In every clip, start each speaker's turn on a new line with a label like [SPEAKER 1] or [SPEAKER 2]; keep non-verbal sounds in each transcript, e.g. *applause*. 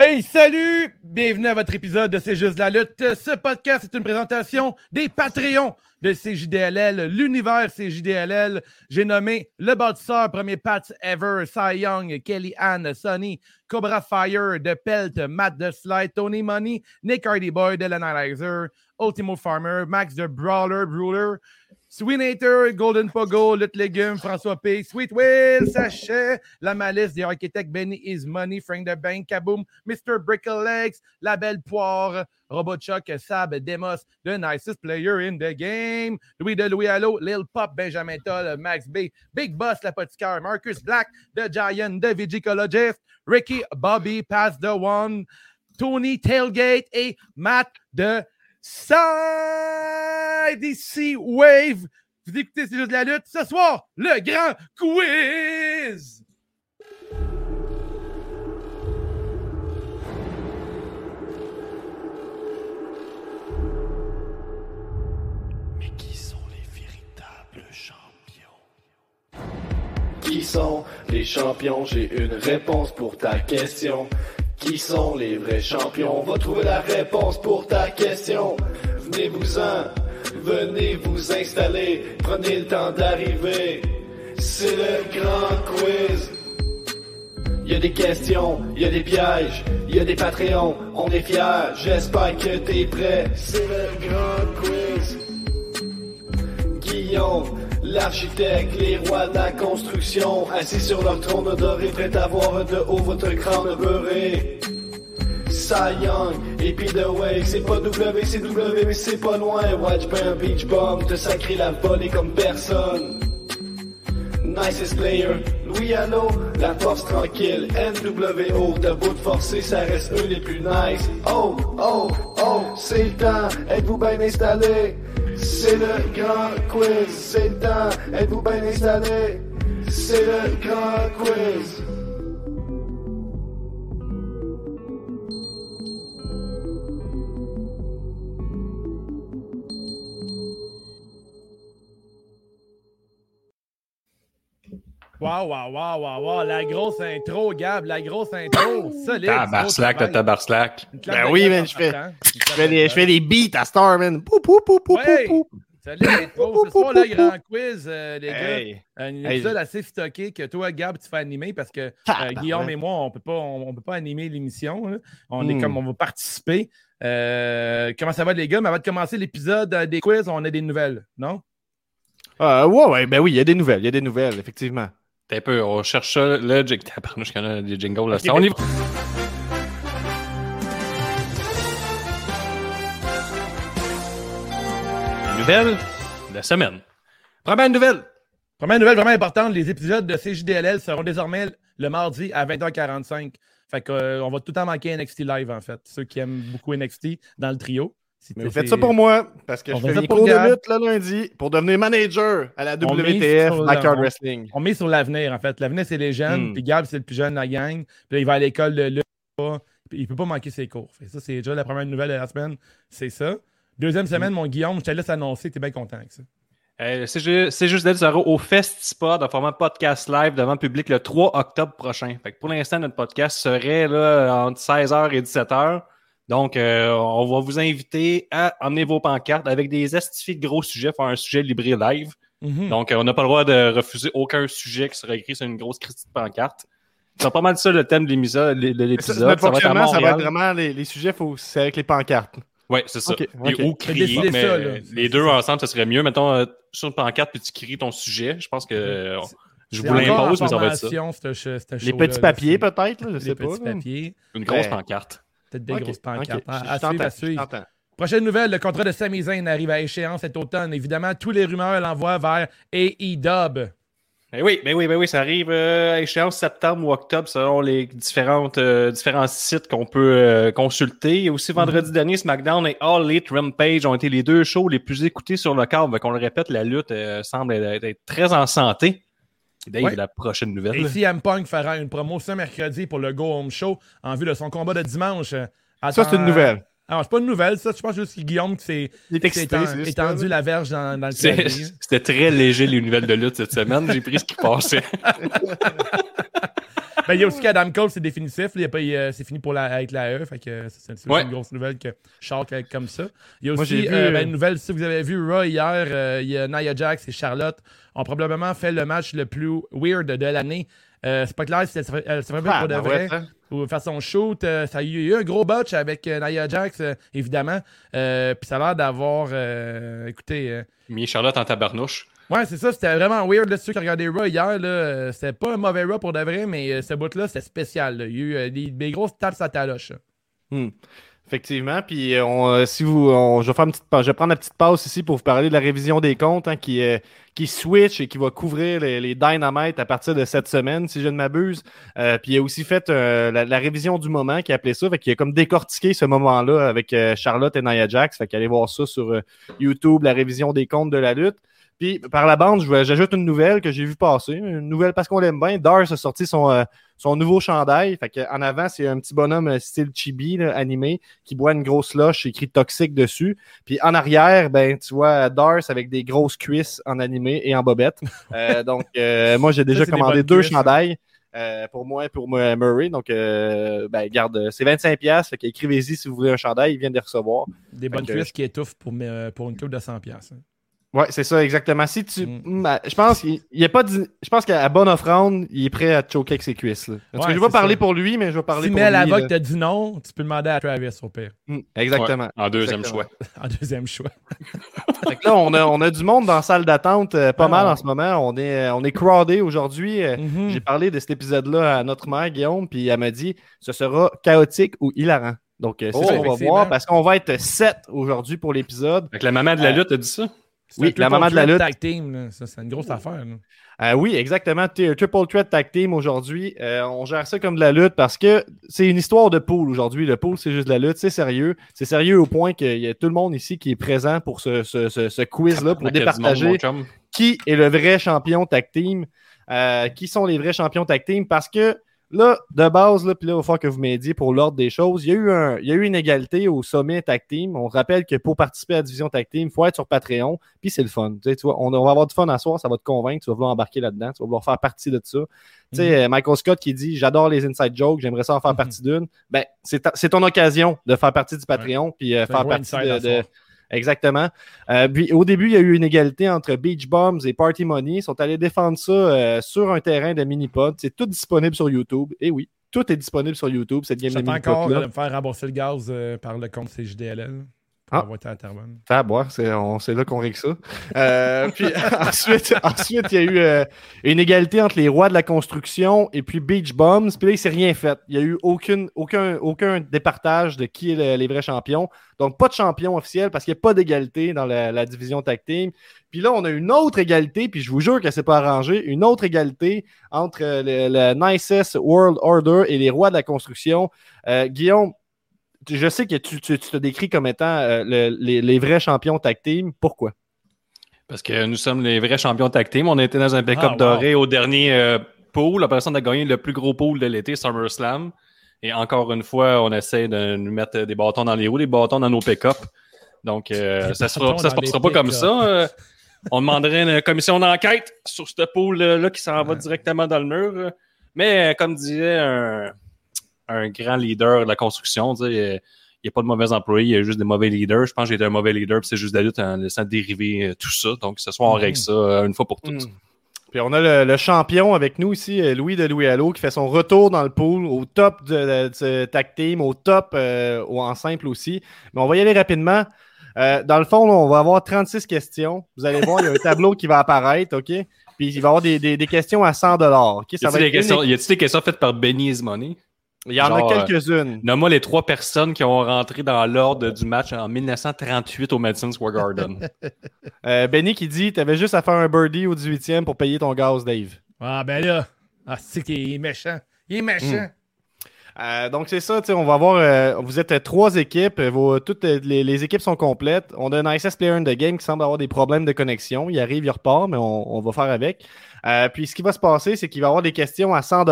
[SPEAKER 1] Hey, salut! Bienvenue à votre épisode de C'est juste la lutte. Ce podcast est une présentation des Patreons de CJDLL, l'univers CJDLL. J'ai nommé le bâtisseur, premier Pat ever, Cy Young, Kelly Ann, Sonny, Cobra Fire, De Pelt, Matt De Slide, Tony Money, Nick Hardy Boy, The Analyzer, Ultimo Farmer, Max The Brawler, Brawler, Swinator, Golden Pogo, Lutte Légume, François P, Sweet Will, Sachet, La Malice, The Architect, Benny Is Money, Frank the Bank, Kaboom, Mr. Bricklex, La Belle Poire, Robot Chuck, Sab, Demos, The Nicest Player in the Game, Louis de Louis Allo, Lil Pop, Benjamin Toll, Max B, Big Boss, L'Apothicaire, Marcus Black, The Giant, The Vigicologist, Ricky, Bobby, Pass the One, Tony Tailgate et Matt de Side ici Wave. Vous écoutez, c'est juste de la lutte. Ce soir, le grand quiz!
[SPEAKER 2] Mais qui sont les véritables champions Qui sont les champions J'ai une réponse pour ta question. Qui sont les vrais champions On va trouver la réponse pour ta question. Venez-vous-en, venez vous installer, prenez le temps d'arriver. C'est le grand quiz. Il y a des questions, il y a des pièges, il y a des Patreons, on est fiers, j'espère que t'es prêt. C'est le grand quiz. Guillaume, l'architecte, les rois de la construction, assis sur leur trône doré, prêt à voir de haut votre crâne beurré. Cy Young, et puis The Wake, c'est pas W, c'est W, mais c'est pas loin. Watch Bam Beach Bomb, te sacrer la volée comme personne. Nicest player, Louis Allo, la force tranquille, NWO, de bout de forcer, ça reste eux les plus nice. Oh, oh, oh, c'est le temps, êtes-vous bien installés? C'est le grand quiz, c'est le temps, êtes-vous bien installés? C'est le grand quiz.
[SPEAKER 1] Wow, wow, wow, wow, wow, la grosse intro, Gab, la grosse intro, solide.
[SPEAKER 3] Ah,
[SPEAKER 1] Gros
[SPEAKER 3] Tabarslack, le
[SPEAKER 1] travail.
[SPEAKER 3] tabarslack.
[SPEAKER 1] Une clap
[SPEAKER 3] Ben
[SPEAKER 1] de
[SPEAKER 3] oui,
[SPEAKER 1] gueule
[SPEAKER 3] man,
[SPEAKER 1] en
[SPEAKER 3] je fais,
[SPEAKER 1] partant. Une
[SPEAKER 3] je
[SPEAKER 1] clap
[SPEAKER 3] fais
[SPEAKER 1] de
[SPEAKER 3] les,
[SPEAKER 1] gueule.
[SPEAKER 3] je fais les beats à Star, man. Pou, pou, pou, pou,
[SPEAKER 1] Ouais.
[SPEAKER 3] pou, pou.
[SPEAKER 1] Solide intro, ce soir, le grand quiz, euh, les gars.
[SPEAKER 3] Hey.
[SPEAKER 1] Un
[SPEAKER 3] Hey,
[SPEAKER 1] épisode
[SPEAKER 3] j'ai-
[SPEAKER 1] assez stocké que toi, Gab, tu fais animer parce que euh,
[SPEAKER 3] Tabarnak.
[SPEAKER 1] Guillaume et moi, on peut pas, on, on peut pas animer l'émission. là. On est
[SPEAKER 3] Hmm.
[SPEAKER 1] comme on va participer. Euh, comment ça va les gars? Mais avant de commencer l'épisode euh, des quiz, on a des nouvelles, non?
[SPEAKER 3] Euh, ouais, ouais, ben oui, il y a des nouvelles, il y a des nouvelles, effectivement.
[SPEAKER 4] T'es peu, on cherche ça, le jig. *laughs* Tabarnouche, qu'on a des jingles là. On y va. Nouvelle de la semaine. Première nouvelle.
[SPEAKER 1] Première nouvelle vraiment importante, les épisodes de CJDLL seront désormais le mardi à 20h45. Fait que, euh, on va tout le temps manquer NXT Live, en fait. Ceux qui aiment beaucoup NXT dans le trio. Si
[SPEAKER 3] Mais
[SPEAKER 1] t'es-
[SPEAKER 3] vous faites ça pour moi, parce que
[SPEAKER 1] On
[SPEAKER 3] je
[SPEAKER 1] fait
[SPEAKER 3] fais
[SPEAKER 1] ça
[SPEAKER 3] des
[SPEAKER 1] pour
[SPEAKER 3] cours de
[SPEAKER 1] Gab.
[SPEAKER 3] lutte le lundi pour devenir manager à la
[SPEAKER 1] On mise
[SPEAKER 3] WTF,
[SPEAKER 1] sur-
[SPEAKER 3] Backyard
[SPEAKER 1] on-
[SPEAKER 3] Wrestling.
[SPEAKER 1] On met sur l'avenir, en fait. L'avenir, c'est les jeunes.
[SPEAKER 3] Hmm.
[SPEAKER 1] Puis Gab, c'est le plus jeune de la gang. Puis là, il va à l'école de lutte. Puis Il peut pas manquer ses cours. Fait que ça, c'est déjà la première nouvelle de la semaine. C'est ça.
[SPEAKER 4] Hmm.
[SPEAKER 1] Deuxième semaine, mon Guillaume, je te laisse annoncer. T'es bien content avec ça.
[SPEAKER 4] Euh, c'est ju- c'est juste d'être Zaro au Festipod en format podcast live devant public le 3 octobre prochain. Fait que pour l'instant, notre podcast serait là, entre 16h et 17h. Donc, euh, on va vous inviter à emmener vos pancartes avec des astifiés de gros sujets, faire un sujet libré live.
[SPEAKER 1] Mhm.
[SPEAKER 4] *laughs* Donc, euh, on n'a pas le droit de refuser aucun sujet qui serait écrit sur une grosse critique de pancarte. C'est pas mal ça le thème de l'émission- de
[SPEAKER 3] Ça, notre
[SPEAKER 4] l'épisode. Ça va être à
[SPEAKER 3] fonctionnement, ça va
[SPEAKER 4] Montréal.
[SPEAKER 3] être vraiment les, les sujets, faut, c'est avec les pancartes.
[SPEAKER 4] Ouais, c'est ça.
[SPEAKER 3] Ok,
[SPEAKER 4] Et
[SPEAKER 3] ok.
[SPEAKER 4] ou
[SPEAKER 1] Fait
[SPEAKER 4] crier,
[SPEAKER 1] décider
[SPEAKER 4] mais
[SPEAKER 1] ça, là.
[SPEAKER 4] euh, les deux ensemble, ça serait mieux. Mettons, euh, sur une pancarte, puis tu cries ton sujet. Je pense que euh,
[SPEAKER 1] C'est-
[SPEAKER 4] je
[SPEAKER 1] C'est
[SPEAKER 4] vous
[SPEAKER 1] encore en
[SPEAKER 4] l'impose, mais ça va être ça.
[SPEAKER 1] formation, ce ch- ce
[SPEAKER 3] Les
[SPEAKER 1] show-là,
[SPEAKER 3] petits
[SPEAKER 1] là,
[SPEAKER 3] papiers,
[SPEAKER 1] c'est-
[SPEAKER 3] peut-être, là, je
[SPEAKER 1] Les
[SPEAKER 3] sais pas.
[SPEAKER 1] petits
[SPEAKER 3] là.
[SPEAKER 1] papiers.
[SPEAKER 4] Une grosse
[SPEAKER 3] Ouais.
[SPEAKER 4] pancarte.
[SPEAKER 1] Peut-être des
[SPEAKER 3] Ok,
[SPEAKER 1] grosses
[SPEAKER 3] ok,
[SPEAKER 1] pancartes. hein,
[SPEAKER 3] je- je
[SPEAKER 1] À, à suivre,
[SPEAKER 3] t'entends,
[SPEAKER 1] à
[SPEAKER 3] je
[SPEAKER 1] suivre.
[SPEAKER 3] t'entends.
[SPEAKER 1] Prochaine nouvelle, le contrat de Sami E Zayn arrive à échéance cet automne. Évidemment, tous les rumeurs l'envoient vers AEW.
[SPEAKER 4] Ben oui, ben oui, ben oui, ça arrive euh, à échéance septembre ou octobre selon les différentes, euh, différents sites qu'on peut euh, consulter. Et aussi vendredi
[SPEAKER 3] Mhm.
[SPEAKER 4] dernier, SmackDown et All Elite Rampage ont été les deux shows les plus écoutés sur le câble. Ben, Qu'on le répète, la lutte euh, semble être, être très en santé. Et Dave,
[SPEAKER 1] Ouais.
[SPEAKER 4] la prochaine nouvelle.
[SPEAKER 1] Et si M. Punk fera une promo ce mercredi pour le Go Home Show en vue de son combat de dimanche. euh,
[SPEAKER 3] Ça, c'est
[SPEAKER 1] attends- euh,
[SPEAKER 3] une nouvelle.
[SPEAKER 1] Alors, c'est pas une nouvelle, ça. Je pense juste que Guillaume qui s'est
[SPEAKER 3] Il est
[SPEAKER 1] qui s'est
[SPEAKER 3] excité.
[SPEAKER 1] éten-
[SPEAKER 3] c'est juste ça,
[SPEAKER 1] étendu
[SPEAKER 3] là.
[SPEAKER 1] la verge dans, dans le
[SPEAKER 4] *laughs* C'est-
[SPEAKER 1] clavier.
[SPEAKER 4] C'était très léger les nouvelles de lutte cette semaine. J'ai pris ce
[SPEAKER 3] *laughs*
[SPEAKER 4] qui passait.
[SPEAKER 1] Ben, il y a aussi qu'Adam Cole, c'est définitif. Il y a pas- il, euh, c'est fini pour la, avec la E. Fait que euh, c'est, c'est
[SPEAKER 4] Ouais.
[SPEAKER 1] une grosse nouvelle que Charles avec comme ça. Il y a
[SPEAKER 3] Moi,
[SPEAKER 1] aussi
[SPEAKER 3] j'ai vu,
[SPEAKER 1] euh, ben,
[SPEAKER 3] euh,
[SPEAKER 1] une nouvelle, si vous avez vu Raw hier, euh, il y a Nia Jax et Charlotte ont probablement fait le match le plus weird de l'année. Euh, c'est pas clair si elle se fait elle se fait
[SPEAKER 3] Ah,
[SPEAKER 1] pour de
[SPEAKER 3] ben
[SPEAKER 1] vrai
[SPEAKER 3] ouais, ça.
[SPEAKER 1] ou faire son shoot. euh, ça a eu il y a eu un gros botch avec euh, Nia Jax, euh, évidemment. Euh, Puis ça a l'air d'avoir. euh, écoutez. euh,
[SPEAKER 4] Mis Charlotte en tabarnouche.
[SPEAKER 1] Ouais, c'est ça, c'était vraiment weird. Là, ceux qui regardaient Raw hier, là, euh, c'était pas un mauvais Raw pour de vrai, mais euh, ce bout-là, c'était spécial. là. Il y a eu euh, des, des grosses tapes à taloche. là.
[SPEAKER 3] Effectivement, puis euh, on, euh, si vous, on- je vais faire une petite, pa- je vais prendre la petite passe ici pour vous parler de la révision des comptes hein, qui, euh, qui switch et qui va couvrir les, les dynamites à partir de cette semaine, si je ne m'abuse. Euh, puis il a aussi fait euh, la, la révision du moment qui appelait ça, fait qu'il a comme décortiqué ce moment-là avec euh, Charlotte et Nia Jax. Fait qu'allez voir ça sur euh, YouTube, la révision des comptes de la lutte. Puis par la bande, je vais- j'ajoute une nouvelle que j'ai vue passer, une nouvelle parce qu'on l'aime bien. Dars a sorti son, euh, son nouveau chandail. Fait que, en avant, c'est un petit bonhomme euh, style chibi là, animé qui boit une grosse loche écrit toxique dessus. Puis en arrière, ben tu vois Dars avec des grosses cuisses en animé et en bobette.
[SPEAKER 1] *laughs*
[SPEAKER 3] Euh, donc euh, moi j'ai déjà
[SPEAKER 1] c'est des
[SPEAKER 3] commandé
[SPEAKER 1] bonnes
[SPEAKER 3] deux
[SPEAKER 1] cuisses, hein.
[SPEAKER 3] chandails. euh, pour moi et pour Mur- Murray. Donc, euh, ben, garde, euh, c'est 25$. piastres, Fait que écrivez-y si vous voulez un chandail, il vient de les recevoir.
[SPEAKER 1] Des bonnes
[SPEAKER 3] que-
[SPEAKER 1] cuisses qui étouffent pour, mes- euh, pour une coupe de 100$. piastres, hein.
[SPEAKER 3] Ouais, c'est ça, exactement. Si tu.
[SPEAKER 1] Mm.
[SPEAKER 3] Mm, à- Je pense qu'il il y a pas dit- Je pense qu'à bonne offrande, il est prêt à te choquer avec ses cuisses. Là. En tout cas,
[SPEAKER 1] Ouais,
[SPEAKER 3] je vais
[SPEAKER 1] c'est
[SPEAKER 3] pas parler
[SPEAKER 1] ça.
[SPEAKER 3] pour lui, mais je vais parler
[SPEAKER 1] Si
[SPEAKER 3] pour
[SPEAKER 1] Mel
[SPEAKER 3] lui.
[SPEAKER 1] Avoc
[SPEAKER 3] là.
[SPEAKER 1] te dit non, tu peux demander à Travis au pire, *laughs*
[SPEAKER 3] Mm, Exactement.
[SPEAKER 4] En deuxième
[SPEAKER 3] Exactement.
[SPEAKER 4] choix.
[SPEAKER 1] en deuxième
[SPEAKER 3] *laughs*
[SPEAKER 1] choix.
[SPEAKER 3] Fait que là, on a, on a du monde dans la salle d'attente euh, pas
[SPEAKER 1] Ah.
[SPEAKER 3] mal en ce moment. On est, euh, on est crowdé aujourd'hui. Euh,
[SPEAKER 1] Mhm.
[SPEAKER 3] J'ai parlé de cet épisode-là à notre mère, Guillaume, puis elle m'a dit ce sera chaotique ou hilarant. Donc, euh, c'est
[SPEAKER 4] Oh,
[SPEAKER 3] ça qu'on va
[SPEAKER 1] effectivement.
[SPEAKER 3] voir parce qu'on va être sept aujourd'hui pour l'épisode.
[SPEAKER 4] Fait que la maman de la
[SPEAKER 3] Euh,
[SPEAKER 4] lutte a dit ça.
[SPEAKER 1] C'est
[SPEAKER 3] oui,
[SPEAKER 1] un peu
[SPEAKER 3] la maman de la
[SPEAKER 1] contre
[SPEAKER 3] lutte.
[SPEAKER 1] Tag team, là. ça, c'est une grosse affaire. là.
[SPEAKER 3] Euh, oui, exactement. T- Triple Threat Tag Team aujourd'hui. Euh, on gère ça comme de la lutte parce que c'est une histoire de pool aujourd'hui. Le pool, c'est juste de la lutte. C'est sérieux. C'est sérieux au point qu'il y a tout le monde ici qui est présent pour ce, ce- ce- ce quiz-là, pour
[SPEAKER 4] Fait qu'il y a du monde, mon
[SPEAKER 3] départager
[SPEAKER 4] chum.
[SPEAKER 3] qui est le vrai champion tag team, euh, qui sont les vrais champions tag team, parce que là, de base, là, puis là, il va falloir que vous m'aidiez pour l'ordre des choses. Il y, a eu un, il y a eu une égalité au sommet tag team. On rappelle que pour participer à la division tag team, il faut être sur Patreon, puis c'est le fun. Tu sais, tu vois, on, on va avoir du fun à soir, ça va te convaincre, tu vas vouloir embarquer là-dedans, tu vas vouloir faire partie de ça. Tu sais, euh, Michael Scott qui dit J'adore les inside jokes, j'aimerais ça en faire
[SPEAKER 1] Mhm.
[SPEAKER 3] partie d'une. Ben, c'est ta- c'est ton occasion de faire partie du Patreon, puis euh,
[SPEAKER 1] C'est un
[SPEAKER 3] faire
[SPEAKER 1] gros
[SPEAKER 3] partie
[SPEAKER 1] inside
[SPEAKER 3] de-
[SPEAKER 1] à
[SPEAKER 3] de,
[SPEAKER 1] soir.
[SPEAKER 3] Exactement. Euh, puis au début, il y a eu une égalité entre Beach Bombs et Party Money. Ils sont allés défendre ça euh, sur un terrain de mini-pod. C'est tout disponible sur YouTube. Et oui, tout est disponible sur YouTube, cette game de
[SPEAKER 1] J'attends encore
[SPEAKER 3] mini-pod-là.
[SPEAKER 1] de me faire rembourser le gaz euh, par le compte CJDLL pour
[SPEAKER 3] Ah.
[SPEAKER 1] avoir été à Terrebonne.
[SPEAKER 3] Ah, boire, c'est, on- c'est là qu'on règle ça. Euh, puis *laughs* ensuite, ensuite, il y a eu euh, une égalité entre les rois de la construction et puis Beach Bombs. Puis là, il s'est rien fait. Il n'y a eu aucune, aucun, aucun départage de qui est le- les vrais champions. Donc, pas de champion officiel parce qu'il n'y a pas d'égalité dans la, la division tag team. Puis là, on a une autre égalité, puis je vous jure que c'est pas arrangé, une autre égalité entre euh, le, le Nicest World Order et les rois de la construction. Euh, Guillaume, tu- je sais que tu, tu- tu te décris comme étant euh, le- les, les vrais champions tag team. Pourquoi?
[SPEAKER 4] Parce que nous sommes les vrais champions tag team. On était dans un pick-up
[SPEAKER 1] Ah, wow.
[SPEAKER 4] doré au dernier euh, pool. La personne a gagné le plus gros pool de l'été, SummerSlam. Et encore une fois, on essaie de nous mettre des bâtons dans les roues, des bâtons dans nos pick-up. Donc, euh,
[SPEAKER 1] Des
[SPEAKER 4] ça se
[SPEAKER 1] bâtons
[SPEAKER 4] fera- ça se
[SPEAKER 1] dans
[SPEAKER 4] passera
[SPEAKER 1] les
[SPEAKER 4] pas comme
[SPEAKER 1] pick-up.
[SPEAKER 4] ça. Euh, on demanderait une commission d'enquête sur ce pool-là qui s'en va
[SPEAKER 1] Ouais.
[SPEAKER 4] directement dans le mur. Mais euh, comme disait un, un grand leader de la construction, tu sais, euh, il n'y a pas de mauvais employés, il y a juste des mauvais leaders. Je pense que j'ai été un mauvais leader, puis c'est juste la lutte en laissant dériver euh, tout ça. Donc ce soir, on
[SPEAKER 1] Mhm.
[SPEAKER 4] règle ça euh, une fois pour toutes.
[SPEAKER 3] Mm. Puis on a le, le champion avec nous ici, euh, Louis de Louis Allo, qui fait son retour dans le pool, au top de, de ce tag team, au top euh, au- en simple aussi. Mais on va y aller rapidement. Euh, dans le fond, là, on va avoir 36 questions. Vous allez voir, il y a un tableau qui va apparaître, OK? Puis il va y avoir des, des- des questions à 100 OK?
[SPEAKER 4] Y
[SPEAKER 3] Ça va
[SPEAKER 4] a-t-il
[SPEAKER 3] être
[SPEAKER 4] des,
[SPEAKER 3] une-
[SPEAKER 4] questions- y a-t-il des questions faites par Benny Ismoney?
[SPEAKER 3] Il y en
[SPEAKER 4] genre, euh,
[SPEAKER 3] a quelques-unes.
[SPEAKER 4] Nomme-moi les trois personnes qui ont rentré dans l'ordre du match en 1938 au Madison Square Garden.
[SPEAKER 3] Euh, Benny qui dit T'avais juste à faire un birdie au 18e pour payer ton gaz, Dave.
[SPEAKER 1] Ah, ben là. Ah, c'est qu'il est méchant. Il est méchant.
[SPEAKER 3] Hmm. Euh, donc, c'est ça, tu sais, on va avoir. euh, vous êtes euh, trois équipes. euh, vos- toutes euh, les, les équipes sont complètes. On a un ISS player in the game qui semble avoir des problèmes de connexion. Il arrive, il repart, mais on, on va faire avec. Euh, puis, ce qui va se passer, c'est qu'il va y avoir des questions à 100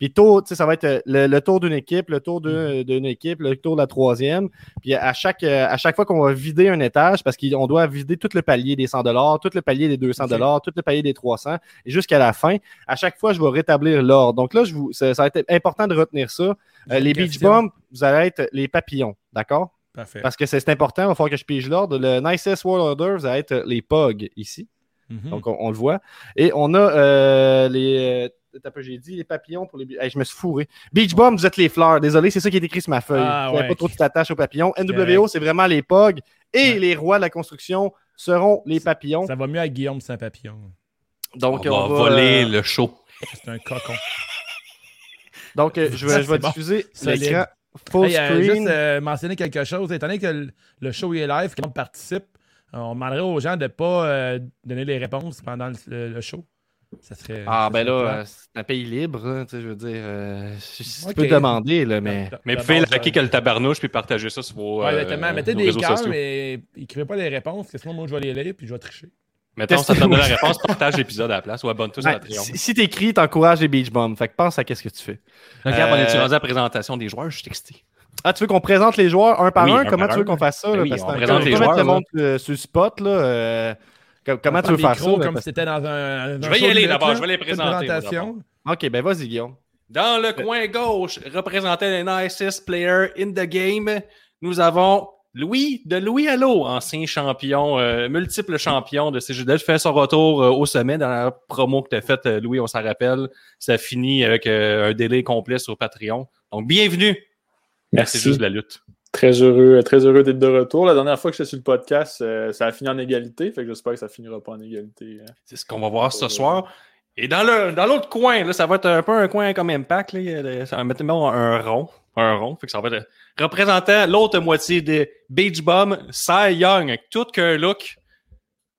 [SPEAKER 3] Puis, tôt, tu sais, ça va être euh, le, le tour d'une équipe, le tour de- d'une équipe, le tour de la troisième. Puis, à chaque, euh, à chaque fois qu'on va vider un étage, parce qu'on doit vider tout le palier des 100 tout le palier des 200 tout le palier des 300 et jusqu'à la fin. À chaque fois, je vais rétablir l'ordre. Donc là, je vous, ça, ça va être important de retenir ça. Euh, les beach
[SPEAKER 1] Question.
[SPEAKER 3] bombs, vous allez être les papillons, d'accord?
[SPEAKER 1] Parfait.
[SPEAKER 3] Parce que c'est c'est important, il va falloir que je pige l'ordre. Le nicest world order, vous allez être les pogs ici.
[SPEAKER 1] Mhm.
[SPEAKER 3] Donc on, on le voit. Et on a euh, les. euh, t'as peu, J'ai dit les papillons pour les. Hey, je me suis fourré. Beach Bomb, vous êtes les fleurs. Désolé, c'est ça qui est écrit sur ma feuille.
[SPEAKER 1] Ah,
[SPEAKER 3] Vous savez
[SPEAKER 1] ouais,
[SPEAKER 3] pas trop
[SPEAKER 1] ok.
[SPEAKER 3] tu t'attaches aux papillons. NWO, c'est vraiment les pogs. Et les rois de la construction seront les papillons.
[SPEAKER 1] Ça va mieux à Guillaume sans papillon.
[SPEAKER 3] Donc,
[SPEAKER 4] on, va,
[SPEAKER 3] euh,
[SPEAKER 4] voler le show.
[SPEAKER 1] C'est un cocon.
[SPEAKER 3] Donc, euh, je vais, je vais
[SPEAKER 1] C'est bon.
[SPEAKER 3] diffuser
[SPEAKER 1] Solide.
[SPEAKER 3] l'écran full
[SPEAKER 1] Hey, euh,
[SPEAKER 3] screen.
[SPEAKER 1] juste euh, mentionner quelque chose. Étant donné que le, le show est live, qu'on participe, euh, on demanderait aux gens de ne pas euh, donner les réponses pendant le, le- le show. Ça serait.
[SPEAKER 3] ah,
[SPEAKER 1] ça
[SPEAKER 3] ben
[SPEAKER 1] serait
[SPEAKER 3] là,
[SPEAKER 1] plate.
[SPEAKER 3] euh, c'est un pays libre, hein, tu sais, je veux dire. euh, si- si
[SPEAKER 1] Ok.
[SPEAKER 3] Tu peux demander, là, mais.
[SPEAKER 1] De- de-
[SPEAKER 4] Mais
[SPEAKER 1] de
[SPEAKER 4] vous pouvez
[SPEAKER 1] base,
[SPEAKER 4] liker
[SPEAKER 1] euh,
[SPEAKER 4] que le tabarnouche puis partager ça sur vos,
[SPEAKER 1] Ouais,
[SPEAKER 4] euh,
[SPEAKER 1] exactement. Mettez
[SPEAKER 4] nos
[SPEAKER 1] des
[SPEAKER 4] réseaux
[SPEAKER 1] cœurs,
[SPEAKER 4] sociaux.
[SPEAKER 1] mais écrivez pas les réponses, parce que sinon, moi, je vais les lire puis je vais tricher.
[SPEAKER 4] Mettons, ça te donne la réponse, partage l'épisode à la place ou abonne-toi sur
[SPEAKER 3] Ouais,
[SPEAKER 4] Patreon.
[SPEAKER 3] Ben, si si t'écris, t'encourages les beach bombs. Fait que pense à qu'est-ce que tu fais.
[SPEAKER 4] Regarde, on est-tu
[SPEAKER 3] Euh,
[SPEAKER 4] rendu à la présentation des joueurs? Je suis excité.
[SPEAKER 3] Ah, tu veux qu'on présente les joueurs un par
[SPEAKER 4] Oui,
[SPEAKER 3] un?
[SPEAKER 4] un
[SPEAKER 3] Comment
[SPEAKER 4] par
[SPEAKER 3] tu veux
[SPEAKER 4] un.
[SPEAKER 3] qu'on fasse ça?
[SPEAKER 4] Ben
[SPEAKER 3] là,
[SPEAKER 4] oui,
[SPEAKER 3] parce
[SPEAKER 4] on
[SPEAKER 3] que
[SPEAKER 4] présente
[SPEAKER 3] tu
[SPEAKER 4] les
[SPEAKER 3] peux mettre le
[SPEAKER 4] joueurs,
[SPEAKER 3] monde euh, sur le spot, là. euh, com-
[SPEAKER 1] On
[SPEAKER 3] comment
[SPEAKER 1] prend
[SPEAKER 3] tu veux
[SPEAKER 1] des
[SPEAKER 3] faire ça?
[SPEAKER 1] gros
[SPEAKER 3] là,
[SPEAKER 1] comme
[SPEAKER 3] parce-
[SPEAKER 1] si c'était dans un.
[SPEAKER 4] Je vais y aller d'abord, je vais les présenter, moi,
[SPEAKER 1] Présentation.
[SPEAKER 3] Ok, ben vas-y, Guillaume.
[SPEAKER 4] Dans le coin gauche, représenté d'un nicest player in the game, nous avons Louis de Louis Allo, ancien champion, euh, multiple champion de CGDL, fait son retour euh, au sommet dans la promo que tu as faite, euh, Louis, on s'en rappelle. Ça finit avec euh, un délai complet sur Patreon. Donc, bienvenue.
[SPEAKER 5] Merci.
[SPEAKER 4] C'est juste la lutte.
[SPEAKER 5] Très heureux, euh, très heureux d'être de retour. La dernière fois que j'étais sur le podcast, euh, ça a fini en égalité. Fait que j'espère que ça finira pas en égalité. hein.
[SPEAKER 4] C'est ce qu'on va voir ce soir. Et dans le dans l'autre coin, là, ça va être un peu un coin comme Impact. Là, euh, ça va mettre mettons, un rond. Un rond. Fait que ça va être représentant l'autre moitié des Beach Bum, Cy Young, avec tout qu'un look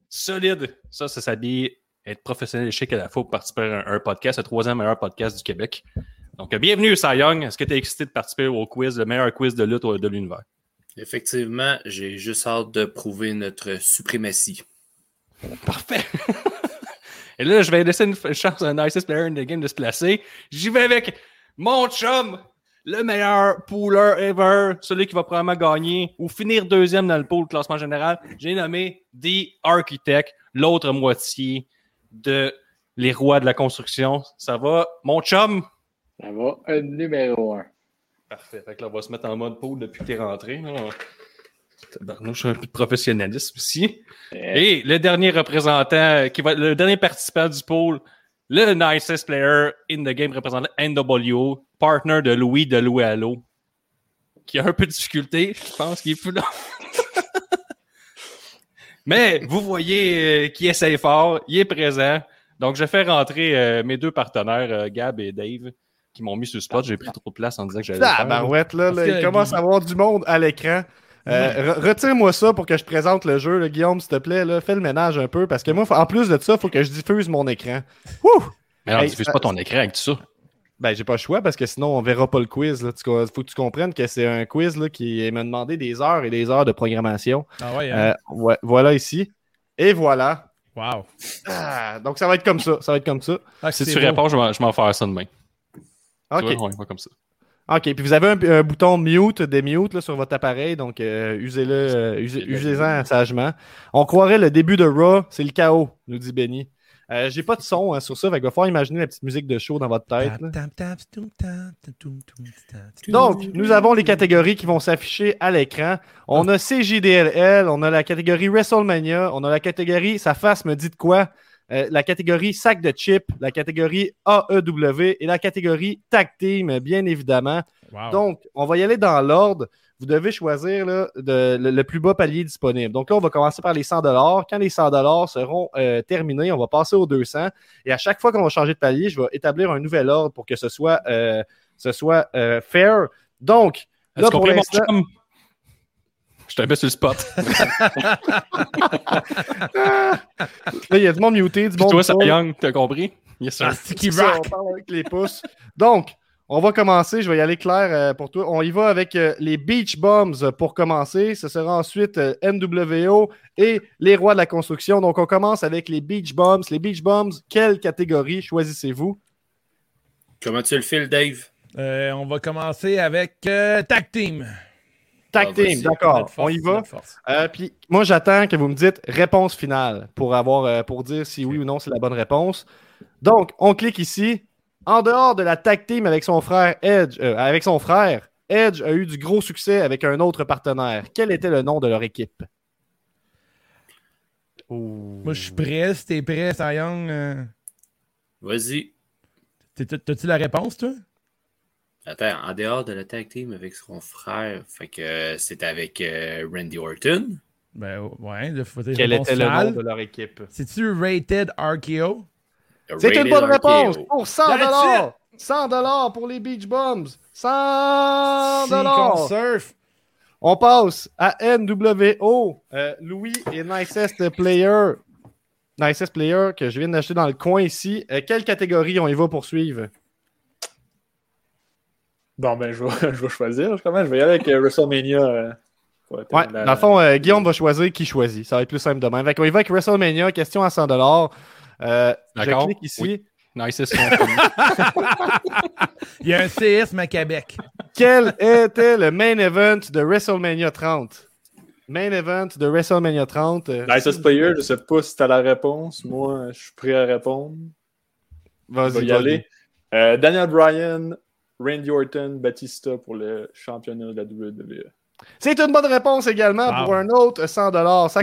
[SPEAKER 4] solide. Ça, ça s'habille être professionnel et chic à la fois pour participer à un, un podcast, le troisième meilleur podcast du Québec. Donc, euh, bienvenue, Cy Young. Est-ce que tu es excité de participer au quiz, le meilleur quiz de lutte au- de l'univers?
[SPEAKER 6] Effectivement, j'ai juste hâte de prouver notre suprématie.
[SPEAKER 4] Parfait. *laughs* Et là, je vais laisser une f- chance à un nicest player in the game de se placer. J'y vais avec mon chum, le meilleur pooler ever, celui qui va probablement gagner ou finir deuxième dans le pool classement général. J'ai nommé The Architect, l'autre moitié de les rois de la construction. Ça va, mon chum?
[SPEAKER 7] Ça va, un numéro un.
[SPEAKER 4] Parfait. Fait que là, on va se mettre en mode pool depuis que t'es rentré. là. Tabarnouche, je suis un peu de professionnalisme ici.
[SPEAKER 7] Eh,
[SPEAKER 4] Et le dernier représentant, euh, qui va être le dernier participant du pool, le nicest player in the game représentant NWO, partner de Louis de Louis Allo, qui a un peu de difficulté. Je pense qu'il est plus là. *laughs* Mais vous voyez euh, qu'il essaye fort, il est présent. Donc, je fais rentrer euh, mes deux partenaires, euh, Gab et Dave, qui m'ont mis sur le spot. J'ai pris trop de place en disant que j'allais. le
[SPEAKER 3] Ah,
[SPEAKER 4] faire.
[SPEAKER 3] barouette, là,
[SPEAKER 1] Parce
[SPEAKER 3] là,
[SPEAKER 1] que-
[SPEAKER 3] il commence à avoir du monde à l'écran. Euh, re- Retire-moi ça pour que je présente le jeu, là, Guillaume, s'il te plaît. Là, fais le ménage un peu, parce que moi, faut- en plus de ça, il faut que je diffuse mon écran. Ouh!
[SPEAKER 4] Mais on
[SPEAKER 3] Hey,
[SPEAKER 4] diffuse
[SPEAKER 3] ça-
[SPEAKER 4] pas ton écran avec tout ça.
[SPEAKER 3] Ben, j'ai pas le choix parce que sinon, on verra pas le quiz. Là. Tu, co- faut que tu comprennes que c'est un quiz là, qui m'a demandé des heures et des heures de programmation.
[SPEAKER 1] Ah ouais, hein?
[SPEAKER 3] Euh, ouais, voilà ici. Et voilà.
[SPEAKER 1] Wow.
[SPEAKER 3] Ah, donc, ça va être comme ça. Ça va être comme ça.
[SPEAKER 1] Ah,
[SPEAKER 4] Si
[SPEAKER 1] c'est
[SPEAKER 4] tu
[SPEAKER 1] beau.
[SPEAKER 4] réponds, je m'en- je m'en ferai ça demain. Tu
[SPEAKER 3] OK.
[SPEAKER 4] vois, on y va comme ça.
[SPEAKER 3] OK. Puis vous avez un, un bouton mute, démute là, sur votre appareil. Donc, euh, usez-le. euh, usez- Usez-en sagement. On croirait le début de Raw, c'est le chaos, nous dit Benny. Euh, j'ai pas de son hein, sur ça. Fait qu'il va falloir imaginer la petite musique de show dans votre tête. là.
[SPEAKER 1] Tam, tam, tam, tum, tam, tam, tum, tum, tam, tum.
[SPEAKER 3] Donc, nous avons les catégories qui vont s'afficher à l'écran. On a CJDLL, on a la catégorie WrestleMania, on a la catégorie Sa face me dit de quoi, euh, la catégorie Sac de chips, la catégorie AEW et la catégorie Tag Team, bien évidemment.
[SPEAKER 4] Ah
[SPEAKER 1] Wow.
[SPEAKER 3] Donc, on va y aller dans l'ordre. Vous devez choisir là, de- le, le plus bas palier disponible. Donc là, on va commencer par les 100 Quand les 100 seront euh, terminés, on va passer aux 200. Et à chaque fois qu'on va changer de palier, je vais établir un nouvel ordre pour que ce soit, euh, ce soit euh, fair. Donc,
[SPEAKER 4] Est-ce
[SPEAKER 3] là,
[SPEAKER 4] qu'on
[SPEAKER 3] pour
[SPEAKER 4] plaît, mon *laughs*
[SPEAKER 3] l'instant...
[SPEAKER 4] chum? Je te mets sur le spot.
[SPEAKER 3] Là, il y a du monde muté, du
[SPEAKER 4] Puis
[SPEAKER 3] monde...
[SPEAKER 4] toi, ça
[SPEAKER 3] pas.
[SPEAKER 4] Young, t'as compris? Yes, sir.
[SPEAKER 1] Un sticky
[SPEAKER 3] Ah, C'est ça,
[SPEAKER 1] Ah, rock.
[SPEAKER 3] on parle avec les pouces. Donc, on va commencer. Je vais y aller clair euh, pour toi. On y va avec euh, les Beach Bombs euh, pour commencer. Ce sera ensuite euh, NWO et les Rois de la Construction. Donc, on commence avec les Beach Bombs. Les Beach Bombs, quelle catégorie choisissez-vous?
[SPEAKER 6] Comment tu le files, Dave?
[SPEAKER 1] Euh, on va commencer avec euh, Tag Team.
[SPEAKER 3] Tag
[SPEAKER 6] Ah,
[SPEAKER 3] Team,
[SPEAKER 6] vas-y.
[SPEAKER 3] d'accord.
[SPEAKER 1] Notre force,
[SPEAKER 3] On y va.
[SPEAKER 1] notre force.
[SPEAKER 3] Euh, puis moi, j'attends que vous me dites réponse finale pour avoir euh, pour dire si oui ou non c'est la bonne réponse. Donc, on clique ici. En dehors de la tag team avec son frère Edge, euh, avec son frère, Edge a eu du gros succès avec un autre partenaire. Quel était le nom de leur équipe
[SPEAKER 1] Moi, je suis prêt. Si t'es prêt, Sayang, euh,
[SPEAKER 6] Vas-y.
[SPEAKER 1] t'es- t'as-tu la réponse, toi?
[SPEAKER 6] Attends, en dehors de la tag team avec son frère, fait que euh, c'est avec euh, Randy Orton.
[SPEAKER 1] Ben ouais, là, faut dire
[SPEAKER 3] Quel
[SPEAKER 1] réponse
[SPEAKER 3] était le nom
[SPEAKER 1] finale.
[SPEAKER 3] de leur équipe
[SPEAKER 1] C'est-tu Rated RKO?
[SPEAKER 3] C'est une
[SPEAKER 6] Rated
[SPEAKER 3] bonne
[SPEAKER 6] RKO.
[SPEAKER 3] réponse pour 100
[SPEAKER 1] That's it.
[SPEAKER 3] dollars. 100 dollars pour les Beach Bombs. 100
[SPEAKER 1] Si qu'on
[SPEAKER 3] dollars.
[SPEAKER 1] surf.
[SPEAKER 3] On passe à NWO. Euh, Louis est nicest player. Nicest player que je viens d'acheter dans le coin ici. Euh, quelle catégorie on y va poursuivre?
[SPEAKER 5] Bon, ben, je vais, *laughs* je vais choisir. Je, commence. je vais y aller avec euh, WrestleMania. euh, pour
[SPEAKER 3] Ouais,
[SPEAKER 5] atteindre la-
[SPEAKER 3] dans le fond, euh, Guillaume va choisir qui choisit. Ça va être plus simple demain. Fait qu'on y va avec WrestleMania, question à 100 euh, Je
[SPEAKER 4] D'accord.
[SPEAKER 3] clique ici.
[SPEAKER 4] Oui. Nice, *laughs* c'est ce
[SPEAKER 1] Il y a un séisme à Québec.
[SPEAKER 3] Quel était le main event de WrestleMania 30? Main event de WrestleMania 30. euh,
[SPEAKER 5] Nicest player, je sais pas si t'as la réponse. Moi, je suis prêt à répondre. Je
[SPEAKER 3] Vas-y,
[SPEAKER 5] vais y aller. Euh, Daniel Bryan, Randy Orton, Batista pour le championnat de la E. WWE.
[SPEAKER 3] C'est une bonne réponse également
[SPEAKER 1] Wow.
[SPEAKER 3] pour un autre 100 Ça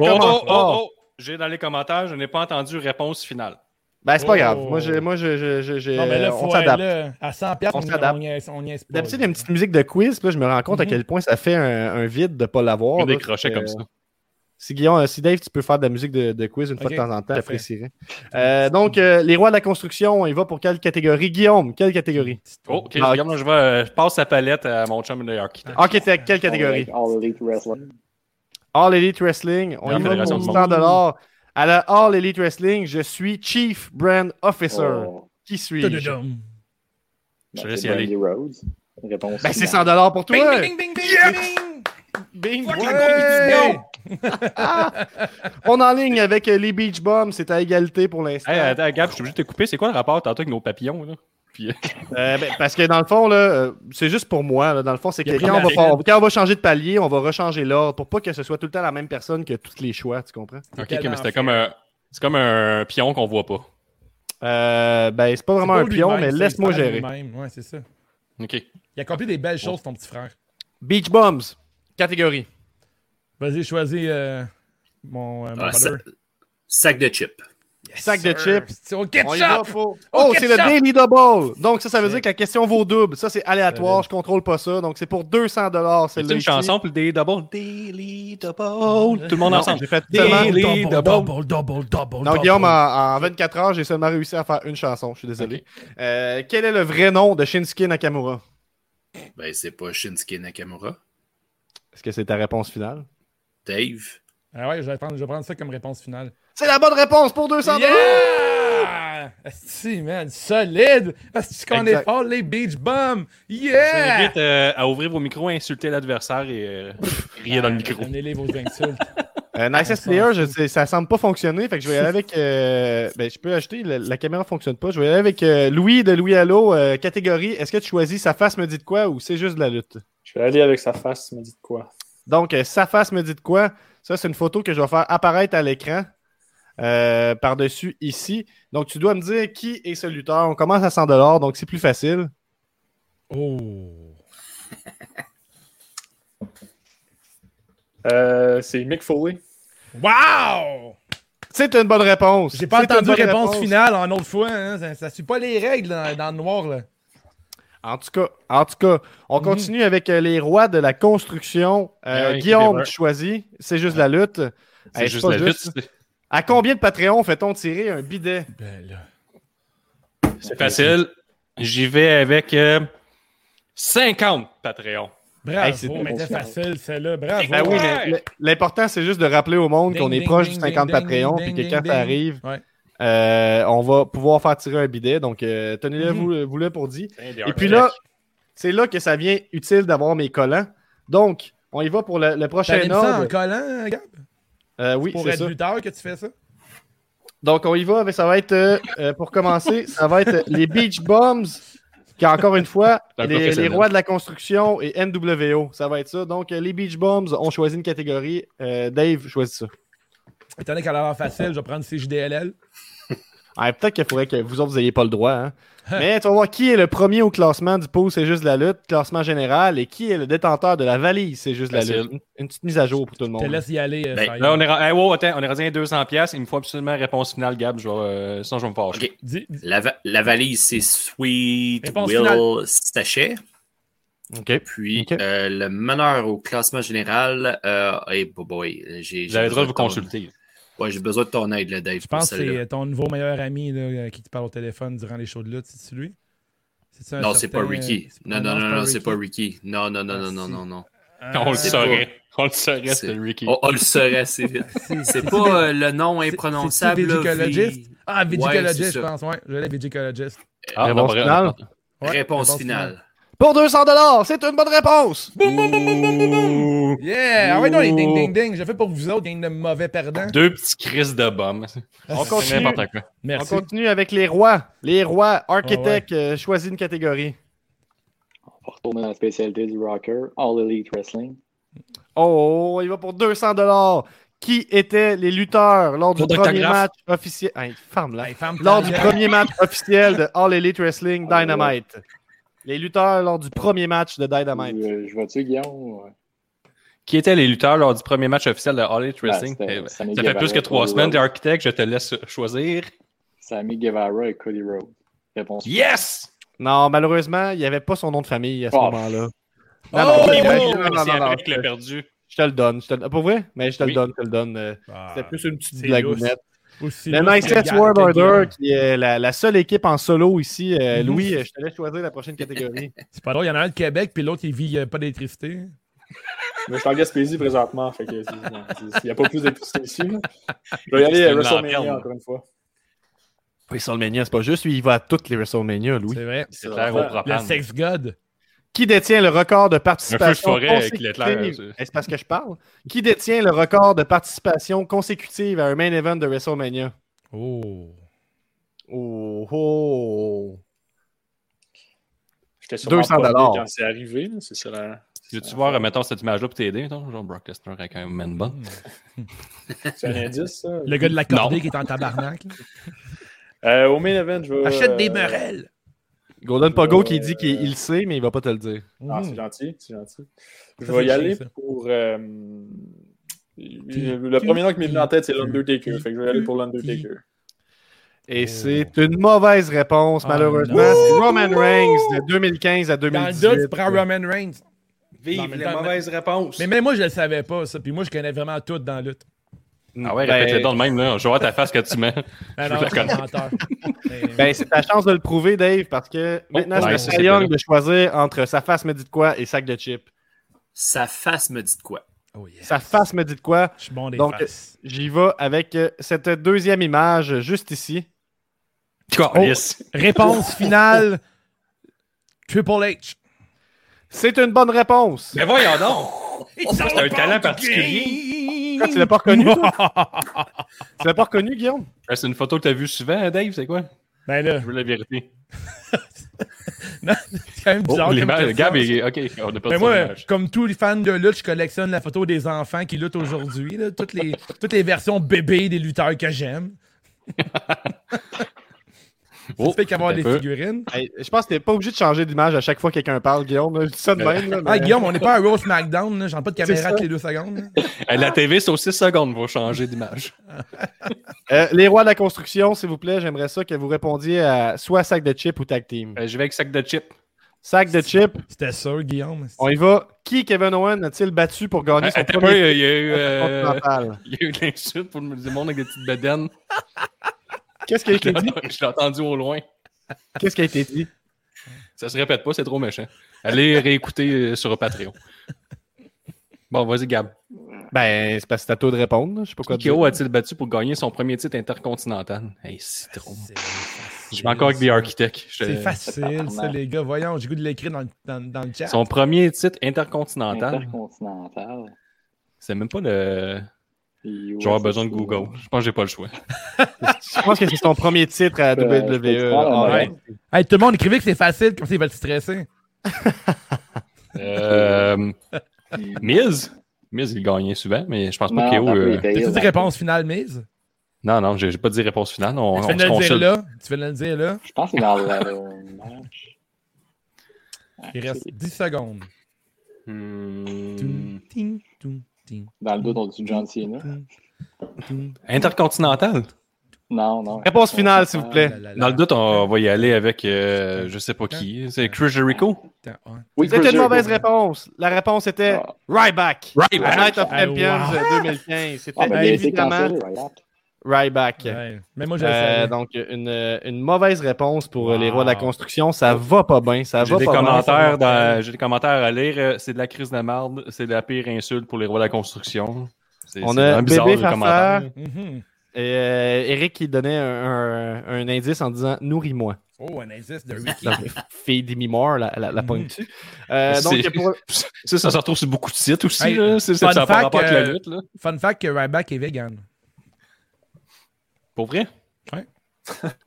[SPEAKER 4] oh,
[SPEAKER 3] commence fort.
[SPEAKER 4] oh, oh, oh. J'ai dans les commentaires, je n'ai pas entendu réponse finale.
[SPEAKER 3] Ben, c'est pas
[SPEAKER 1] Oh.
[SPEAKER 3] grave. Moi, j'ai, moi, j'ai, j'ai- j'ai- j'ai-
[SPEAKER 1] Non, mais là,
[SPEAKER 3] Euh, on
[SPEAKER 1] faut être
[SPEAKER 3] s'adapte.
[SPEAKER 1] là. À 100 piastres,
[SPEAKER 3] On
[SPEAKER 1] on,
[SPEAKER 3] s'adapte.
[SPEAKER 1] on y est- on y est pas.
[SPEAKER 3] D'habitude, il y a une petite musique de quiz, puis là, je me rends compte à
[SPEAKER 1] Mhm.
[SPEAKER 3] quel point ça fait un, un vide de pas l'avoir.
[SPEAKER 4] On
[SPEAKER 3] là.
[SPEAKER 4] décrochait
[SPEAKER 3] Euh,
[SPEAKER 4] comme ça.
[SPEAKER 3] Si, Guillaume, euh, si Dave, tu peux faire de la musique de, de quiz une fois
[SPEAKER 1] Ok,
[SPEAKER 3] de temps en temps,
[SPEAKER 1] parfait.
[SPEAKER 3] j'apprécierais. Euh, donc, euh, les rois de la construction, il va pour quelle catégorie? Guillaume, quelle catégorie?
[SPEAKER 4] Oh, ok,
[SPEAKER 3] Ah,
[SPEAKER 4] regarde, moi, je, vais, euh, je passe la palette à mon chum de hockey.
[SPEAKER 3] Architect,
[SPEAKER 1] Oh
[SPEAKER 3] quelle catégorie?
[SPEAKER 7] Avec All Elite Wrestling.
[SPEAKER 3] All Elite Wrestling, on
[SPEAKER 4] La
[SPEAKER 3] y va
[SPEAKER 4] Fédération
[SPEAKER 3] pour
[SPEAKER 4] du
[SPEAKER 3] 100 À la All Elite Wrestling, je suis Chief Brand Officer.
[SPEAKER 7] Oh,
[SPEAKER 3] Qui suis-je?
[SPEAKER 1] Tududum.
[SPEAKER 4] Je
[SPEAKER 7] ben,
[SPEAKER 4] laisse
[SPEAKER 7] c'est
[SPEAKER 4] y aller.
[SPEAKER 7] Brandy Rhodes. Réponse.
[SPEAKER 3] Ben, c'est 100
[SPEAKER 7] finale.
[SPEAKER 3] pour toi!
[SPEAKER 1] Bing, bing, bing, bing, bing,
[SPEAKER 3] Bing,
[SPEAKER 1] Fuck
[SPEAKER 3] ouais.
[SPEAKER 1] la compétition.
[SPEAKER 3] On est en ligne avec euh, les Beach Bombs, c'est à égalité pour l'instant.
[SPEAKER 4] Hey, attends, Gab, je suis obligé de te couper. C'est quoi le rapport tantôt avec nos papillons? Là?
[SPEAKER 3] Euh, ben, parce que dans le fond, là, euh, c'est juste pour moi. là, dans le fond, c'est
[SPEAKER 1] Il a
[SPEAKER 3] que
[SPEAKER 1] pris
[SPEAKER 3] quand on,
[SPEAKER 1] la
[SPEAKER 3] va,
[SPEAKER 1] chaîne.
[SPEAKER 3] faire- quand on va changer de palier, on va rechanger l'ordre pour pas que ce soit tout le temps la même personne que tous les choix, tu comprends?
[SPEAKER 4] Ok,
[SPEAKER 1] quel
[SPEAKER 4] ok, mais
[SPEAKER 1] enfer.
[SPEAKER 4] c'était comme un, c'est comme un pion qu'on voit pas.
[SPEAKER 3] Euh, ben, c'est pas vraiment
[SPEAKER 1] C'est
[SPEAKER 3] un
[SPEAKER 1] pas
[SPEAKER 3] pion,
[SPEAKER 1] lui-même,
[SPEAKER 3] mais
[SPEAKER 1] c'est
[SPEAKER 3] laisse-moi
[SPEAKER 1] le frère
[SPEAKER 3] gérer.
[SPEAKER 1] lui-même. Ouais, c'est ça.
[SPEAKER 4] Ok.
[SPEAKER 1] Il a accompli des belles choses, ton petit frère.
[SPEAKER 3] Beach Bombs, catégorie.
[SPEAKER 1] Vas-y, choisis euh, mon, euh, mon
[SPEAKER 6] Ah,
[SPEAKER 1] brother.
[SPEAKER 6] sa- sac de chips.
[SPEAKER 1] Yes,
[SPEAKER 3] sac
[SPEAKER 1] sir.
[SPEAKER 3] de chips.
[SPEAKER 1] C'est au
[SPEAKER 3] On y va
[SPEAKER 1] ketchup.
[SPEAKER 3] pour-
[SPEAKER 1] Au
[SPEAKER 3] Oh, c'est le
[SPEAKER 1] ketchup!
[SPEAKER 3] Daily Double! Donc, ça, ça veut
[SPEAKER 1] C'est-
[SPEAKER 3] dire que la question vaut double. Ça, c'est aléatoire, je contrôle pas ça. Donc, c'est pour 200
[SPEAKER 4] C'est
[SPEAKER 3] celle
[SPEAKER 4] une chanson pour le Daily Double. Daily Double. Tout le monde ensemble.
[SPEAKER 3] J'ai fait seulement-
[SPEAKER 4] Daily Double.
[SPEAKER 1] double, double, double.
[SPEAKER 3] Non, Guillaume, hein. en, en 24 heures, j'ai seulement réussi à faire une chanson. Je suis désolé. Euh, quel est le vrai nom de Shinsuke Nakamura?
[SPEAKER 6] Ben, c'est pas Shinsuke Nakamura.
[SPEAKER 3] Est-ce que c'est ta réponse finale?
[SPEAKER 6] Dave.
[SPEAKER 1] Ah ouais, je vais, prendre, je vais prendre ça comme réponse finale.
[SPEAKER 3] C'est la bonne réponse pour 200
[SPEAKER 1] Yeah! Asti, man, solide! Asti qu'on est
[SPEAKER 3] Exact.
[SPEAKER 1] fort, les Beach Bums!
[SPEAKER 4] Je vous
[SPEAKER 1] Yeah!
[SPEAKER 4] invite euh, à ouvrir vos micros, à insulter l'adversaire et euh, rire dans le micro.
[SPEAKER 1] Amenez-les vos insultes. *laughs*
[SPEAKER 3] Euh, Nicest Player, je sais, ça semble pas fonctionner. Fait que je vais y aller avec. euh, ben, je peux acheter. La, la caméra fonctionne pas. Je vais y aller avec euh, Louis de Louis Allo. euh, catégorie. Est-ce que tu choisis sa face me dit de quoi ou c'est juste de la lutte?
[SPEAKER 5] Je vais aller avec sa face, tu me dis de quoi.
[SPEAKER 3] Donc, euh, sa face me dit de quoi? Ça, c'est une photo que je vais faire apparaître à l'écran euh, par-dessus ici. Donc, tu dois me dire qui est ce lutteur. On commence à 100 donc c'est plus facile.
[SPEAKER 1] Oh!
[SPEAKER 5] Euh, c'est Mick Foley.
[SPEAKER 1] Wow!
[SPEAKER 3] C'est une bonne réponse.
[SPEAKER 1] J'ai pas
[SPEAKER 3] C'est une
[SPEAKER 1] entendu
[SPEAKER 3] bonne
[SPEAKER 1] réponse, finale en autre fois. hein. Ça, ça suit pas les règles dans, dans le noir. Là.
[SPEAKER 3] En tout cas, en tout cas,
[SPEAKER 1] Mhm.
[SPEAKER 3] on continue avec euh, les rois de la construction. Euh,
[SPEAKER 4] Ouais, ouais,
[SPEAKER 3] Guillaume,
[SPEAKER 4] Kevin.
[SPEAKER 3] tu choisis. C'est juste la lutte.
[SPEAKER 4] C'est
[SPEAKER 3] Hey,
[SPEAKER 4] juste
[SPEAKER 3] pas
[SPEAKER 4] la lutte.
[SPEAKER 3] juste. À combien de Patreon fait-on tirer un bidet?
[SPEAKER 1] Ben là.
[SPEAKER 4] C'est facile. J'y vais avec euh, 50 Patreon.
[SPEAKER 1] Bravo,
[SPEAKER 3] Hey, c'est
[SPEAKER 1] mais c'était
[SPEAKER 7] bon.
[SPEAKER 1] facile celle-là. Bravo.
[SPEAKER 3] Ben oui,
[SPEAKER 4] Ouais.
[SPEAKER 3] mais l- l'important, c'est juste de rappeler au monde
[SPEAKER 1] Ding,
[SPEAKER 3] qu'on est
[SPEAKER 1] ding,
[SPEAKER 3] proche
[SPEAKER 1] ding,
[SPEAKER 3] du 50
[SPEAKER 1] ding,
[SPEAKER 3] Patreon
[SPEAKER 1] ding,
[SPEAKER 3] puis que
[SPEAKER 1] ding,
[SPEAKER 3] quand
[SPEAKER 1] ding.
[SPEAKER 3] t'arrives,
[SPEAKER 1] Ouais.
[SPEAKER 3] Euh, on va pouvoir faire tirer un bidet. Donc, euh, tenez-le,
[SPEAKER 1] Mhm.
[SPEAKER 3] vous, vous le pour dit. Et puis là, c'est là que ça vient utile d'avoir mes collants. Donc, on y va pour le, le prochain
[SPEAKER 1] T'animes ça en
[SPEAKER 3] ordre.
[SPEAKER 1] collant, Gab?
[SPEAKER 3] Euh, oui,
[SPEAKER 1] Pour
[SPEAKER 3] c'est
[SPEAKER 1] être
[SPEAKER 3] ça.
[SPEAKER 1] lutteur que tu fais ça?
[SPEAKER 3] Donc, on y va. avec- Ça va être, euh, euh, pour commencer, *laughs* ça va être les Beach Bombs, qui encore une fois,
[SPEAKER 4] C'est un
[SPEAKER 3] les,
[SPEAKER 4] professionnel.
[SPEAKER 3] les rois de la construction et NWO. Ça va être ça. Donc, euh, les Beach Bombs, on choisit une catégorie. Euh, Dave, choisis ça.
[SPEAKER 1] Étant donné qu'elle a l'air facile, je vais prendre CJDLL.
[SPEAKER 3] Ah, Peut-être qu'il faudrait que vous autres, vous n'ayez pas le droit. hein. Mais tu vas voir qui est le premier au classement du pot, c'est juste la lutte, classement général, et qui est le détenteur de la valise, c'est juste la
[SPEAKER 4] Facile.
[SPEAKER 3] lutte. Une, une petite mise à jour pour tout le
[SPEAKER 1] Je te
[SPEAKER 3] monde.
[SPEAKER 1] laisse y aller. euh,
[SPEAKER 6] Ben,
[SPEAKER 1] Saïd.
[SPEAKER 4] Là, on est rendu hey, wow, attends, on est rendu à 200$. piastres. Il me faut absolument réponse finale, Gab. Je vais, euh, sinon, je vais me fâcher.
[SPEAKER 6] Ok.
[SPEAKER 1] Dis- dis-
[SPEAKER 6] La, va- la valise, c'est Sweet
[SPEAKER 1] Réponse
[SPEAKER 6] Will
[SPEAKER 1] finale.
[SPEAKER 6] Sachet.
[SPEAKER 3] OK.
[SPEAKER 6] Puis
[SPEAKER 3] Ok.
[SPEAKER 6] euh, le meneur au classement général, euh, hey, boy, boy,
[SPEAKER 4] J'avais
[SPEAKER 6] j'ai. j'ai
[SPEAKER 4] le droit
[SPEAKER 6] besoin
[SPEAKER 4] de vous
[SPEAKER 6] ton-
[SPEAKER 4] consulter.
[SPEAKER 6] Ouais, j'ai besoin de ton aide, là, Dave.
[SPEAKER 1] Je pense que
[SPEAKER 6] pour celle-là.
[SPEAKER 1] c'est ton nouveau meilleur ami là, à qui tu parles au téléphone durant les shows de lutte. C'est-tu lui? C'est-tu un
[SPEAKER 6] Non, c'est pas
[SPEAKER 1] certain- euh,
[SPEAKER 6] Ricky.
[SPEAKER 1] c'est-
[SPEAKER 6] Non, non, non, non, c'est pas Ricky. Non, non, non, non, non,
[SPEAKER 1] Merci.
[SPEAKER 6] non, non.
[SPEAKER 1] Euh,
[SPEAKER 4] On le
[SPEAKER 6] c'est
[SPEAKER 4] saurait. On le saurait, c'était
[SPEAKER 6] C'est-
[SPEAKER 4] Ricky.
[SPEAKER 6] On, on le saurait
[SPEAKER 1] *laughs*
[SPEAKER 6] assez vite. C'est
[SPEAKER 1] c'est-
[SPEAKER 6] pas euh, le nom
[SPEAKER 1] c'est-
[SPEAKER 6] imprononçable.
[SPEAKER 1] c'est-tu
[SPEAKER 6] là,
[SPEAKER 1] Vigicologist?
[SPEAKER 6] vi-
[SPEAKER 1] Ah, Vigicologist,
[SPEAKER 6] Ouais, c'est
[SPEAKER 1] je
[SPEAKER 6] ça.
[SPEAKER 1] pense. Ouais, je l'ai Vigicologist.
[SPEAKER 4] Ah, on
[SPEAKER 3] Réponse
[SPEAKER 4] va-
[SPEAKER 3] finale.
[SPEAKER 1] Ouais,
[SPEAKER 6] réponse finale.
[SPEAKER 3] Pour 200$, c'est une bonne réponse!
[SPEAKER 1] Yeah! Ah ouais, non, les ding ding ding. J'ai fait pour vous autres, gang de mauvais perdants.
[SPEAKER 4] Deux petits crises de bombes.
[SPEAKER 3] On
[SPEAKER 4] C'est
[SPEAKER 3] continue,
[SPEAKER 4] n'importe quoi.
[SPEAKER 3] on
[SPEAKER 1] Merci.
[SPEAKER 3] continue avec les rois. Les rois, architectes,
[SPEAKER 1] Ah
[SPEAKER 3] euh, choisis une catégorie.
[SPEAKER 7] On va retourner dans la spécialité du rocker, All Elite Wrestling.
[SPEAKER 3] Oh, il va pour 200$. Qui étaient les lutteurs lors du
[SPEAKER 4] Pour
[SPEAKER 3] premier
[SPEAKER 4] d'autographe.
[SPEAKER 3] match officiel? Hey, ferme là.
[SPEAKER 1] Hey, ferme ta
[SPEAKER 3] Lors du
[SPEAKER 1] gueule. Oh,
[SPEAKER 3] premier match officiel de All Elite Wrestling Dynamite. Les lutteurs lors du premier match de Dynamite.
[SPEAKER 7] Je, je vois-tu, Guillaume? Ouais.
[SPEAKER 4] Qui étaient les lutteurs lors du premier match officiel de All Elite
[SPEAKER 7] Ben,
[SPEAKER 4] Wrestling?
[SPEAKER 7] c'était-
[SPEAKER 4] Eh,
[SPEAKER 7] Sammy
[SPEAKER 4] ça fait plus
[SPEAKER 7] Guevara,
[SPEAKER 4] que trois
[SPEAKER 7] Cody
[SPEAKER 4] semaines,
[SPEAKER 7] Rhodes.
[SPEAKER 4] des architectes. Je te laisse choisir.
[SPEAKER 7] Sammy Guevara et Cody Rhodes. Réponse.
[SPEAKER 4] Yes!
[SPEAKER 3] Non, malheureusement, il n'y avait pas son nom de famille à ce
[SPEAKER 7] Oh.
[SPEAKER 3] moment-là. Non,
[SPEAKER 1] Oh,
[SPEAKER 3] non,
[SPEAKER 1] oui,
[SPEAKER 3] c'est vrai.
[SPEAKER 1] oui,
[SPEAKER 3] Non, non,
[SPEAKER 4] C'est
[SPEAKER 3] non, non,
[SPEAKER 4] après qu'il l'a perdu.
[SPEAKER 3] Je te le donne. je te le- Pour vrai? Mais je te le
[SPEAKER 4] Oui.
[SPEAKER 3] donne, je te le donne. euh,
[SPEAKER 1] Ah,
[SPEAKER 3] C'était plus une petite
[SPEAKER 1] c'est
[SPEAKER 3] blagounette.
[SPEAKER 1] aussi
[SPEAKER 3] Le
[SPEAKER 1] louche
[SPEAKER 3] Nice
[SPEAKER 1] que
[SPEAKER 3] Sets
[SPEAKER 1] Gab-
[SPEAKER 3] World
[SPEAKER 1] que
[SPEAKER 3] Order,
[SPEAKER 1] Guillaume.
[SPEAKER 3] qui est la, la seule équipe en solo ici. Euh,
[SPEAKER 1] Mhm.
[SPEAKER 3] Louis, euh, je te laisse choisir la prochaine catégorie.
[SPEAKER 1] C'est pas drôle, il y en a un de Québec, puis l'autre, il vit euh, pas d'électricité.
[SPEAKER 5] Mais je suis en Gaspésie présentement, fait que c'est- non, c'est- il n'y a pas plus d'électricité ici. là. Je vais y aller
[SPEAKER 4] C'est
[SPEAKER 5] à
[SPEAKER 4] une
[SPEAKER 5] WrestleMania
[SPEAKER 4] lanterne.
[SPEAKER 5] encore une fois.
[SPEAKER 3] *laughs* WrestleMania, c'est pas juste, lui, il va à toutes les WrestleMania, Louis.
[SPEAKER 1] C'est vrai.
[SPEAKER 4] C'est clair au
[SPEAKER 1] Le
[SPEAKER 4] propane.
[SPEAKER 1] sex god.
[SPEAKER 3] Qui détient le record de
[SPEAKER 4] Un feu de
[SPEAKER 3] participation
[SPEAKER 4] forêt avec l'éclair,
[SPEAKER 3] consécutive...
[SPEAKER 4] c'est-
[SPEAKER 3] Est-ce parce que je parle? Qui détient le record de participation consécutive à un main event de WrestleMania?
[SPEAKER 1] Oh.
[SPEAKER 3] Oh, oh.
[SPEAKER 5] J'étais sûrement
[SPEAKER 3] 200
[SPEAKER 5] pas né
[SPEAKER 3] dollars.
[SPEAKER 5] Quand c'est arrivé, là, c'est ça la...
[SPEAKER 4] Veux-tu voir, mettons, cette image-là pour t'aider? mettons? Genre Brock Lesnar avec un man bun.
[SPEAKER 5] c'est un indice, ça.
[SPEAKER 1] Le gars de la cordée
[SPEAKER 4] Non.
[SPEAKER 1] qui est en tabarnak.
[SPEAKER 5] Euh, au main event, je vais...
[SPEAKER 1] Achète des
[SPEAKER 5] euh,
[SPEAKER 1] merelles.
[SPEAKER 3] Golden Pogo qui
[SPEAKER 5] Euh,
[SPEAKER 3] dit qu'il il le sait, mais il va pas te le dire.
[SPEAKER 5] Ah,
[SPEAKER 1] Mhm.
[SPEAKER 5] c'est gentil, c'est gentil. Je
[SPEAKER 1] Ça,
[SPEAKER 5] vais
[SPEAKER 1] c'est
[SPEAKER 5] y aller
[SPEAKER 1] chic, ça.
[SPEAKER 5] pour... euh, Le premier nom qui m'est venu en tête, c'est l'Undertaker. Fait que je vais y aller pour l'Undertaker.
[SPEAKER 3] Et
[SPEAKER 1] Oh.
[SPEAKER 3] c'est une mauvaise réponse,
[SPEAKER 1] Ah,
[SPEAKER 3] malheureusement.
[SPEAKER 1] non.
[SPEAKER 3] C'est Roman Reigns de 2015 à
[SPEAKER 1] Dans le
[SPEAKER 3] 2018.
[SPEAKER 1] doute, tu prends Roman Reigns. Non,
[SPEAKER 4] Vive
[SPEAKER 1] mais
[SPEAKER 4] les
[SPEAKER 1] dans-
[SPEAKER 4] mauvaises réponses!
[SPEAKER 1] Mais même moi, je le savais pas, ça. Puis moi, je connais vraiment tout dans la lutte.
[SPEAKER 4] Ah ouais,
[SPEAKER 3] Ben,
[SPEAKER 4] répète-le dans le même, là. Je vois ta face que
[SPEAKER 3] *laughs*
[SPEAKER 4] tu mets.
[SPEAKER 1] Ah
[SPEAKER 4] Je
[SPEAKER 1] non,
[SPEAKER 4] la
[SPEAKER 1] c'est
[SPEAKER 4] connais.
[SPEAKER 1] un menteur. Mais-
[SPEAKER 3] Ben, c'est ta chance de le prouver, Dave, parce que maintenant,
[SPEAKER 4] ouais,
[SPEAKER 3] c'est
[SPEAKER 4] ça,
[SPEAKER 3] à
[SPEAKER 4] c'est
[SPEAKER 3] Young
[SPEAKER 4] bien.
[SPEAKER 3] de choisir entre sa face me dit de quoi et sac de chips.
[SPEAKER 6] Sa face me dit de quoi?
[SPEAKER 1] Oh, yeah.
[SPEAKER 3] Sa face me dit de quoi.
[SPEAKER 1] Je suis bon des
[SPEAKER 3] Donc,
[SPEAKER 1] faces.
[SPEAKER 3] J'y vais avec euh, cette deuxième image euh, juste ici.
[SPEAKER 4] Yes!
[SPEAKER 1] Réponse finale. Triple H.
[SPEAKER 3] C'est une bonne réponse.
[SPEAKER 4] Mais voyons donc!
[SPEAKER 3] *laughs*
[SPEAKER 4] c'est un talent particulier.
[SPEAKER 3] Pourquoi tu l'as pas reconnu, toi? tu l'as pas reconnu, Guillaume?
[SPEAKER 4] Ah, C'est une photo que t'as vue souvent, hein, Dave, c'est quoi?
[SPEAKER 1] Ben là,
[SPEAKER 4] Je veux la vérité.
[SPEAKER 1] c'est quand même
[SPEAKER 4] Oh,
[SPEAKER 1] bizarre. comme
[SPEAKER 4] l'image,
[SPEAKER 1] question,
[SPEAKER 4] Gab,
[SPEAKER 1] ça.
[SPEAKER 4] est- ok, on a pas
[SPEAKER 1] Mais
[SPEAKER 4] de
[SPEAKER 1] Ben moi,
[SPEAKER 4] l'image.
[SPEAKER 1] comme tous les fans de lutte, je collectionne la photo des enfants qui luttent aujourd'hui. là. Toutes les, *laughs* toutes les versions bébés des lutteurs que
[SPEAKER 4] *laughs*
[SPEAKER 1] j'aime.
[SPEAKER 4] Oh,
[SPEAKER 1] Tu peux qu'avoir
[SPEAKER 4] un
[SPEAKER 1] des
[SPEAKER 4] peu.
[SPEAKER 1] figurines.
[SPEAKER 3] Hey, je pense que t'es pas obligé de changer d'image à chaque fois que quelqu'un parle, Guillaume. là. Je dis ça de même. là,
[SPEAKER 1] Ah,
[SPEAKER 3] mais-
[SPEAKER 1] Guillaume, on n'est pas à
[SPEAKER 3] *laughs*
[SPEAKER 1] Rose McDown. là. J'en ai pas de
[SPEAKER 3] Ben, C'est
[SPEAKER 1] caméra
[SPEAKER 3] ça.
[SPEAKER 1] toutes les deux secondes.
[SPEAKER 3] *laughs*
[SPEAKER 1] là.
[SPEAKER 4] Eh, La TV, c'est aux 6 secondes, va changer d'image.
[SPEAKER 3] Euh, les rois de la construction, s'il vous plaît, j'aimerais ça que vous répondiez à soit sac de chips ou tag team.
[SPEAKER 4] Euh, Je vais avec sac de chips.
[SPEAKER 3] Sac de chips,
[SPEAKER 1] C'était sûr, Guillaume.
[SPEAKER 3] on y va. Qui Kevin Owen a-t-il battu pour gagner
[SPEAKER 1] Euh,
[SPEAKER 4] Eh,
[SPEAKER 3] son
[SPEAKER 4] Attends un peu,
[SPEAKER 3] premier
[SPEAKER 4] il y a *laughs* eu. euh,
[SPEAKER 3] *laughs* continental?
[SPEAKER 4] Il y a eu de l'insulte pour le du monde avec des petites bedaines.
[SPEAKER 3] Qu'est-ce qui a
[SPEAKER 4] Je
[SPEAKER 3] été dit?
[SPEAKER 4] l'ai- *laughs* je l'ai entendu au loin.
[SPEAKER 3] Qu'est-ce qui a été dit?
[SPEAKER 4] Ça se répète pas, c'est
[SPEAKER 1] *laughs*
[SPEAKER 4] trop méchant. Allez réécouter euh, sur Patreon. Bon, vas-y, Gab.
[SPEAKER 7] Euh,
[SPEAKER 3] Ben, c'est parce que c'est à toi de répondre. Je sais pas quoi te dire.
[SPEAKER 4] Kyo a-t-il battu pour gagner son premier titre intercontinental? Hey, citron.
[SPEAKER 1] C'est facile,
[SPEAKER 4] Je vais encore avec The
[SPEAKER 1] ça.
[SPEAKER 4] Architect. Je-
[SPEAKER 1] C'est facile, ça, les gars. Voyons, j'ai goût de l'écrire dans, le- dans- dans le chat.
[SPEAKER 4] Son premier titre intercontinental.
[SPEAKER 7] Intercontinental.
[SPEAKER 4] C'est même pas le.
[SPEAKER 7] US,
[SPEAKER 4] J'aurais besoin de Google. Je pense que j'ai pas le choix.
[SPEAKER 3] Je pense que c'est son premier titre à
[SPEAKER 7] Euh, je peux te
[SPEAKER 3] WWE.
[SPEAKER 7] prendre, ouais.
[SPEAKER 3] Ah, Ouais.
[SPEAKER 1] Hey, tout le monde écrivait que c'est facile, comme s'ils veulent stresser.
[SPEAKER 4] Euh, Miz. Miz, il gagnait souvent, mais je pense pas
[SPEAKER 7] Non,
[SPEAKER 4] que Kyo.
[SPEAKER 7] t'as
[SPEAKER 4] euh,
[SPEAKER 3] Ben,
[SPEAKER 7] pas les
[SPEAKER 1] T'as-tu dit
[SPEAKER 7] Dales.
[SPEAKER 1] réponse finale mise?
[SPEAKER 4] Non, non, j'ai j'ai pas dit réponse finale. On,
[SPEAKER 1] tu viens
[SPEAKER 4] on
[SPEAKER 1] de le
[SPEAKER 4] se
[SPEAKER 1] dire
[SPEAKER 4] consulte.
[SPEAKER 1] là. Tu viens de le dire là.
[SPEAKER 7] Je pense que c'est dans le euh, match.
[SPEAKER 1] Il reste 10 secondes.
[SPEAKER 4] Hmm.
[SPEAKER 1] Toum, ting, toum, ting,
[SPEAKER 7] Dans le dos, on dit John Cena.
[SPEAKER 1] toum, toum.
[SPEAKER 4] Intercontinental.
[SPEAKER 7] Non, non.
[SPEAKER 3] Réponse finale, s'il vous
[SPEAKER 1] Ah
[SPEAKER 3] plaît.
[SPEAKER 1] là là là.
[SPEAKER 4] Dans le doute, on va y aller avec euh, je sais pas qui. C'est Chris Jericho.
[SPEAKER 1] Attends, ouais.
[SPEAKER 7] Oui,
[SPEAKER 3] C'était une
[SPEAKER 7] Bruiser.
[SPEAKER 3] mauvaise réponse. La réponse était
[SPEAKER 7] Ah.
[SPEAKER 3] Ryback.
[SPEAKER 4] Ryback.
[SPEAKER 3] Night of
[SPEAKER 1] Ah,
[SPEAKER 3] Champions
[SPEAKER 1] wow.
[SPEAKER 3] euh, 2015. C'était
[SPEAKER 7] Ah, ben, il a été
[SPEAKER 3] évidemment
[SPEAKER 7] cancellé, Riot.
[SPEAKER 3] Ryback.
[SPEAKER 1] Ouais. Mais moi, je le
[SPEAKER 3] Euh,
[SPEAKER 1] savais.
[SPEAKER 3] donc, une, une mauvaise réponse pour euh, les rois de la
[SPEAKER 1] Wow.
[SPEAKER 3] construction. Ça va pas bien. Ça
[SPEAKER 4] J'ai
[SPEAKER 3] va
[SPEAKER 4] des,
[SPEAKER 3] pas bien.
[SPEAKER 4] commentaires dans- j'ai des commentaires à lire. euh, C'est de la crise de la marde. C'est de la pire insulte pour les rois de la construction. C'est-
[SPEAKER 3] On
[SPEAKER 4] c'est
[SPEAKER 3] a
[SPEAKER 4] vraiment bizarre,
[SPEAKER 3] Bébé
[SPEAKER 4] les commentaires.
[SPEAKER 3] Fafard.
[SPEAKER 1] Mhm.
[SPEAKER 3] Et, euh, Eric, il donnait un, un- un indice en disant Nourris-moi. Ah,
[SPEAKER 1] Oh, un indice de Ricky.
[SPEAKER 3] Fille d'Amy Moore, la, la, la
[SPEAKER 1] Mhm.
[SPEAKER 3] pointe-tu. Euh, donc,
[SPEAKER 4] Mm. C'est- *laughs*
[SPEAKER 3] pour-
[SPEAKER 4] Ça, ça se retrouve sur beaucoup de sites aussi.
[SPEAKER 1] Hey,
[SPEAKER 4] là. C'est-
[SPEAKER 1] fun
[SPEAKER 4] ça n'a pas
[SPEAKER 1] fact,
[SPEAKER 4] rapport avec la
[SPEAKER 1] euh,
[SPEAKER 4] lutte. Là.
[SPEAKER 1] Fun fact que Ryback est vegan.
[SPEAKER 4] Pour vrai?
[SPEAKER 1] Ouais.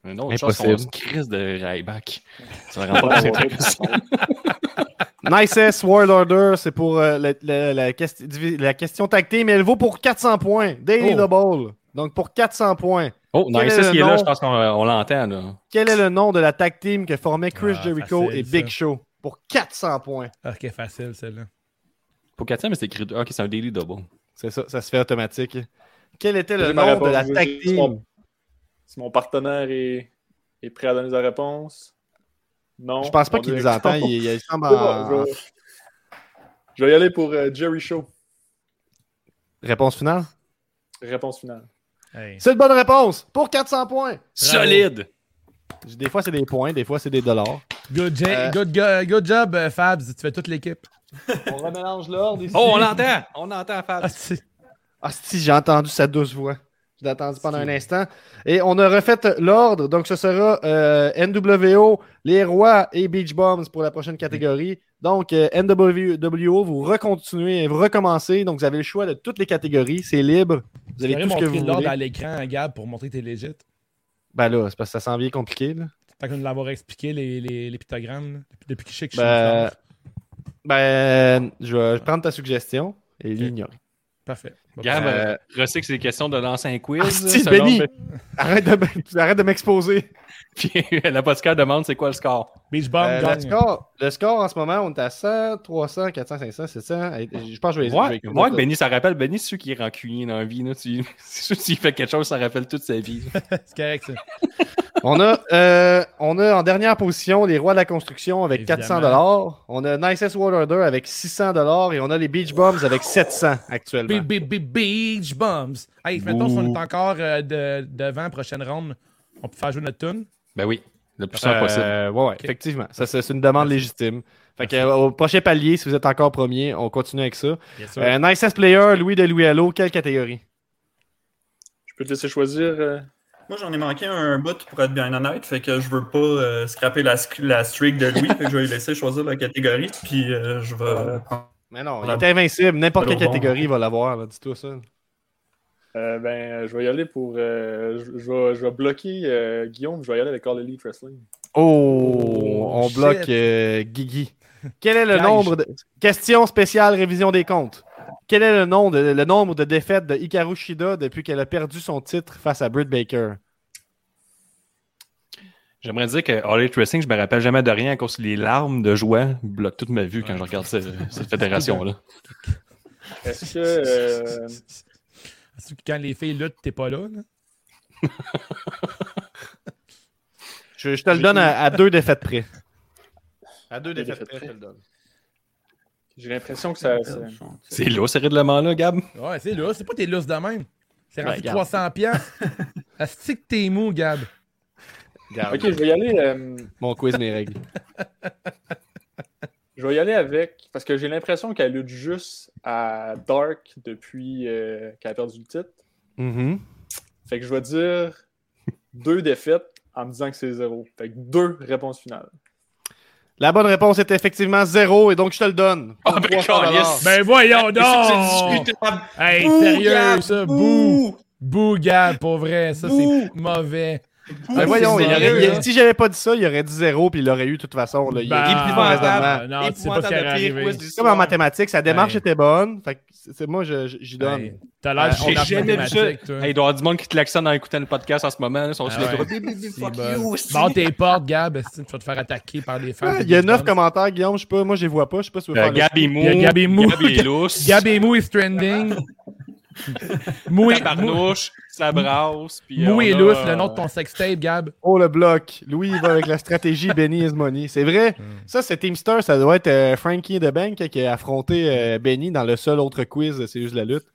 [SPEAKER 4] Mais non, je
[SPEAKER 3] Impossible.
[SPEAKER 4] pense *laughs* une crise de Ryback. Ça
[SPEAKER 7] Ouais,
[SPEAKER 4] rend pas
[SPEAKER 7] ouais,
[SPEAKER 4] compte.
[SPEAKER 7] ouais.
[SPEAKER 3] Nicest World Order, c'est pour euh, la, la- la quest- divi- la question tactée, mais elle vaut pour 400 points. Daily
[SPEAKER 1] Oh.
[SPEAKER 3] the Bowl. Donc, pour 400 points.
[SPEAKER 4] Oh,
[SPEAKER 3] Quel
[SPEAKER 4] Nice,
[SPEAKER 3] est le
[SPEAKER 4] il est là,
[SPEAKER 3] nom?
[SPEAKER 4] je pense qu'on on l'entend. là.
[SPEAKER 3] Quel est le nom de la tag team que formaient Chris
[SPEAKER 1] Ah,
[SPEAKER 3] Jericho
[SPEAKER 1] facile,
[SPEAKER 3] et Big
[SPEAKER 1] ça.
[SPEAKER 3] Show pour 400 points?
[SPEAKER 1] Ok, Ah, facile, celle-là.
[SPEAKER 4] Pour 400, mais c'est écrit. ah, Ok, c'est un daily double.
[SPEAKER 3] C'est ça, ça se fait automatique. Quel était le
[SPEAKER 5] J'ai ma
[SPEAKER 3] nom de
[SPEAKER 5] réponse,
[SPEAKER 3] la
[SPEAKER 5] vas-y.
[SPEAKER 3] tag team?
[SPEAKER 5] Si mon partenaire est, est prêt à donner sa réponse, non.
[SPEAKER 3] Je pense pas
[SPEAKER 5] Mon
[SPEAKER 3] qu'il nous
[SPEAKER 5] direction.
[SPEAKER 3] entend. Il, il semble
[SPEAKER 5] Bon,
[SPEAKER 3] en...
[SPEAKER 5] je, vais- je vais y aller pour euh, Jerry Show.
[SPEAKER 3] Réponse finale?
[SPEAKER 5] Réponse finale.
[SPEAKER 1] Hey.
[SPEAKER 3] C'est une bonne réponse pour 400 points.
[SPEAKER 4] Solide!
[SPEAKER 3] Des fois, c'est des points, des fois, c'est des dollars.
[SPEAKER 1] Good, ja-
[SPEAKER 3] Euh,
[SPEAKER 1] good, go- good job, euh, Fabs. Tu fais toute l'équipe.
[SPEAKER 3] On remélange l'ordre ici.
[SPEAKER 4] Oh, on l'entend! On l'entend, Fab.
[SPEAKER 1] Ah, c'est-
[SPEAKER 3] Ah, si, j'ai entendu sa douce voix. Je l'ai entendu pendant un instant. Et on a refait l'ordre. Donc, ce sera euh, NWO, les Rois et Beach Bombs pour la prochaine catégorie. Donc, euh, NWO, vous recontinuez et vous recommencez. Donc, vous avez le choix de toutes les catégories. C'est libre. Vous avez
[SPEAKER 1] J'aurais
[SPEAKER 3] tout ce que
[SPEAKER 1] montré
[SPEAKER 3] vous
[SPEAKER 1] l'ordre à
[SPEAKER 3] voulez.
[SPEAKER 1] l'écran à Gab pour montrer que t'es legit.
[SPEAKER 3] Ben là, c'est parce que ça s'en vient compliqué. là.
[SPEAKER 1] Tant qu'on nous l'avoir expliqué, les, les, les pictogrammes, là. depuis, depuis que je sais que je suis
[SPEAKER 3] Ben,
[SPEAKER 1] une femme.
[SPEAKER 3] Ben, je vais prendre ta suggestion et l'ignorer.
[SPEAKER 1] Parfait. Bon,
[SPEAKER 4] Gab,
[SPEAKER 1] ben,
[SPEAKER 4] euh, Rossi, que c'est des questions de l'ancien quiz.
[SPEAKER 3] Ah, si,
[SPEAKER 4] selon-
[SPEAKER 3] Benny! Arrête de, ben, arrête de m'exposer.
[SPEAKER 4] *laughs* Puis l'apothicaire demande c'est quoi le score.
[SPEAKER 1] Beach Bomb
[SPEAKER 3] Euh, le,
[SPEAKER 1] gagne.
[SPEAKER 3] score, le score en ce moment, on est à 100, 300, 400, 500, 700. Hey, Je pense que je vais
[SPEAKER 4] Moi,
[SPEAKER 3] je vais écouter
[SPEAKER 4] moi
[SPEAKER 3] ça.
[SPEAKER 4] Benny, ça rappelle Benny, c'est sûr qu'il est rancunier dans la vie. Là. Tu... *laughs* C'est sûr que s'il fait quelque chose, ça rappelle toute sa vie.
[SPEAKER 1] C'est correct, ça.
[SPEAKER 3] On a, euh, on a en dernière position les rois de la construction avec
[SPEAKER 1] Évidemment.
[SPEAKER 3] 400 dollars. On a Nicest World Order avec 600 dollars et on a les Beach Bombs avec 700 actuellement.
[SPEAKER 1] Be- be- be- Beach Bombs. Hey, mettons, si on est encore euh, de, devant, prochaine ronde, on peut faire jouer notre tune.
[SPEAKER 4] Ben oui, le plus
[SPEAKER 3] Euh,
[SPEAKER 4] simple possible.
[SPEAKER 3] ouais, ouais, effectivement. Ça, c'est c'est une demande légitime. Fait que, euh, au prochain palier, si vous êtes encore premier, on continue avec ça.
[SPEAKER 1] Bien sûr.
[SPEAKER 3] Euh, nicest Player, Louis de Louis Allo, quelle catégorie?
[SPEAKER 5] Je peux te laisser choisir. euh,
[SPEAKER 8] Moi, j'en ai manqué un bout pour être bien honnête, fait que je veux pas euh, scraper la, sc- la streak de Louis, fait que je vais lui laisser choisir la catégorie, puis euh, je vais euh, prendre.
[SPEAKER 3] Mais non, il
[SPEAKER 8] Voilà.
[SPEAKER 3] est invincible. N'importe quelle
[SPEAKER 8] Alors, bon.
[SPEAKER 3] catégorie va l'avoir, là, dis-toi ça.
[SPEAKER 5] euh, ben, euh, je vais y aller pour. euh, je, je vais, je vais bloquer euh, Guillaume, je vais y aller avec All Elite Wrestling.
[SPEAKER 3] Oh, on
[SPEAKER 1] shit.
[SPEAKER 3] bloque euh, Guigui. Quel est le
[SPEAKER 1] Piège.
[SPEAKER 3] nombre de... Question spéciale révision des comptes. Quel est le, nom de- le nombre de défaites de Hikaru Shida depuis qu'elle a perdu son titre face à Britt Baker?
[SPEAKER 4] J'aimerais dire que All Elite Wrestling, je me rappelle jamais de rien à cause des larmes de joie bloquent toute ma vue quand je regarde ce- cette fédération-là.
[SPEAKER 5] Est-ce que. euh,
[SPEAKER 1] Surtout que Quand les filles luttent, t'es pas là. là.
[SPEAKER 3] Je, je te le donne à, à deux défaites près. À deux
[SPEAKER 5] défaites près, je te
[SPEAKER 3] le donne.
[SPEAKER 5] j'ai l'impression
[SPEAKER 1] *laughs*
[SPEAKER 5] que ça. ça-
[SPEAKER 4] C'est lourd ce règlement-là, Gab.
[SPEAKER 1] Ouais, c'est là. C'est pas tes lousses de même. C'est rendu
[SPEAKER 3] Ben, Gab.
[SPEAKER 1] 300 piastres. Asti que t'es mou, Gab.
[SPEAKER 5] Ok, je vais y aller. euh,
[SPEAKER 3] Mon quiz, mes règles.
[SPEAKER 5] je Je vais y aller avec, parce que j'ai l'impression qu'elle lutte juste à Dark depuis euh, qu'elle a perdu le titre.
[SPEAKER 3] Mhm.
[SPEAKER 5] Fait que je vais dire deux défaites en me disant que c'est zéro. Fait que deux réponses finales.
[SPEAKER 3] La bonne réponse est effectivement zéro, et donc je te le donne.
[SPEAKER 8] Ah, ben,
[SPEAKER 3] 300
[SPEAKER 8] câlisse.
[SPEAKER 1] Ben voyons
[SPEAKER 8] C'est
[SPEAKER 1] donc!
[SPEAKER 8] discutable.
[SPEAKER 1] Hey,
[SPEAKER 8] Bouh,
[SPEAKER 1] sérieux,
[SPEAKER 8] Gab,
[SPEAKER 1] ça, bouh!
[SPEAKER 8] bouh.
[SPEAKER 1] Bouh, Gab, pour vrai, ça, c'est
[SPEAKER 8] Bouh.
[SPEAKER 1] mauvais.
[SPEAKER 3] Ben voyons,
[SPEAKER 1] c'est
[SPEAKER 3] il
[SPEAKER 1] sérieux,
[SPEAKER 3] aurait- il-
[SPEAKER 1] là.
[SPEAKER 3] si j'avais pas dit ça, il aurait dit zéro, puis il l'aurait eu de toute façon. là. Il
[SPEAKER 1] Ben,
[SPEAKER 3] il- il- raisonnement.
[SPEAKER 1] Ah, non, tu sais pas ce qui
[SPEAKER 4] Épouvantable,
[SPEAKER 1] est
[SPEAKER 4] le pire
[SPEAKER 1] arrivé.
[SPEAKER 4] quiz de
[SPEAKER 3] C'est comme en
[SPEAKER 4] l'histoire.
[SPEAKER 3] mathématiques, sa démarche
[SPEAKER 1] Ouais.
[SPEAKER 3] était bonne. Fait que c'est c'est- moi, je- je- j'y donne.
[SPEAKER 1] Hey, Ben, T'as l'air
[SPEAKER 3] Euh, on
[SPEAKER 1] de
[SPEAKER 3] a
[SPEAKER 1] la
[SPEAKER 4] jamais vu ça.
[SPEAKER 1] mathématique, toi.
[SPEAKER 4] Hey, il doit y avoir du monde qui klaxonne en écoutant le podcast en ce moment. là. Ils sont sur
[SPEAKER 1] Ah
[SPEAKER 4] les
[SPEAKER 1] ouais.
[SPEAKER 4] droits.
[SPEAKER 1] C'est bon. Barre tes portes, Gab, esti, tu vas te faire attaquer par les fans.
[SPEAKER 3] Ah, il y a neuf commentaires, Guillaume. Je sais pas, moi, je les vois pas. Je sais pas si tu veux
[SPEAKER 4] Euh,
[SPEAKER 3] faire. le-
[SPEAKER 4] Gab est mou.
[SPEAKER 1] Il y a Gab est mou.
[SPEAKER 4] Gab est lousse.
[SPEAKER 1] *laughs* Gab et Mou is
[SPEAKER 3] *laughs*
[SPEAKER 1] trending. Mou est, Mou,
[SPEAKER 4] Tabarnouche, ça brasse. puis, euh,
[SPEAKER 1] Mou est
[SPEAKER 4] on a,
[SPEAKER 1] lousse,
[SPEAKER 4] euh,
[SPEAKER 1] le nom de ton sextape, Gab.
[SPEAKER 3] Oh, le bloc. Louis, il va avec la stratégie Benny is money. C'est vrai. Ça, c'est Teamster. Ça doit être euh, Frankie de Bank qui a affronté euh, Benny dans le seul autre quiz de C'est juste la lutte.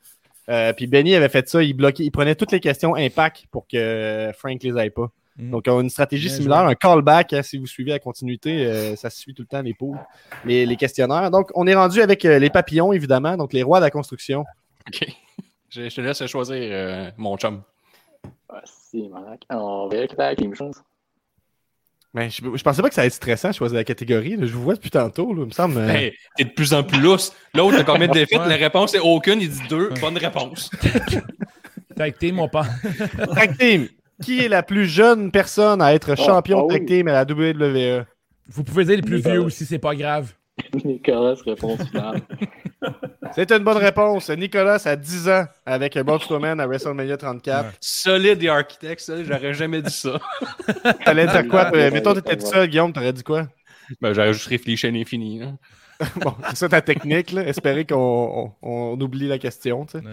[SPEAKER 3] Euh, puis Benny avait fait ça. Il bloquait, il prenait toutes les questions impact pour que euh, Frank les aille pas.
[SPEAKER 1] Mm.
[SPEAKER 3] Donc, on a une stratégie
[SPEAKER 1] Bien
[SPEAKER 3] similaire, un callback. hein, si vous suivez la continuité, euh, ça se suit tout le temps les poules, les, les questionnaires. Donc, on est rendu avec euh, les papillons, évidemment. Donc, les rois de la construction.
[SPEAKER 4] OK. Je, je te laisse choisir euh, mon chum.
[SPEAKER 7] Ah, si, manac. On verrait que t'as la même *laughs* chose.
[SPEAKER 3] Ben, je, je pensais pas que ça allait être stressant de choisir la catégorie. là. Je vous vois depuis tantôt, là, il me semble. euh,
[SPEAKER 4] Hey, t'es de plus en plus lousse. L'autre, t'as *laughs* combien de défaites? La réponse est aucune. Il dit deux. Bonne réponse.
[SPEAKER 1] Tag team, mon pan.
[SPEAKER 3] Tag team. Qui est la plus jeune personne à être champion
[SPEAKER 7] oh
[SPEAKER 3] tag
[SPEAKER 7] oui.
[SPEAKER 3] team à la E? WWE?
[SPEAKER 1] Vous pouvez dire les plus
[SPEAKER 7] Nicolas.
[SPEAKER 1] vieux aussi, c'est pas grave.
[SPEAKER 7] Nicolas,
[SPEAKER 4] *laughs*
[SPEAKER 7] réponse finale.
[SPEAKER 3] C'est une bonne réponse. Nicolas à 10 ans avec Bob Strowman à WrestleMania 34.
[SPEAKER 4] Solide et architecte, ça, j'aurais jamais dit ça.
[SPEAKER 3] T'allais dire quoi? toi?
[SPEAKER 7] Ouais,
[SPEAKER 3] Mettons,
[SPEAKER 7] ouais,
[SPEAKER 3] t'étais tout
[SPEAKER 7] ouais.
[SPEAKER 3] seul, Guillaume, t'aurais dit quoi?
[SPEAKER 4] *laughs*
[SPEAKER 3] *laughs*
[SPEAKER 4] Ben, j'aurais juste réfléchi à l'infini. hein.
[SPEAKER 3] Bon, c'est ça ta technique, là. Espérer qu'on on- on oublie la question, tu sais.
[SPEAKER 1] Ouais.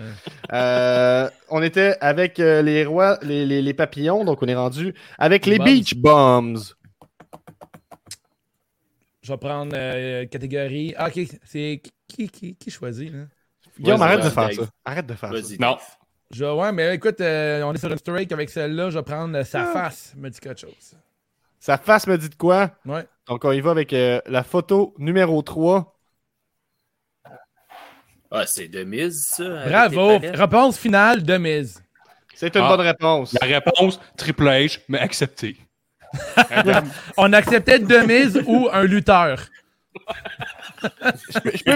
[SPEAKER 3] Euh, on était avec euh, les rois, les, les- les papillons, donc on est rendu avec les
[SPEAKER 1] Bombs.
[SPEAKER 3] Beach Bombs.
[SPEAKER 1] Je vais prendre euh, catégorie. Ah, ok, c'est qui, qui, qui choisit, là?
[SPEAKER 3] Guillaume,
[SPEAKER 6] Vas-y,
[SPEAKER 3] arrête de faire
[SPEAKER 6] vas-y,
[SPEAKER 3] ça.
[SPEAKER 6] Dave.
[SPEAKER 3] Arrête de
[SPEAKER 1] Ah,
[SPEAKER 3] faire ça.
[SPEAKER 6] Vas-y.
[SPEAKER 4] Non.
[SPEAKER 1] Je, ouais, mais écoute, euh, on est sur une streak avec celle-là. Je vais prendre euh,
[SPEAKER 3] Ah.
[SPEAKER 1] sa face, me dit quelque chose.
[SPEAKER 3] Sa face me dit de quoi?
[SPEAKER 1] Ouais.
[SPEAKER 3] Donc on y va avec euh, la photo numéro 3.
[SPEAKER 6] Ah, c'est de mise, ça. avec
[SPEAKER 1] Bravo!
[SPEAKER 6] Euh, tes palettes.
[SPEAKER 1] Réponse finale de mise.
[SPEAKER 3] C'est une
[SPEAKER 4] Ah.
[SPEAKER 3] bonne réponse.
[SPEAKER 4] La réponse, Triple H, mais acceptée.
[SPEAKER 1] On acceptait de
[SPEAKER 3] *laughs*
[SPEAKER 1] mise ou un lutteur.
[SPEAKER 3] Je peux, je peux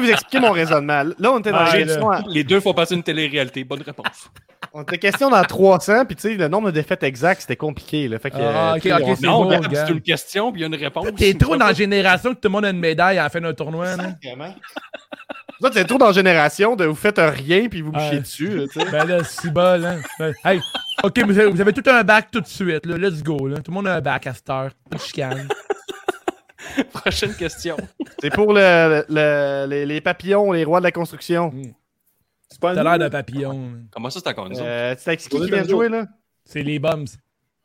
[SPEAKER 3] vous expliquer mon raisonnement. Là, on était dans
[SPEAKER 1] Ah,
[SPEAKER 3] la
[SPEAKER 1] là.
[SPEAKER 3] question à-
[SPEAKER 4] Les deux font passer une télé-réalité. Bonne réponse.
[SPEAKER 3] on était question dans 300, puis tu sais, le nombre de défaites exactes, c'était compliqué. Là, fait que,
[SPEAKER 1] Ah,
[SPEAKER 3] euh,
[SPEAKER 1] ok,
[SPEAKER 3] tu sais,
[SPEAKER 1] ok,
[SPEAKER 3] on-
[SPEAKER 1] C'est
[SPEAKER 4] Non,
[SPEAKER 1] beau,
[SPEAKER 4] Gab,
[SPEAKER 1] Gab.
[SPEAKER 4] c'est une question, puis il y a une réponse.
[SPEAKER 1] T'es trop dans la génération que tout le monde a une médaille à la fin d'un tournoi, là.
[SPEAKER 3] Vraiment. Vous autres, c'est trop dans la génération de vous faites un rien, puis vous vous
[SPEAKER 1] Ah.
[SPEAKER 3] chiez dessus. là, tu sais.
[SPEAKER 1] Ben là, c'est bol, hein. Ben, Hey, ok, vous avez, vous avez tout un bac tout de suite, là. Let's go, là. Tout le monde a un bac à cette heure. Pas de chicane.
[SPEAKER 4] Prochaine question.
[SPEAKER 3] C'est pour le- le- les, les papillons, les rois de la construction.
[SPEAKER 5] C'est pas
[SPEAKER 1] T'as
[SPEAKER 5] nous,
[SPEAKER 1] l'air d'un
[SPEAKER 5] là.
[SPEAKER 1] papillon. là.
[SPEAKER 4] *laughs* Comment ça, c'est encore nous autres?
[SPEAKER 3] Euh, c'est avec qui
[SPEAKER 5] Vous
[SPEAKER 3] qui
[SPEAKER 5] êtes
[SPEAKER 3] vient de
[SPEAKER 5] un jour.
[SPEAKER 3] jouer, là?
[SPEAKER 1] C'est les bums.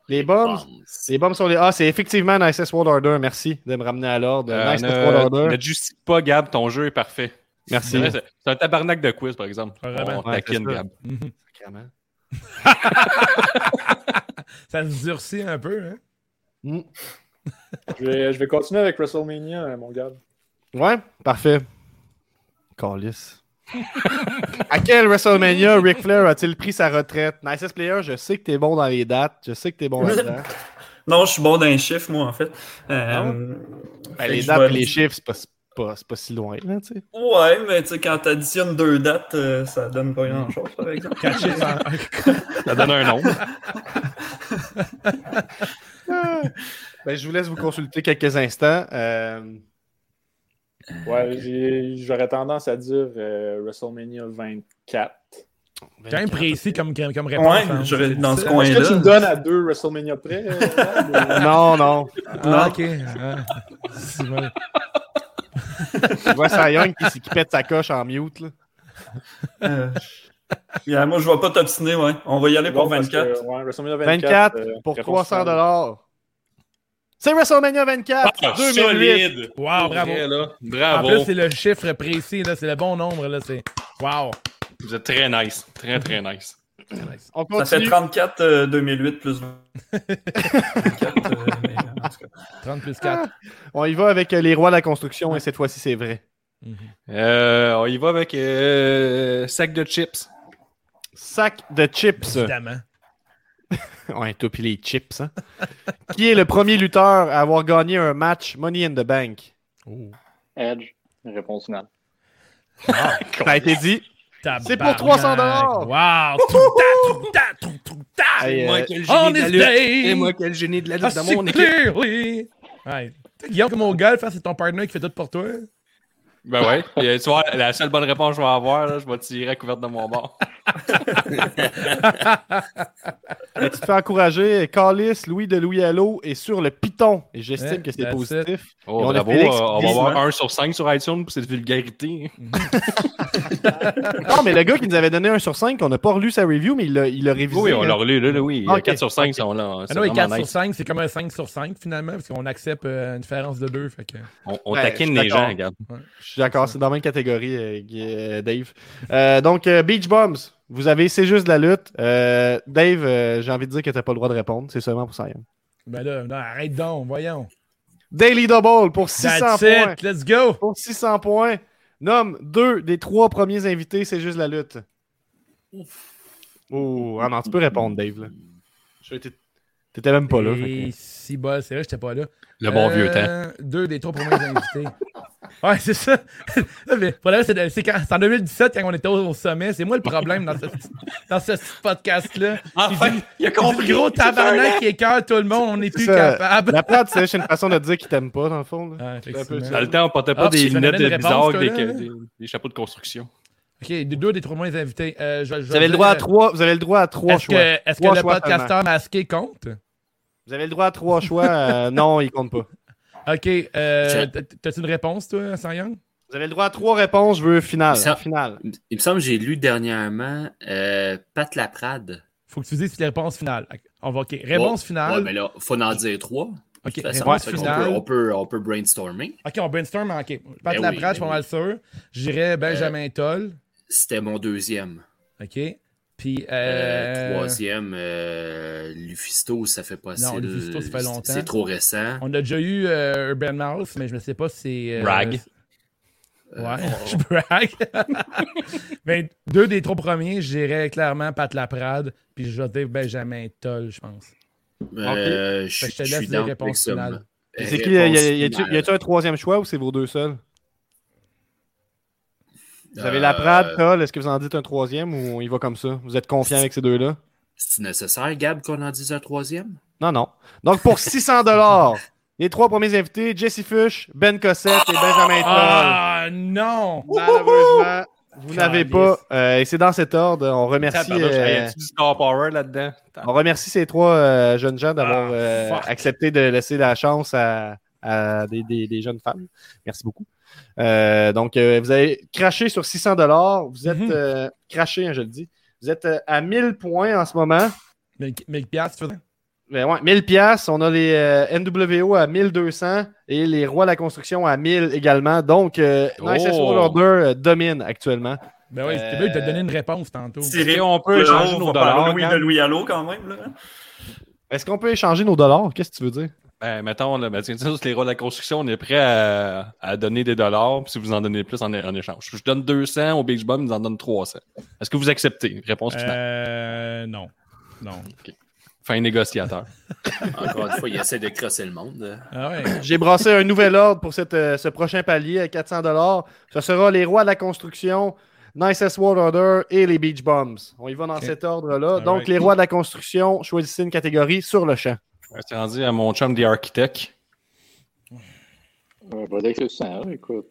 [SPEAKER 3] Les bombs?
[SPEAKER 6] Bombs.
[SPEAKER 3] Les bombs sont les... Ah, c'est effectivement Nicest World Order. Merci de me ramener à l'ordre.
[SPEAKER 4] Euh,
[SPEAKER 3] Nicest
[SPEAKER 4] ne,
[SPEAKER 3] World Order.
[SPEAKER 4] ne te justifie pas, Gab, ton jeu est parfait.
[SPEAKER 3] Merci.
[SPEAKER 4] C'est vrai, c'est- c'est un tabarnak de quiz, par exemple.
[SPEAKER 1] Vraiment.
[SPEAKER 4] On
[SPEAKER 3] Ouais,
[SPEAKER 4] taquine,
[SPEAKER 3] c'est ça.
[SPEAKER 4] Gab.
[SPEAKER 3] Sacrément.
[SPEAKER 1] Ça se durcit un peu, hein.
[SPEAKER 3] Mm.
[SPEAKER 5] Je vais, je vais continuer avec WrestleMania, hein, mon gars.
[SPEAKER 3] Ouais, parfait. Callis. *laughs* à quel WrestleMania Ric Flair a-t-il pris sa retraite? Nicest player, je sais que t'es bon dans les dates, je sais que t'es bon là-dedans.
[SPEAKER 8] Non, je suis bon dans les chiffres, moi, en fait. Euh,
[SPEAKER 3] Ben,
[SPEAKER 8] fait
[SPEAKER 3] les
[SPEAKER 8] que je
[SPEAKER 3] dates
[SPEAKER 8] vais-
[SPEAKER 3] et les chiffres, c'est pas, c'est pas, c'est pas si loin, là,
[SPEAKER 8] *laughs*
[SPEAKER 3] tu sais.
[SPEAKER 8] Ouais, mais tu sais, quand t'additionnes deux dates, euh, ça donne pas grand-chose, par exemple.
[SPEAKER 1] Caché sans-
[SPEAKER 4] Ça donne un nom.
[SPEAKER 3] Ah. Ben, je vous laisse vous consulter quelques instants. Euh,
[SPEAKER 5] Ouais, j'ai- j'aurais tendance à dire euh, WrestleMania 24.
[SPEAKER 1] Quand même précis comme, comme, comme réponse.
[SPEAKER 8] Ouais,
[SPEAKER 1] hein.
[SPEAKER 8] j'aurais- dans ce
[SPEAKER 1] C'est-
[SPEAKER 5] Est-ce que tu me
[SPEAKER 8] coin-là.
[SPEAKER 5] donnes à deux WrestleMania près? euh, Gab,
[SPEAKER 3] Non, non.
[SPEAKER 1] Ah, ok. Ah. C'est bon.
[SPEAKER 3] Tu vois Cy Young qui, s- qui pète sa coche en mute, là.
[SPEAKER 8] Euh, yeah, moi, je vais pas t'obstiner, ouais. On va y aller
[SPEAKER 5] ou-
[SPEAKER 8] pour
[SPEAKER 5] Non, parce
[SPEAKER 8] 24.
[SPEAKER 5] que, ouais, WrestleMania 24.
[SPEAKER 3] 24
[SPEAKER 5] euh,
[SPEAKER 3] pour
[SPEAKER 5] réponse
[SPEAKER 3] 300
[SPEAKER 5] finale.
[SPEAKER 3] C'est WrestleMania 24!
[SPEAKER 4] Ah,
[SPEAKER 3] 2008!
[SPEAKER 4] *laughs* solide!
[SPEAKER 1] Wow,
[SPEAKER 4] Pour
[SPEAKER 1] bravo.
[SPEAKER 4] vrai, là.
[SPEAKER 1] En
[SPEAKER 4] Bravo.
[SPEAKER 1] plus, c'est le chiffre précis, là. C'est le bon nombre, là. C'est. Wow.
[SPEAKER 4] Vous êtes très nice. Très, très nice.
[SPEAKER 1] Très nice.
[SPEAKER 3] On
[SPEAKER 8] Ça fait
[SPEAKER 3] continue.
[SPEAKER 8] 34 euh, 2008 plus 20. 34, euh, mais, euh, en tout cas.
[SPEAKER 1] 30 plus 4.
[SPEAKER 3] On y va avec euh, les rois de la construction et cette fois-ci, c'est vrai.
[SPEAKER 4] Euh, on y va avec euh, sac de chips.
[SPEAKER 3] Sac de chips.
[SPEAKER 1] Évidemment.
[SPEAKER 3] Ouais, toi pis les chips, hein. *laughs* Qui est le premier lutteur à avoir gagné un match Money in the Bank?
[SPEAKER 1] Oh.
[SPEAKER 7] Edge, réponse finale.
[SPEAKER 3] Ça a été dit. C'est pour 300
[SPEAKER 1] Wow! Tout ta, tout ta, tout ta,
[SPEAKER 3] Hey, euh,
[SPEAKER 4] quel
[SPEAKER 1] Ah, On is day!
[SPEAKER 4] quel génie de la
[SPEAKER 1] Ah, c'est clearly! Ouais. Tu sais, Guillaume, comme mon gars, le fait, c'est ton partner qui fait tout pour toi.
[SPEAKER 4] Ben *laughs* ouais. Puis, euh, tu vois, la seule bonne réponse que je vais avoir, là, je vais tirer à couverte de mon bord.
[SPEAKER 3] Et tu te fais encourager. Calis, Louis de Louis Allo est sur le piton. Et j'estime
[SPEAKER 1] Ouais,
[SPEAKER 3] que c'est
[SPEAKER 1] that's
[SPEAKER 3] positif.
[SPEAKER 4] *laughs*
[SPEAKER 3] Et
[SPEAKER 4] Oh,
[SPEAKER 3] on a
[SPEAKER 4] bravo.
[SPEAKER 3] Félix
[SPEAKER 4] euh, on va
[SPEAKER 8] Bisman.
[SPEAKER 4] avoir 1 sur 5 sur iTunes pour cette vulgarité.
[SPEAKER 3] Non, mais le gars qui nous avait donné 1 sur 5, on n'a pas relu sa review, mais il l'a il l'a révisé.
[SPEAKER 4] Oui, on
[SPEAKER 3] hein.
[SPEAKER 4] l'a relu, là, là, oui.
[SPEAKER 3] Ok.
[SPEAKER 4] 4 sur 5, sont là. hein.
[SPEAKER 1] Ah
[SPEAKER 4] c'est
[SPEAKER 1] non, et
[SPEAKER 4] vraiment
[SPEAKER 1] 4
[SPEAKER 4] nice.
[SPEAKER 1] sur 5, c'est comme un 5 sur 5 finalement, parce qu'on accepte euh, une différence de 2. Fait que...
[SPEAKER 4] On, on
[SPEAKER 3] Ouais,
[SPEAKER 4] taquine
[SPEAKER 3] je suis
[SPEAKER 4] les
[SPEAKER 3] d'accord.
[SPEAKER 4] gens, regarde.
[SPEAKER 3] Je suis d'accord, c'est dans la même catégorie, euh, Guy- euh, Dave. Euh, donc, euh, Beach Bombs, vous avez C'est juste de la lutte. Euh, Dave, euh, j'ai envie de dire que t'as pas le droit de répondre. C'est seulement pour ça. hein. Yann.
[SPEAKER 1] Ben là, non, arrête donc, voyons.
[SPEAKER 3] Daily Double pour 600
[SPEAKER 1] That's
[SPEAKER 3] points.
[SPEAKER 1] it, let's go!
[SPEAKER 3] Pour 600 points, nomme deux des trois premiers invités, c'est juste la lutte. Oh, ah non, tu peux répondre, Dave. Là. Je sais, t'é- T'étais même pas là. fait
[SPEAKER 1] Et
[SPEAKER 3] que-
[SPEAKER 1] si bol, c'est vrai, j'étais pas là.
[SPEAKER 4] Le bon vieux temps.
[SPEAKER 1] Euh, Deux des trois premiers invités. *laughs* Ouais, c'est ça. *laughs* Non, mais pour la- c'est c'est quand- c'est en 2017 quand on était au, au sommet. C'est moi le problème dans ce, dans ce podcast-là.
[SPEAKER 8] Enfin, il a
[SPEAKER 1] C'est
[SPEAKER 8] compris.
[SPEAKER 1] le gros tabarnak qui écœure tout le monde. On n'est plus
[SPEAKER 3] C'est ça.
[SPEAKER 1] capable.
[SPEAKER 3] La plate, c'est une façon de dire qu'il t'aime pas, dans le fond. là.
[SPEAKER 1] Ouais, effectivement.
[SPEAKER 4] Dans le temps, on portait pas
[SPEAKER 1] Ah,
[SPEAKER 4] des
[SPEAKER 1] tu me donnais
[SPEAKER 4] lunettes
[SPEAKER 1] une réponse,
[SPEAKER 4] bizarres,
[SPEAKER 1] toi,
[SPEAKER 4] des,
[SPEAKER 1] là?
[SPEAKER 4] des- des chapeaux de construction.
[SPEAKER 1] Ok, deux- deux des trois premiers invités. Euh, je- je-
[SPEAKER 3] Vous avez le droit à trois, vous avez le droit à trois
[SPEAKER 1] Est-ce
[SPEAKER 3] choix.
[SPEAKER 1] que, est-ce que
[SPEAKER 3] Trois
[SPEAKER 1] le
[SPEAKER 3] choix
[SPEAKER 1] podcasteur masqué compte?
[SPEAKER 3] Vous avez le droit à trois choix. euh, non, il compte pas.
[SPEAKER 1] Ok, euh,
[SPEAKER 6] Je-
[SPEAKER 1] t- t'as-tu une réponse, toi, Sayang?
[SPEAKER 3] Vous avez le droit à trois réponses, je veux finale.
[SPEAKER 6] Ça-
[SPEAKER 3] finale.
[SPEAKER 6] Il me semble que j'ai lu dernièrement euh, Pat Laprade.
[SPEAKER 1] Faut que tu dises la réponse finale. On va, ok. Réponse
[SPEAKER 6] Ouais.
[SPEAKER 1] finale.
[SPEAKER 6] Ouais, mais là, faut en dire trois.
[SPEAKER 1] ok,
[SPEAKER 6] De toute façon,
[SPEAKER 1] réponse
[SPEAKER 6] fait qu'on
[SPEAKER 1] finale.
[SPEAKER 6] peut- on, peut, on peut brainstormer.
[SPEAKER 1] Ok, on brainstorm, ok. Pat la
[SPEAKER 6] Ben oui,
[SPEAKER 1] Laprade,
[SPEAKER 6] Euh,
[SPEAKER 1] je suis
[SPEAKER 6] ben
[SPEAKER 1] pas mal sûr. J'irais Benjamin Toll,
[SPEAKER 6] C'était mon deuxième.
[SPEAKER 1] ok. Puis, euh...
[SPEAKER 6] Euh, troisième, euh, Lufisto, ça fait pas
[SPEAKER 1] Non,
[SPEAKER 6] assez-
[SPEAKER 1] Lufisto, ça fait longtemps.
[SPEAKER 6] C'est trop récent.
[SPEAKER 1] on a déjà eu euh, Urban Mouse, mais je ne sais pas si c'est. euh,
[SPEAKER 4] Brag.
[SPEAKER 6] Euh,
[SPEAKER 1] Ouais,
[SPEAKER 6] oh.
[SPEAKER 1] *laughs* je brag. mais deux des trois premiers, j'irais clairement Pat Laprade, puis je vais dire Benjamin Toll, je pense.
[SPEAKER 6] Euh,
[SPEAKER 1] Ah, Fait
[SPEAKER 6] je,
[SPEAKER 1] que je te
[SPEAKER 6] je
[SPEAKER 1] laisse
[SPEAKER 6] suis
[SPEAKER 1] dire
[SPEAKER 6] dans
[SPEAKER 1] réponse
[SPEAKER 6] avec ça.
[SPEAKER 1] finale.
[SPEAKER 3] C'est qui, y a-
[SPEAKER 6] Réponse
[SPEAKER 3] y a- y a-tu-
[SPEAKER 6] finale.
[SPEAKER 3] y a-tu un troisième choix ou c'est vos deux seuls? Vous avez la Prade,
[SPEAKER 6] Euh,
[SPEAKER 3] Paul, est-ce que vous en dites un troisième ou on y va comme ça? Vous êtes confiant avec ces deux-là?
[SPEAKER 6] C'est nécessaire, Gab, qu'on en dise un troisième?
[SPEAKER 3] Non, non. Donc, pour 600 dollars, les trois premiers invités, Jesse Fush, Ben Cossette et Benjamin Toll.
[SPEAKER 1] Ah non!
[SPEAKER 3] Malheureusement, vous n'avez
[SPEAKER 1] Calisse.
[SPEAKER 3] pas. euh, et c'est dans cet ordre. On remercie,
[SPEAKER 4] Tabarnak,
[SPEAKER 3] euh,
[SPEAKER 4] hey, y a-tu du Star Power là-dedans?
[SPEAKER 3] on remercie ces trois euh, jeunes gens d'avoir
[SPEAKER 1] Ah,
[SPEAKER 3] euh,
[SPEAKER 1] fuck.
[SPEAKER 3] accepté de laisser la chance à, à des, des- des jeunes femmes. Merci beaucoup. Euh, donc, euh, vous avez craché sur 600 dollars. Vous êtes
[SPEAKER 1] Mhm.
[SPEAKER 3] euh, craché, hein, je le dis. Vous êtes euh, à 1000 points en ce moment.
[SPEAKER 1] Mais mais le piastres, tu faisais?
[SPEAKER 3] Ben ouais, 1000 pièces, on a les euh, NWO à 1200 et les rois de la construction à 1000 également. Donc euh,
[SPEAKER 4] Oh.
[SPEAKER 3] Nice Social Order euh, domine actuellement.
[SPEAKER 1] Ben oui,
[SPEAKER 3] Euh,
[SPEAKER 1] c'était bien, il t'a donné une réponse tantôt.
[SPEAKER 4] Et
[SPEAKER 8] Tiré,
[SPEAKER 4] on peut échanger nos dollars. hein?
[SPEAKER 8] Louis
[SPEAKER 4] Gab.
[SPEAKER 8] de Louis Allo quand même. Là.
[SPEAKER 3] Est-ce qu'on peut échanger nos dollars Qu'est-ce que tu veux dire
[SPEAKER 4] Ben, mettons, là, ben, tiens, tiens, sur les rôles de la construction, on est prêt à, à donner des dollars, puis si vous en donnez plus en, en échange. Je donne 200, au Big Bum, ils en donnent 300. Est-ce que vous acceptez? Réponse finale.
[SPEAKER 1] Euh, non. Non.
[SPEAKER 4] Fin *laughs* négociateur.
[SPEAKER 6] Encore une fois, il essaie de crosser le monde. hein.
[SPEAKER 1] Ah ouais.
[SPEAKER 3] J'ai brassé un nouvel ordre pour cette, euh, ce prochain palier à 400 dollars. Ce sera les rois de la construction, Nice World Order et les Beach Bombs. On y va dans
[SPEAKER 1] Ok.
[SPEAKER 3] cet ordre-là.
[SPEAKER 1] All
[SPEAKER 3] Donc
[SPEAKER 1] right.
[SPEAKER 3] les rois de la construction, choisissez une catégorie sur le champ.
[SPEAKER 4] Je suis rendu à mon chum des architectes.
[SPEAKER 7] On euh, va dire que c'est 100, là, écoute.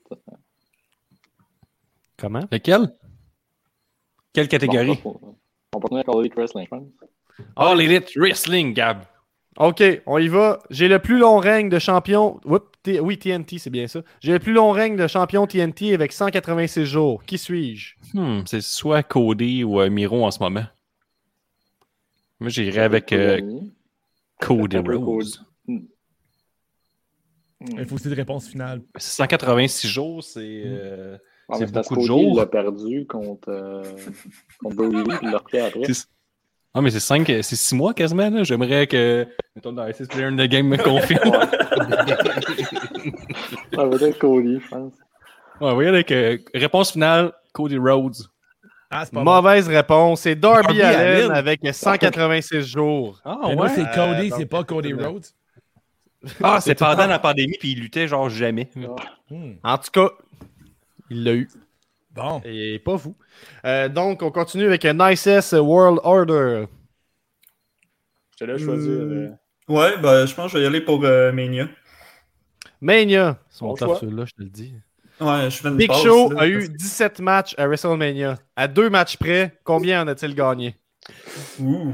[SPEAKER 3] Comment
[SPEAKER 4] Lequel? Quelle
[SPEAKER 7] Bon,
[SPEAKER 4] catégorie?
[SPEAKER 7] on peut tenir encore Elite Wrestling, je pense.
[SPEAKER 4] All Elite Wrestling, Gab.
[SPEAKER 3] OK, on y va. J'ai le plus long règne de champion. Oups, T- Oui, TNT, c'est bien ça. J'ai le plus long règne de champion TNT avec 186 jours. Qui suis-je?
[SPEAKER 4] Hmm, c'est soit Cody ou euh, Miro en ce moment. Moi, j'irais avec euh,
[SPEAKER 7] Cody.
[SPEAKER 4] Cody
[SPEAKER 7] Un peu
[SPEAKER 4] Rose.
[SPEAKER 7] Hmm.
[SPEAKER 1] Il faut aussi une réponse finale.
[SPEAKER 4] 186 jours, c'est. euh,
[SPEAKER 7] Ah, mais
[SPEAKER 4] c'est
[SPEAKER 7] parce
[SPEAKER 4] beaucoup de
[SPEAKER 7] qu'Ody,
[SPEAKER 4] jours.
[SPEAKER 7] Il a perdu contre, euh, contre Brody, puis il l'a repris après.
[SPEAKER 4] C'est- Ah, mais c'est 5, c'est 6 mois quasiment, là. J'aimerais que. Mettons, dans Isis Player in the Game me confirme.
[SPEAKER 7] Ça va être Cody, je pense.
[SPEAKER 4] ouais, oui, avec euh, réponse finale, Cody Rhodes.
[SPEAKER 1] Ah, c'est pas bon.
[SPEAKER 3] Mauvaise réponse. C'est Darby,
[SPEAKER 1] Darby
[SPEAKER 3] Allin,
[SPEAKER 1] Allin.
[SPEAKER 3] avec 186 jours.
[SPEAKER 4] Ah,
[SPEAKER 1] Mais moi, c'est Cody,
[SPEAKER 3] Euh,
[SPEAKER 1] c'est pas Cody
[SPEAKER 3] donc-
[SPEAKER 1] Rhodes.
[SPEAKER 4] Ah, c'est pendant la pandémie, puis il luttait genre jamais.
[SPEAKER 1] Hmm.
[SPEAKER 3] En tout cas, il l'a eu.
[SPEAKER 1] Bon.
[SPEAKER 3] Et pas vous. Euh, donc, on continue avec un Nicest World Order.
[SPEAKER 5] J'étais là choisir. euh,
[SPEAKER 8] Ouais, ben, je pense que je vais y aller pour euh, Mania.
[SPEAKER 3] Mania. Son
[SPEAKER 5] Bon
[SPEAKER 3] top
[SPEAKER 5] choix.
[SPEAKER 3] celui-là, je te le dis.
[SPEAKER 8] Ouais, je fais une
[SPEAKER 3] Big
[SPEAKER 8] passe,
[SPEAKER 3] Show
[SPEAKER 8] là,
[SPEAKER 3] a eu
[SPEAKER 8] parce-
[SPEAKER 3] 17 matchs à WrestleMania. À deux matchs près, combien en a-t-il gagné?
[SPEAKER 8] Ouh.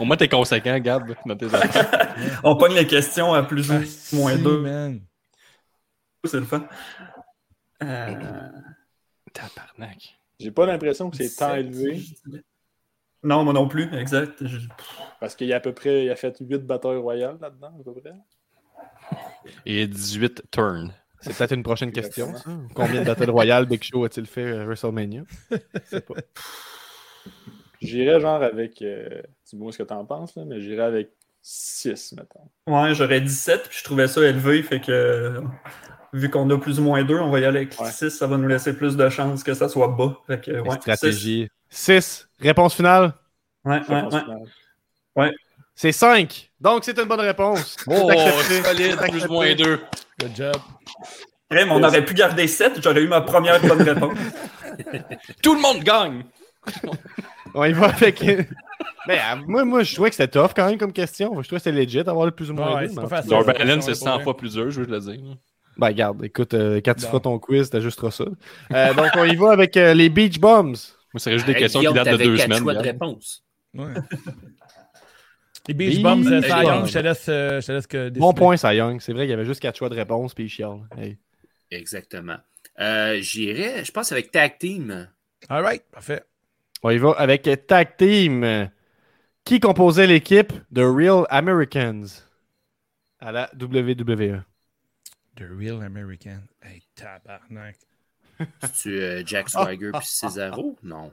[SPEAKER 4] Au moins, t'es conséquent, Gab, dans tes affaires.
[SPEAKER 8] On pogne les questions à plus ou moins
[SPEAKER 1] Ah, Si,
[SPEAKER 8] deux.
[SPEAKER 1] man.
[SPEAKER 8] C'est le fun. Euh,
[SPEAKER 4] *laughs* Tabarnak.
[SPEAKER 5] J'ai pas l'impression que c'est tant élevé
[SPEAKER 8] Non, moi non plus, exact. Je-
[SPEAKER 5] parce qu'il y a à peu près, il a fait 8 batailles royales là-dedans, à peu près.
[SPEAKER 4] Et 18 turns.
[SPEAKER 3] C'est peut-être une prochaine question. ça. Combien de Battle Royale Big Show a-t-il fait à WrestleMania?
[SPEAKER 5] J'irais genre avec, euh, dis-moi ce que t'en penses, là, mais j'irais avec 6, mettons.
[SPEAKER 8] Ouais, j'aurais 17, puis je trouvais ça élevé, fait que euh, vu qu'on a plus ou moins deux, on va y aller avec
[SPEAKER 5] Ouais.
[SPEAKER 8] 6, ça va nous laisser plus de chances que ça soit bas. Fait que, ouais,
[SPEAKER 3] La stratégie. 6. Réponse finale?
[SPEAKER 8] six. Ouais,
[SPEAKER 5] Je
[SPEAKER 8] ouais,
[SPEAKER 5] pense
[SPEAKER 8] ouais.
[SPEAKER 5] que-
[SPEAKER 3] C'est 5. Donc, c'est une bonne réponse.
[SPEAKER 4] Oh,
[SPEAKER 3] C'est accepté.
[SPEAKER 4] solide,
[SPEAKER 3] C'est
[SPEAKER 4] plus ou
[SPEAKER 3] accepté.
[SPEAKER 4] moins deux.
[SPEAKER 1] Good job.
[SPEAKER 8] Crème, on aurait pu garder 7, j'aurais eu ma première bonne réponse.
[SPEAKER 4] Tout le monde gagne!
[SPEAKER 3] On y va avec. *laughs* Mais euh, moi, moi, je trouvais que c'était tough quand même comme question. Je trouvais que c'était legit d'avoir le plus ou moins
[SPEAKER 1] Ouais,
[SPEAKER 3] deux,
[SPEAKER 1] c'est
[SPEAKER 3] mais-
[SPEAKER 1] pas facile.
[SPEAKER 4] Darby
[SPEAKER 1] Ouais,
[SPEAKER 4] Allen,
[SPEAKER 1] c'est
[SPEAKER 4] c'est
[SPEAKER 1] vrai,
[SPEAKER 4] 100
[SPEAKER 1] pour
[SPEAKER 4] fois plus dur, je veux te le dire.
[SPEAKER 3] Ben, regarde, écoute, euh, quand tu
[SPEAKER 1] Non.
[SPEAKER 3] feras ton quiz, t'ajusteras ça. Euh, donc, on y va avec euh, les Beach Bombs.
[SPEAKER 4] Moi, c'est juste des questions qui datent de deux semaines.
[SPEAKER 6] choix de
[SPEAKER 4] Gab.
[SPEAKER 6] réponse.
[SPEAKER 1] Ouais. Les
[SPEAKER 3] Beach
[SPEAKER 1] Beach Bombs, euh,
[SPEAKER 3] Bombs.
[SPEAKER 1] Cy Young, je te laisse, euh, je te laisse que
[SPEAKER 3] Bon
[SPEAKER 1] décider.
[SPEAKER 3] point, ça, Young. C'est vrai, il y avait juste 4 choix de réponse, puis il chiale. Hey.
[SPEAKER 6] Exactement. Euh, J'irais, je pense, avec Tag Team.
[SPEAKER 1] All right, parfait.
[SPEAKER 3] On y va avec euh, Tag Team. Qui composait l'équipe The Real Americans à la E? WWE?
[SPEAKER 1] The Real American. Hey, tabarnak.
[SPEAKER 6] Tu euh, Jack Swagger puis Cesaro? Non.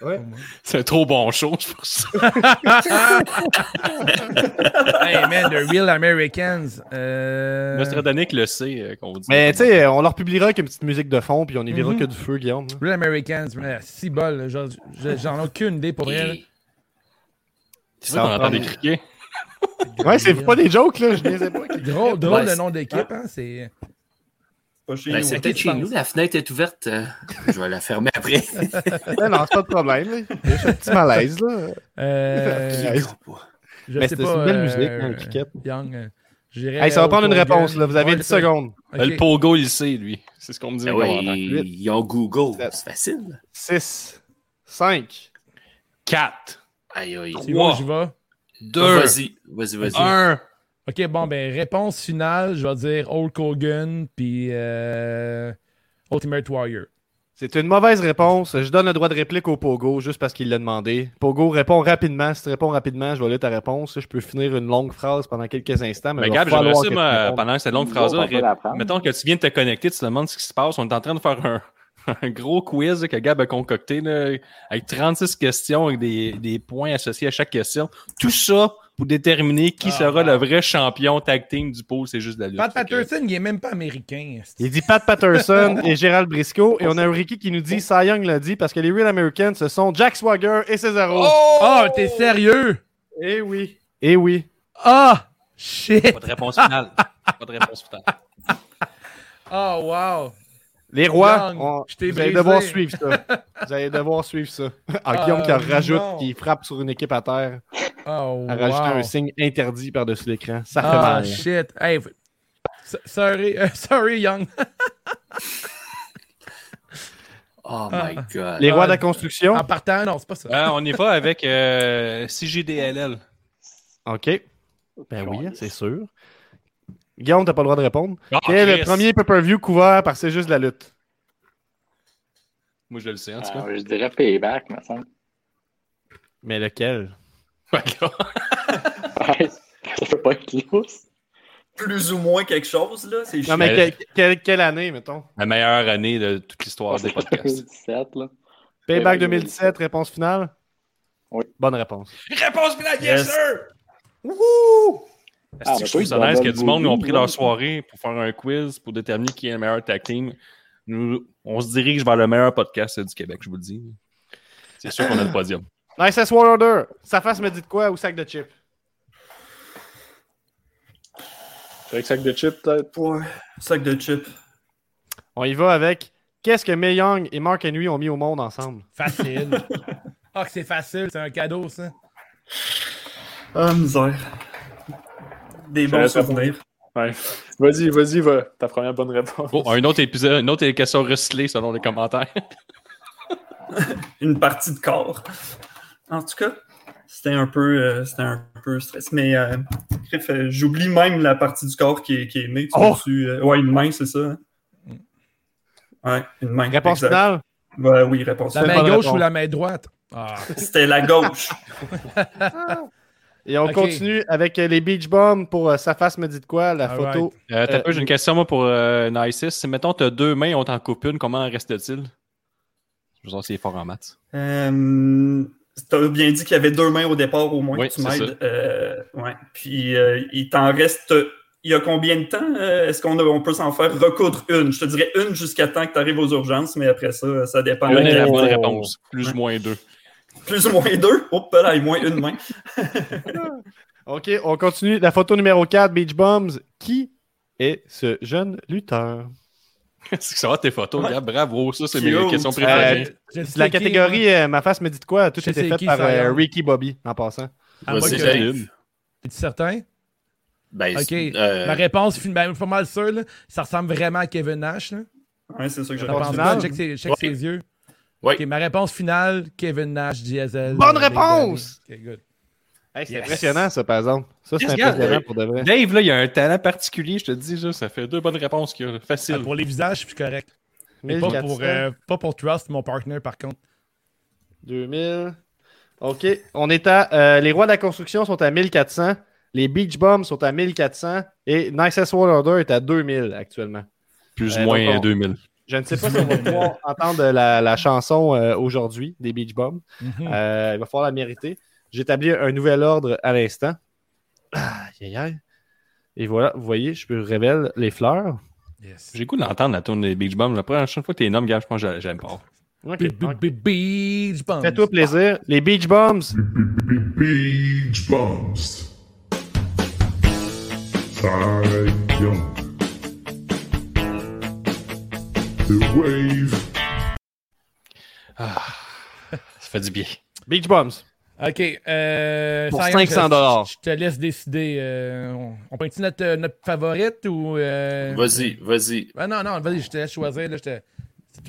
[SPEAKER 3] Ouais.
[SPEAKER 4] C'est un trop bon show, je pense.
[SPEAKER 1] hey man, The Real Americans. Euh...
[SPEAKER 4] Nostradamus le sait, euh, qu'on dit.
[SPEAKER 3] Mais tu sais, on leur publiera avec une petite musique de fond, puis on y verra
[SPEAKER 1] Mhm.
[SPEAKER 3] que du feu, Guillaume. là.
[SPEAKER 1] Real Americans, mais six bols, genre, je- j'en ai aucune idée pour rien.
[SPEAKER 6] Hi.
[SPEAKER 4] c'est ça, on entend des criquets.
[SPEAKER 3] hein. Ouais, c'est pas des jokes, là, je les ai pas.
[SPEAKER 1] Drôle, drôle
[SPEAKER 6] Ouais,
[SPEAKER 1] le nom d'équipe, hein, c'est...
[SPEAKER 8] Pas chez
[SPEAKER 6] Ben,
[SPEAKER 8] nous.
[SPEAKER 6] c'est
[SPEAKER 1] qui
[SPEAKER 6] peut-être
[SPEAKER 1] tu
[SPEAKER 6] chez
[SPEAKER 1] penses?
[SPEAKER 6] nous, la fenêtre est ouverte. Euh, Je vais la *laughs* fermer après.
[SPEAKER 3] *laughs* Non, non, c'est pas de problème. là. Il y a juste un petit malaise, là.
[SPEAKER 1] Euh,
[SPEAKER 3] Hey,
[SPEAKER 1] je
[SPEAKER 3] Mais
[SPEAKER 1] sais
[SPEAKER 3] c'est
[SPEAKER 1] pas,
[SPEAKER 3] une belle
[SPEAKER 1] euh,
[SPEAKER 3] musique, hein, le cricket.
[SPEAKER 1] Young, euh, j'irais
[SPEAKER 3] Hey, ça va
[SPEAKER 1] au
[SPEAKER 3] prendre une
[SPEAKER 1] Kogan.
[SPEAKER 3] réponse, là. Vous avez
[SPEAKER 1] Ouais,
[SPEAKER 3] 10
[SPEAKER 1] ça-
[SPEAKER 3] secondes.
[SPEAKER 1] ok.
[SPEAKER 4] Euh, Le pogo, il le sait, lui. C'est ce qu'on me dit.
[SPEAKER 6] Ben
[SPEAKER 4] en
[SPEAKER 6] ouais,
[SPEAKER 4] commentaire.
[SPEAKER 6] ils ils ont Google. C'est facile.
[SPEAKER 3] 6, 5.
[SPEAKER 4] 4,
[SPEAKER 6] Aïe, aïe.
[SPEAKER 1] C'est bon,
[SPEAKER 4] Trois.
[SPEAKER 1] j'y vais.
[SPEAKER 4] 2,
[SPEAKER 6] Vas-y, vas-y, vas-y.
[SPEAKER 4] 1.
[SPEAKER 1] Ok, bon, ben, réponse finale, je vais dire Hulk Hogan, puis euh, Ultimate Warrior.
[SPEAKER 3] C'est une mauvaise réponse. Je donne le droit de réplique au Pogo juste parce qu'il l'a demandé. Pogo, réponds rapidement. Si tu réponds rapidement, je vais lire ta réponse. Je peux finir une longue phrase pendant quelques instants. Mais,
[SPEAKER 1] Ben,
[SPEAKER 4] Mais
[SPEAKER 3] il va
[SPEAKER 4] Gab,
[SPEAKER 3] falloir
[SPEAKER 4] j'aimerais
[SPEAKER 3] que
[SPEAKER 4] ça,
[SPEAKER 3] tu
[SPEAKER 4] moi,
[SPEAKER 3] répondes.
[SPEAKER 4] pendant cette longue
[SPEAKER 7] Nous
[SPEAKER 4] phrase
[SPEAKER 7] autres, on peut la prendre.
[SPEAKER 4] mettons que tu viens de te connecter, tu te demandes ce qui se passe. On est en train de faire un, *laughs* un gros quiz là, que Gab a concocté, là, avec 36 questions, avec des, des points associés à chaque question. Tout ça pour déterminer qui
[SPEAKER 1] Ah,
[SPEAKER 4] sera
[SPEAKER 1] wow.
[SPEAKER 4] le vrai champion tag team du pôle, c'est juste de la lutte.
[SPEAKER 1] Pat
[SPEAKER 4] Fait que-
[SPEAKER 1] Patterson, il est même pas américain. esti.
[SPEAKER 3] Il dit Pat Patterson et Gérald Briscoe. Et on a Ricky qui nous dit Cy Young l'a dit parce que les Real Americans, ce sont Jack Swagger et Cesaro.
[SPEAKER 1] Oh, t'es sérieux?
[SPEAKER 3] Eh oui. Eh oui.
[SPEAKER 1] Ah! shit!
[SPEAKER 4] Pas de réponse finale. Pas de réponse finale.
[SPEAKER 1] Oh, wow!
[SPEAKER 3] Les rois,
[SPEAKER 1] Young,
[SPEAKER 3] on-
[SPEAKER 1] je t'ai
[SPEAKER 3] Ah, vous allez
[SPEAKER 1] brisé.
[SPEAKER 3] devoir suivre ça. vous allez devoir
[SPEAKER 1] *laughs*
[SPEAKER 3] suivre ça. Ah, Guillaume qui en
[SPEAKER 1] Ah,
[SPEAKER 3] rajoute,
[SPEAKER 1] non.
[SPEAKER 3] qui frappe sur une équipe à terre,
[SPEAKER 1] Oh,
[SPEAKER 3] à rajouter
[SPEAKER 1] wow.
[SPEAKER 3] un signe interdit par-dessus l'écran. Ça fait
[SPEAKER 1] Ah,
[SPEAKER 3] mal. hein.
[SPEAKER 1] shit! Hey, f- so- sorry, euh, sorry, Young.
[SPEAKER 6] Oh my god.
[SPEAKER 3] Les rois
[SPEAKER 1] Ah,
[SPEAKER 3] de la construction.
[SPEAKER 1] En partant, non, c'est pas ça.
[SPEAKER 4] *laughs* Euh, on y va avec euh, CJDLL.
[SPEAKER 1] ah.
[SPEAKER 3] OK. Ben
[SPEAKER 4] hein,
[SPEAKER 3] oui, c'est sûr. Guillaume, t'as pas le droit de répondre.
[SPEAKER 4] Ah,
[SPEAKER 3] Quel est le
[SPEAKER 4] Chris.
[SPEAKER 3] premier pay-per-view couvert par C'est juste la lutte?
[SPEAKER 4] Moi, je le sais, en tout cas.
[SPEAKER 7] Ah, je dirais payback, me semble. *laughs*
[SPEAKER 3] Mais lequel?
[SPEAKER 7] Ouais, ça peut pas être lousse.
[SPEAKER 8] Plus ou moins quelque chose, là. C'est
[SPEAKER 3] Non,
[SPEAKER 8] chiant.
[SPEAKER 3] mais
[SPEAKER 4] Elle-
[SPEAKER 3] que- quelle- quelle année, mettons?
[SPEAKER 4] La meilleure année de toute l'histoire
[SPEAKER 7] *laughs*
[SPEAKER 4] des podcasts.
[SPEAKER 7] 2017, là.
[SPEAKER 1] Eh
[SPEAKER 3] Payback 2017, réponse finale?
[SPEAKER 7] Oui.
[SPEAKER 3] Bonne réponse.
[SPEAKER 4] Réponse finale,
[SPEAKER 8] yes,
[SPEAKER 4] sir!
[SPEAKER 7] Ah,
[SPEAKER 4] Est-ce que
[SPEAKER 7] mais
[SPEAKER 4] je trouve
[SPEAKER 7] toi,
[SPEAKER 4] ça
[SPEAKER 7] ils doivent
[SPEAKER 4] nice qu'il y a
[SPEAKER 7] le
[SPEAKER 4] du monde qui ont
[SPEAKER 7] movie,
[SPEAKER 4] pris
[SPEAKER 7] là.
[SPEAKER 4] leur soirée pour faire un quiz pour déterminer qui est le meilleur tag team? Nous, on se dirige vers le meilleur podcast euh, du Québec, je vous le dis. C'est sûr qu'on a le podium.
[SPEAKER 3] Nice S War Order. Sa face me dit de quoi ou sac de chips?
[SPEAKER 5] Avec sac de chips, peut-être.
[SPEAKER 8] Ouais. Sac de chips.
[SPEAKER 3] On y va avec qu'est-ce que May Young et Mark Henry ont mis au monde ensemble?
[SPEAKER 1] Facile. Ah, que c'est facile, c'est un cadeau, ça.
[SPEAKER 8] Ah, misère. Des bons
[SPEAKER 5] J'aurais pas
[SPEAKER 8] souvenirs.
[SPEAKER 5] Ouais. Vas-y, vas-y, va. Ta première bonne réponse.
[SPEAKER 4] *laughs* Oh, un autre épisode, une autre question recyclée selon les commentaires.
[SPEAKER 8] Une partie de corps. En tout cas, c'était un peu, euh, c'était un peu stress. Mais euh, Griff, euh, j'oublie même la partie du corps qui est, qui est née. Tu
[SPEAKER 3] Oh! Mm.
[SPEAKER 8] vois-tu, euh, ouais, une main, c'est ça. hein? Ouais, une main.
[SPEAKER 3] Réponse
[SPEAKER 8] exact.
[SPEAKER 3] finale?
[SPEAKER 8] Ouais, oui, réponse
[SPEAKER 1] La
[SPEAKER 8] finale.
[SPEAKER 1] main
[SPEAKER 3] bonne
[SPEAKER 1] gauche ou
[SPEAKER 3] réponse.
[SPEAKER 1] la main droite? Ah.
[SPEAKER 8] C'était la gauche.
[SPEAKER 3] Et on
[SPEAKER 1] Ok.
[SPEAKER 3] continue avec euh, les Beach Bombs pour euh, sa face me dit de quoi? La
[SPEAKER 1] Alright.
[SPEAKER 3] photo.
[SPEAKER 4] Euh, t'as
[SPEAKER 3] Euh,
[SPEAKER 4] pas, j'ai une question moi pour euh, Nicis. Si, mettons, t'as deux mains, on t'en coupe une, comment en reste-t-il? Je veux savoir s'il est fort en maths.
[SPEAKER 8] Euh, T'as bien dit qu'il y avait deux mains au départ, au moins,
[SPEAKER 4] Oui,
[SPEAKER 8] que tu
[SPEAKER 4] c'est
[SPEAKER 8] m'aides. Euh, ouais. Puis euh, il t'en reste. Il y a combien de temps euh, Est-ce qu'on a- on peut s'en faire recoudre une Je te dirais une jusqu'à temps que tu arrives aux urgences, mais après ça, ça dépend.
[SPEAKER 4] Une
[SPEAKER 8] de
[SPEAKER 4] est
[SPEAKER 8] la-
[SPEAKER 4] la bonne réponse. Plus ou moins deux. *laughs*
[SPEAKER 8] Plus ou moins deux. Hop là, et moins une main.
[SPEAKER 3] OK, on continue. La photo numéro 4, Beach Bombs. Qui est ce jeune lutteur?
[SPEAKER 4] C'est que ça va tes photos,
[SPEAKER 8] Ouais.
[SPEAKER 4] gars. Bravo, ça, c'est
[SPEAKER 8] Cute.
[SPEAKER 4] mes questions
[SPEAKER 3] Euh,
[SPEAKER 4] préférées.
[SPEAKER 1] Je sais
[SPEAKER 3] C'est la
[SPEAKER 1] qui,
[SPEAKER 3] catégorie euh, Ma face me dit de quoi? Tout
[SPEAKER 1] Je
[SPEAKER 3] était
[SPEAKER 1] sais
[SPEAKER 3] fait
[SPEAKER 1] qui,
[SPEAKER 3] par
[SPEAKER 1] ça,
[SPEAKER 3] euh,
[SPEAKER 1] là.
[SPEAKER 3] Ricky Bobby en passant.
[SPEAKER 1] Ah,
[SPEAKER 6] Ouais,
[SPEAKER 1] moi,
[SPEAKER 6] c'est
[SPEAKER 1] que-
[SPEAKER 6] ça.
[SPEAKER 4] solide.
[SPEAKER 1] Es-tu certain?
[SPEAKER 6] Ben,
[SPEAKER 1] Ok.
[SPEAKER 6] c'est- euh,
[SPEAKER 1] Ma réponse, fin- ben, pas mal sûr, là, ça ressemble vraiment à Kevin Nash. Là.
[SPEAKER 8] Ouais, c'est ça que je
[SPEAKER 1] T'en penses
[SPEAKER 8] pense.
[SPEAKER 3] finale?
[SPEAKER 1] pas? Check, ses, check
[SPEAKER 6] Ouais.
[SPEAKER 1] ses yeux.
[SPEAKER 6] Ouais.
[SPEAKER 1] Ok, ma réponse finale, Kevin Nash, diesel.
[SPEAKER 3] Bonne
[SPEAKER 1] euh, Big
[SPEAKER 3] réponse!
[SPEAKER 1] Daddy. Ok, good.
[SPEAKER 3] Hey, c'est
[SPEAKER 1] Yes.
[SPEAKER 3] impressionnant, ça, par exemple. Ça, c'est
[SPEAKER 4] Yes, regarde,
[SPEAKER 3] impressionnant
[SPEAKER 4] euh,
[SPEAKER 3] pour de vrai.
[SPEAKER 4] Dave, là, il a un talent particulier, je te dis, là, ça fait deux bonnes réponses qu'il a. là.
[SPEAKER 1] Ah,
[SPEAKER 4] Facile.
[SPEAKER 1] pour les visages, je suis correct. Mais pas
[SPEAKER 3] 1400.
[SPEAKER 1] pour, euh, pas pour Trust, mon partner, par contre.
[SPEAKER 3] 2000. OK. On est à. euh, les rois de la construction sont à 1400. Les Beach Bombs sont à 1400. Et Nice S World Order est à 2000 actuellement.
[SPEAKER 4] Plus
[SPEAKER 3] Euh,
[SPEAKER 4] ou moins
[SPEAKER 3] donc, on-
[SPEAKER 4] 2000.
[SPEAKER 3] Je ne sais pas si on va *laughs* pouvoir entendre la, la chanson euh, aujourd'hui des Beach Bombs.
[SPEAKER 1] Mhm.
[SPEAKER 3] Euh, il va falloir la mériter. J'établis un nouvel ordre à l'instant. Ah, aïe, aïe. Et voilà, vous voyez, je vous révèle les fleurs.
[SPEAKER 1] Yes.
[SPEAKER 4] J'ai le goût d'entendre la tourne des Beach Bombs. La première fois que t'es nomme, gars, je pense que j'aime- j'aime pas.
[SPEAKER 3] OK.
[SPEAKER 1] Be- be- be- Beach Bums.
[SPEAKER 3] Fais-toi plaisir. Les Beach Bombs.
[SPEAKER 9] Beach Bums. Cy Young. The Wave.
[SPEAKER 4] Ça fait du bien.
[SPEAKER 3] Beach Bombs.
[SPEAKER 1] OK. euh,
[SPEAKER 3] Pour
[SPEAKER 1] Sion,
[SPEAKER 3] 500
[SPEAKER 1] Je, je te laisse décider. euh, on on peut-tu notre, euh, notre favorite ou. euh,
[SPEAKER 6] Vas-y, vas-y.
[SPEAKER 1] Ah non, non, vas-y, je te laisse choisir. Là, je te...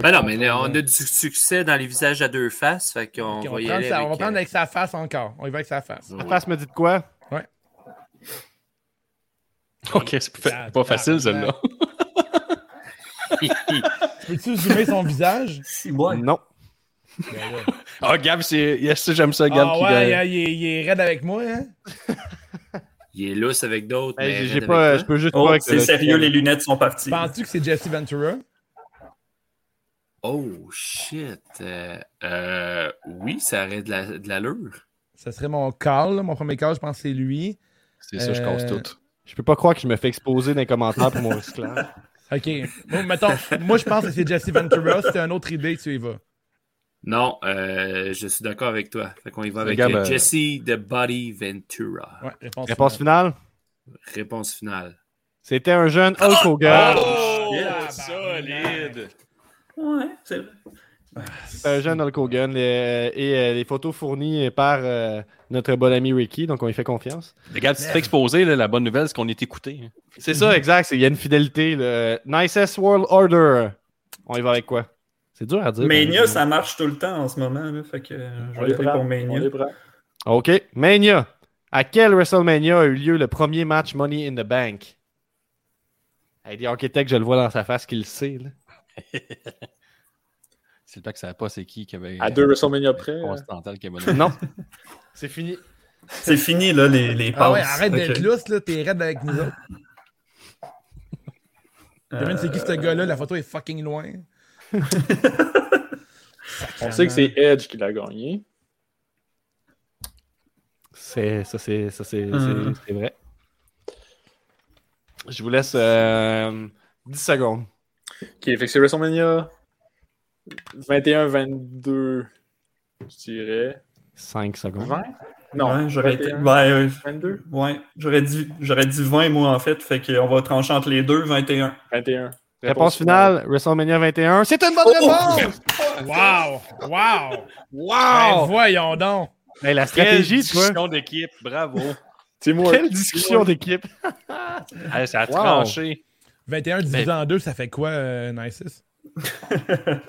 [SPEAKER 6] Ben non, mais on a du succès dans les visages à deux faces, fait qu'on
[SPEAKER 1] Ok, on,
[SPEAKER 6] va
[SPEAKER 1] va
[SPEAKER 6] y
[SPEAKER 1] prendre
[SPEAKER 6] aller.
[SPEAKER 1] sa- on va
[SPEAKER 6] avec,
[SPEAKER 1] prendre
[SPEAKER 6] euh,
[SPEAKER 1] avec sa face encore. On y va avec sa
[SPEAKER 6] *laughs*
[SPEAKER 1] face.
[SPEAKER 3] La
[SPEAKER 6] oui.
[SPEAKER 3] face me dit de quoi?
[SPEAKER 4] *laughs* Ok, c'est pas, fa- pas facile, celle-là.
[SPEAKER 1] Peux-tu zoomer son visage?
[SPEAKER 8] Si, ouais.
[SPEAKER 3] Non.
[SPEAKER 4] Ah, Gab, c'est. Yes, ça, j'aime ça, Gab.
[SPEAKER 1] Ben Ah
[SPEAKER 4] qui
[SPEAKER 1] ouais,
[SPEAKER 4] gagne.
[SPEAKER 1] il, est- il est raide avec moi, hein?
[SPEAKER 6] Il est lousse avec d'autres.
[SPEAKER 3] Hey,
[SPEAKER 6] mais
[SPEAKER 3] j'ai-
[SPEAKER 6] arrête
[SPEAKER 3] j'ai
[SPEAKER 6] avec
[SPEAKER 3] pas, euh,
[SPEAKER 6] toi.
[SPEAKER 3] Ben, je peux juste
[SPEAKER 8] Oh,
[SPEAKER 3] pas. que
[SPEAKER 8] c'est
[SPEAKER 3] le-
[SPEAKER 8] sérieux, les lunettes sont parties.
[SPEAKER 1] Penses-tu que c'est Jesse Ventura?
[SPEAKER 6] Oh shit. Euh, euh, oui, ça aurait de la- de l'allure.
[SPEAKER 1] Ce serait mon call, là, mon premier call, je pense que c'est lui.
[SPEAKER 4] C'est ça, je
[SPEAKER 1] Euh,
[SPEAKER 4] casse tout.
[SPEAKER 3] Je peux pas croire que je me fais exposer dans les commentaires *laughs* pour mon recyclage.
[SPEAKER 1] OK. Moi, mettons, moi, je pense que c'est Jesse Ventura. Si t'as une autre idée, tu y vas.
[SPEAKER 6] non, euh, je suis d'accord avec toi. Fait qu'on y va avec
[SPEAKER 4] Regarde,
[SPEAKER 6] euh,
[SPEAKER 4] euh,
[SPEAKER 6] Jesse The Body Ventura.
[SPEAKER 1] Ouais, réponse,
[SPEAKER 3] Réponse finale
[SPEAKER 6] Réponse finale.
[SPEAKER 3] c'était un jeune Hulk Hogan.
[SPEAKER 4] Oh,
[SPEAKER 1] shit.
[SPEAKER 4] solide!
[SPEAKER 8] Ouais, c'est vrai.
[SPEAKER 3] C'était un jeune Euh, Hulk Hogan. les- et euh, les photos fournies par euh, notre bon ami Ricky, donc on lui fait confiance.
[SPEAKER 4] Gab, si tu t'es exposé, là, la bonne nouvelle, c'est qu'on est écouté. hein.
[SPEAKER 3] C'est ça, exact. c'est- Il y a une fidélité. Le nicest World Order. On y va avec quoi C'est dur à dire.
[SPEAKER 8] Mania,
[SPEAKER 3] par
[SPEAKER 8] ça marche tout le temps en ce moment. Là, fait que euh, je
[SPEAKER 5] On
[SPEAKER 8] vais
[SPEAKER 5] les
[SPEAKER 8] aller pour
[SPEAKER 5] prend. On
[SPEAKER 8] Mania.
[SPEAKER 5] les prend.
[SPEAKER 3] exemple. Ok. Mania. À quel WrestleMania a eu lieu le premier match Money in the Bank Hey, The Architect, je le vois dans sa face qu'il le sait. là.
[SPEAKER 10] C'est le temps que ça savait pas c'est qui qui avait.
[SPEAKER 5] À deux WrestleMania près.
[SPEAKER 10] Constantel qui avait-
[SPEAKER 3] *laughs* Non. C'est fini.
[SPEAKER 8] C'est fini, là, les, les passes.
[SPEAKER 1] Ah ouais, arrête
[SPEAKER 8] Ok.
[SPEAKER 1] d'être lousse, là, t'es raide avec nous autres.
[SPEAKER 8] Euh,
[SPEAKER 1] Devine c'est qui ce gars-là, la photo est fucking loin.
[SPEAKER 5] On sait que c'est Edge qui l'a gagné.
[SPEAKER 3] C'est, ça, c'est, ça, c'est,
[SPEAKER 8] Hmm.
[SPEAKER 3] c'est- c'est vrai. Je vous laisse euh, 10 secondes.
[SPEAKER 5] Ok, fait que c'est WrestleMania 21-22, je dirais.
[SPEAKER 3] 5 secondes.
[SPEAKER 8] Non,
[SPEAKER 5] Non,
[SPEAKER 8] j'aurais été.
[SPEAKER 5] 21,
[SPEAKER 8] ben, euh,
[SPEAKER 5] 22?
[SPEAKER 8] ouais, j'aurais dit, j'aurais dit 20, moi, en fait. Fait qu'on va trancher entre les deux, 21. *laughs*
[SPEAKER 5] 21.
[SPEAKER 3] Réponse finale, WrestleMania 21. C'est une bonne
[SPEAKER 8] Oh,
[SPEAKER 3] réponse!
[SPEAKER 1] Wow! Wow! Ben,
[SPEAKER 3] Wow!
[SPEAKER 1] voyons donc!
[SPEAKER 3] Hey, la
[SPEAKER 4] Quelle
[SPEAKER 3] stratégie, tu vois.
[SPEAKER 4] discussion d'équipe, bravo.
[SPEAKER 5] Teamwork.
[SPEAKER 3] Quelle discussion d'équipe.
[SPEAKER 4] Hey, ça a
[SPEAKER 3] Wow.
[SPEAKER 4] tranché.
[SPEAKER 1] 21 divisé en 2, ça fait quoi, euh, Nices?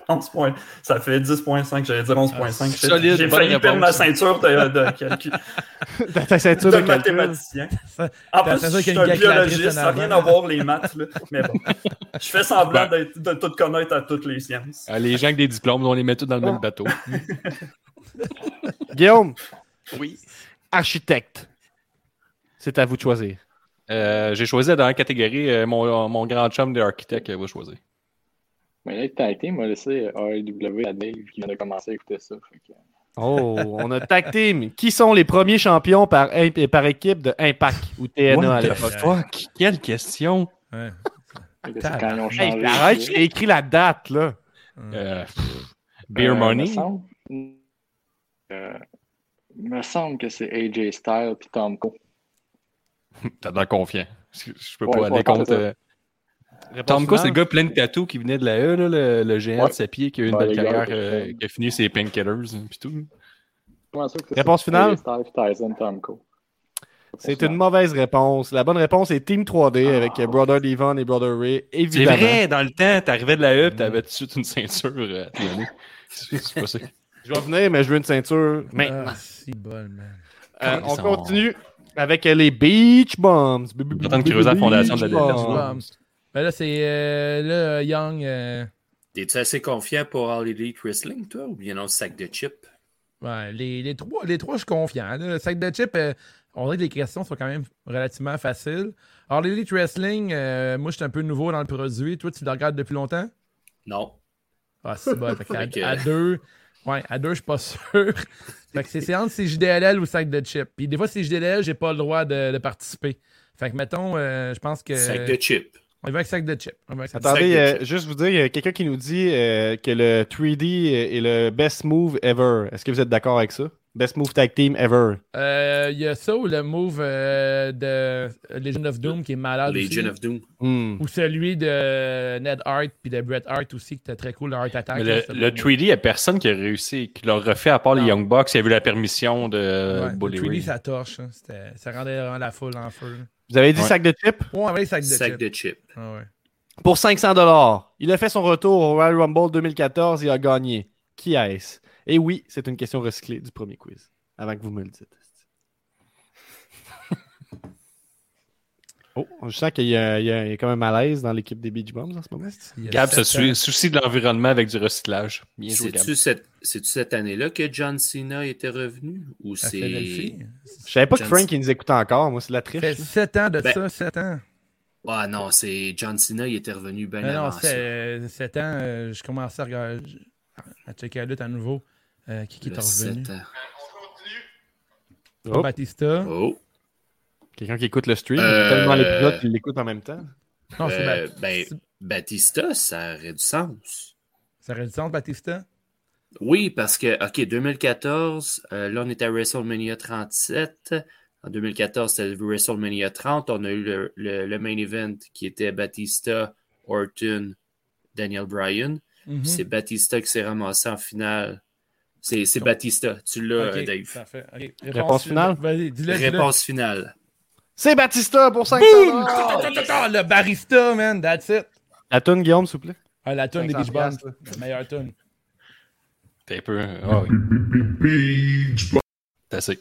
[SPEAKER 8] 11 points. Ça fait 10.5, j'allais dire 11.5. J'ai-
[SPEAKER 4] solide,
[SPEAKER 8] J'ai
[SPEAKER 4] bonne
[SPEAKER 8] failli
[SPEAKER 4] réponse.
[SPEAKER 8] perdre ma ceinture de, de calcul.
[SPEAKER 3] *laughs* Dans ta ceinture
[SPEAKER 8] de
[SPEAKER 3] de calcul.
[SPEAKER 8] mathématicien.
[SPEAKER 1] Ça-
[SPEAKER 8] En
[SPEAKER 1] t'as
[SPEAKER 8] plus,
[SPEAKER 1] ça
[SPEAKER 8] je
[SPEAKER 1] qu'il y
[SPEAKER 8] suis
[SPEAKER 1] a une
[SPEAKER 8] un
[SPEAKER 1] calculatrice
[SPEAKER 8] biologiste, ça
[SPEAKER 1] en
[SPEAKER 8] n'a
[SPEAKER 1] avant.
[SPEAKER 8] rien à voir les maths, là. mais bon. Je fais semblant d'être- de tout connaître à toutes les sciences.
[SPEAKER 4] Euh,
[SPEAKER 10] Ah, les gens avec des diplômes, on les met tous dans le
[SPEAKER 5] Ah.
[SPEAKER 10] même bateau.
[SPEAKER 3] Guillaume,
[SPEAKER 4] Oui.
[SPEAKER 3] architecte. C'est à vous de choisir.
[SPEAKER 4] Euh, J'ai choisi dans la catégorie euh, mon, mon grand chum de architecte euh, va choisir.
[SPEAKER 7] Mais là, t'as été, m'a laissé euh, AEW à Dave qui vient de commencer à écouter ça. Fait que,
[SPEAKER 3] Oh, on a tag team. Qui sont les premiers champions par, imp- par équipe de Impact ou TNA à
[SPEAKER 4] What the
[SPEAKER 3] l'époque?
[SPEAKER 4] fuck? Quelle question?
[SPEAKER 1] Ouais.
[SPEAKER 7] fait que c'est quand ils ont changé.
[SPEAKER 3] Hey, arrête,
[SPEAKER 7] tu
[SPEAKER 3] j'ai
[SPEAKER 7] sais.
[SPEAKER 3] écrit la date, là.
[SPEAKER 4] Euh, pff, beer
[SPEAKER 7] Euh,
[SPEAKER 4] money?
[SPEAKER 7] Me semble, Euh, me semble que c'est AJ Styles puis Tom Cole.
[SPEAKER 4] T'as de l'air confiant. Je, je peux
[SPEAKER 7] Ouais,
[SPEAKER 4] pas aller
[SPEAKER 7] faut
[SPEAKER 4] contre.
[SPEAKER 7] attendre
[SPEAKER 4] euh, Tom Cole, c'est le gars plein de tatous qui venait de la E, là, le, le géant
[SPEAKER 7] Ouais.
[SPEAKER 4] de sa pied qui a eu une
[SPEAKER 7] Ouais,
[SPEAKER 4] belle
[SPEAKER 7] les gars,
[SPEAKER 4] carrière,
[SPEAKER 7] c'est
[SPEAKER 4] euh, qui a fini ses painkillers hein, pis tout.
[SPEAKER 7] Je suis sûr que c'est
[SPEAKER 3] Réponse
[SPEAKER 7] ça.
[SPEAKER 3] finale?
[SPEAKER 7] AJ Styles puis Tyson Tom Cole.
[SPEAKER 3] C'est une mauvaise réponse. La bonne réponse est Team 3D avec euh, Brother Devon et Brother Ray,
[SPEAKER 4] C'est
[SPEAKER 3] évidemment.
[SPEAKER 4] vrai, dans le temps, t'arrivais de la E pis t'avais tout de suite une ceinture euh, à te donner. C'est c'est pas ça.
[SPEAKER 3] Je vais venir, mais je veux une ceinture. Mais
[SPEAKER 1] Ah, si bol, man.
[SPEAKER 3] euh, on
[SPEAKER 4] ils sont-
[SPEAKER 3] continue avec euh, les Beach Bombs.
[SPEAKER 4] suis en train de creuser la fondation de la
[SPEAKER 3] Beach
[SPEAKER 4] défense.
[SPEAKER 3] Bombs.
[SPEAKER 1] Bombs. Ben là, c'est euh, là, Young. euh,
[SPEAKER 6] T'es-tu assez confiant pour All Elite Wrestling, toi, ou bien non, sac de chips?
[SPEAKER 1] ouais, les, les trois, les trois, je suis confiant. là. Le sac de chips, euh, on dirait que les questions sont quand même relativement faciles. Alors, l'Elite Wrestling, euh, moi, je suis un peu nouveau dans le produit. Toi, tu le regardes depuis longtemps?
[SPEAKER 6] Non.
[SPEAKER 1] Ah, c'est bon. Fait qu'à-
[SPEAKER 6] Fait que-
[SPEAKER 1] à, deux, ouais, à deux, je suis pas *laughs* sûr. fait que c'est c'est entre CJDLL ou sac de chips. Puis des fois, CJDLL, j'ai pas le droit de, de participer. Fait que, mettons, euh, je pense que.
[SPEAKER 6] Sac de chips.
[SPEAKER 1] On y va avec sac de chips. On y va avec sac de
[SPEAKER 3] Attendez,
[SPEAKER 6] Sac de
[SPEAKER 3] euh, juste vous dire, il y a quelqu'un qui nous dit euh, que le 3D est le best move ever. Est-ce que vous êtes d'accord avec ça? Best move tag team ever.
[SPEAKER 1] Euh, Il y a ça ou le move euh, de Legion of Doom qui est malade. aussi,
[SPEAKER 6] Legion
[SPEAKER 1] là.
[SPEAKER 6] of Doom.
[SPEAKER 3] Hmm.
[SPEAKER 1] Ou celui de Ned Hart puis de Bret Hart aussi, qui était très cool, le Hart Attack.
[SPEAKER 4] Mais
[SPEAKER 1] là,
[SPEAKER 4] le,
[SPEAKER 1] c'est
[SPEAKER 4] le
[SPEAKER 1] bon.
[SPEAKER 4] 3D, il n'y a personne qui a réussi, qui l'a refait à part les
[SPEAKER 1] Non.
[SPEAKER 4] Young Bucks. Il y a eu la permission
[SPEAKER 1] Ouais,
[SPEAKER 4] de euh, Bully
[SPEAKER 1] le 3D,
[SPEAKER 4] Ray.
[SPEAKER 1] ça torche. hein. C'était- Ça rendait vraiment la foule en feu. là.
[SPEAKER 3] Vous avez dit
[SPEAKER 4] Ouais.
[SPEAKER 3] sac de chips?
[SPEAKER 1] Ouais, on va avec sac de
[SPEAKER 6] Sac
[SPEAKER 1] chips.
[SPEAKER 6] de chips.
[SPEAKER 1] Ah ouais.
[SPEAKER 3] Pour 500 Il a fait son retour au Royal Rumble 2014 et a gagné. Qui est-ce? Et oui, c'est une question recyclée du premier quiz. Avant que vous me le dites. oh, je sens qu'il y, a- il y a il y a comme un malaise dans l'équipe des Beach Bombs en ce moment.
[SPEAKER 1] Il y a
[SPEAKER 4] Gab se
[SPEAKER 1] sept ans.
[SPEAKER 4] sou- soucie de l'environnement avec du recyclage. Bien joué, Gab.
[SPEAKER 6] C'est-tu cette, c'est-tu cette année-là que John Cena était revenu? Ou
[SPEAKER 1] À
[SPEAKER 6] c'est.
[SPEAKER 1] Philadelphie.
[SPEAKER 3] Je savais pas que
[SPEAKER 6] John-
[SPEAKER 3] Frank il nous écoutait encore. Moi, c'est de la triche.
[SPEAKER 1] Ça fait
[SPEAKER 3] là.
[SPEAKER 1] 7 ans de
[SPEAKER 6] Ben-
[SPEAKER 1] ça, 7 ans.
[SPEAKER 6] Ah non, c'est John Cena, il était revenu bien
[SPEAKER 1] Mais Ben non,
[SPEAKER 6] avant ça.
[SPEAKER 1] c'est 7 ans, euh, je commençais à regarder, je- à checker la lutte à nouveau. Euh, qui qui est
[SPEAKER 6] Le
[SPEAKER 1] revenu?
[SPEAKER 6] sept ans.
[SPEAKER 1] Pas
[SPEAKER 3] Oh.
[SPEAKER 1] Batista.
[SPEAKER 6] Oh.
[SPEAKER 3] Quelqu'un qui écoute le stream,
[SPEAKER 6] Euh,
[SPEAKER 3] tellement l'épisode qu'il l'écoute en même temps.
[SPEAKER 1] Non, c'est
[SPEAKER 6] Euh,
[SPEAKER 1] Bat-
[SPEAKER 6] ben,
[SPEAKER 1] c'est-
[SPEAKER 6] Batista, ça aurait du sens.
[SPEAKER 1] Ça aurait du sens, Batista?
[SPEAKER 6] Oui, parce que, OK, 2014, euh, là, on était à WrestleMania 37. En 2014, c'était WrestleMania 30. On a eu le, le- le main event qui était Batista, Orton, Daniel Bryan.
[SPEAKER 1] Mhm.
[SPEAKER 6] C'est Batista qui s'est ramassé en finale. C'est c'est Batista. Tu l'as,
[SPEAKER 1] Ok,
[SPEAKER 6] euh, Dave.
[SPEAKER 1] parfait. Ok, euh,
[SPEAKER 3] Réponse finale?
[SPEAKER 1] Vas-y, dis-le. dis-le.
[SPEAKER 6] Réponse finale.
[SPEAKER 3] C'est Batista pour 500
[SPEAKER 1] Ah, ta, ta, ta, Le barista, man, that's it.
[SPEAKER 3] La toune, Guillaume, s'il vous plaît.
[SPEAKER 1] Ah, la tune des Beach
[SPEAKER 3] 500
[SPEAKER 1] Boys.
[SPEAKER 3] piastres,
[SPEAKER 1] La meilleure tune.
[SPEAKER 4] T'es un peu. Ah oui,
[SPEAKER 9] Beach Bombs.
[SPEAKER 4] t'as assez.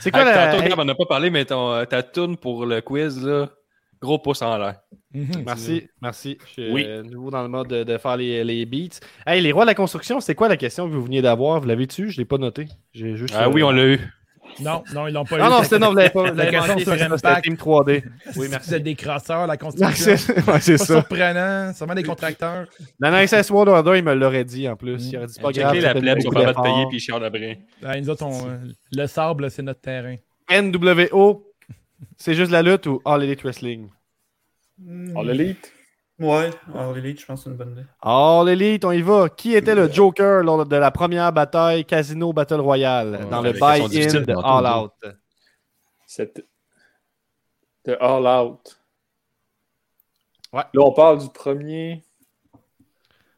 [SPEAKER 3] C'est quoi
[SPEAKER 4] Hey,
[SPEAKER 3] la...
[SPEAKER 4] Tantôt,
[SPEAKER 3] hey,
[SPEAKER 4] Gab, on n'a pas parlé, mais ton, euh, ta tourne pour le quiz, là, gros pouce en l'air.
[SPEAKER 1] Mhm.
[SPEAKER 3] Merci, merci. Je suis
[SPEAKER 1] Oui.
[SPEAKER 3] euh, nouveau dans le mode de, de faire les, les beats. Hey, les rois de la construction, c'est quoi la question que vous veniez d'avoir? Vous l'avez tu Je ne l'ai pas noté. J'ai juste, euh,
[SPEAKER 4] Ah oui, on l'a eu.
[SPEAKER 1] Non, non, ils l'ont pas
[SPEAKER 3] Non,
[SPEAKER 1] eu.
[SPEAKER 3] non, c'était- non, vous l'avez pas- vous
[SPEAKER 1] La
[SPEAKER 3] l'avez
[SPEAKER 1] question
[SPEAKER 3] manqué,
[SPEAKER 1] sur
[SPEAKER 3] c'est ça, c'était
[SPEAKER 1] Impact.
[SPEAKER 3] Team 3D. Oui,
[SPEAKER 1] Oui,
[SPEAKER 3] merci.
[SPEAKER 1] merci. Vous êtes des crasseurs, la construction.
[SPEAKER 3] Ouais, c'est- *laughs* ouais, c'est
[SPEAKER 1] pas *laughs*
[SPEAKER 3] ça.
[SPEAKER 1] surprenant. Sûrement des contracteurs.
[SPEAKER 3] Dans l'XS World Order, il me l'aurait dit en plus. Il aurait dit pas
[SPEAKER 1] Checker
[SPEAKER 3] grave.
[SPEAKER 1] Mm. la
[SPEAKER 3] ça fait
[SPEAKER 1] plèbe,
[SPEAKER 3] beaucoup
[SPEAKER 1] ils sont pas
[SPEAKER 3] d'efforts.
[SPEAKER 1] mal payés,
[SPEAKER 4] puis Charles Labrin.
[SPEAKER 1] Ah, nous autres, on, euh, le sable, c'est notre terrain.
[SPEAKER 3] NWO, c'est juste la lutte ou All Elite Wrestling?
[SPEAKER 5] Hmm.
[SPEAKER 8] All Elite? Ouais, All Elite, je pense que c'est une bonne idée.
[SPEAKER 3] All Elite, on y va. Qui était le Joker lors de la première bataille Casino Battle Royale dans le
[SPEAKER 5] avec la question
[SPEAKER 3] buy-in
[SPEAKER 5] difficile
[SPEAKER 3] de
[SPEAKER 5] tantôt,
[SPEAKER 3] All
[SPEAKER 5] là.
[SPEAKER 3] Out?
[SPEAKER 5] C'était de All Out.
[SPEAKER 3] Ouais.
[SPEAKER 5] Là, on parle du premier.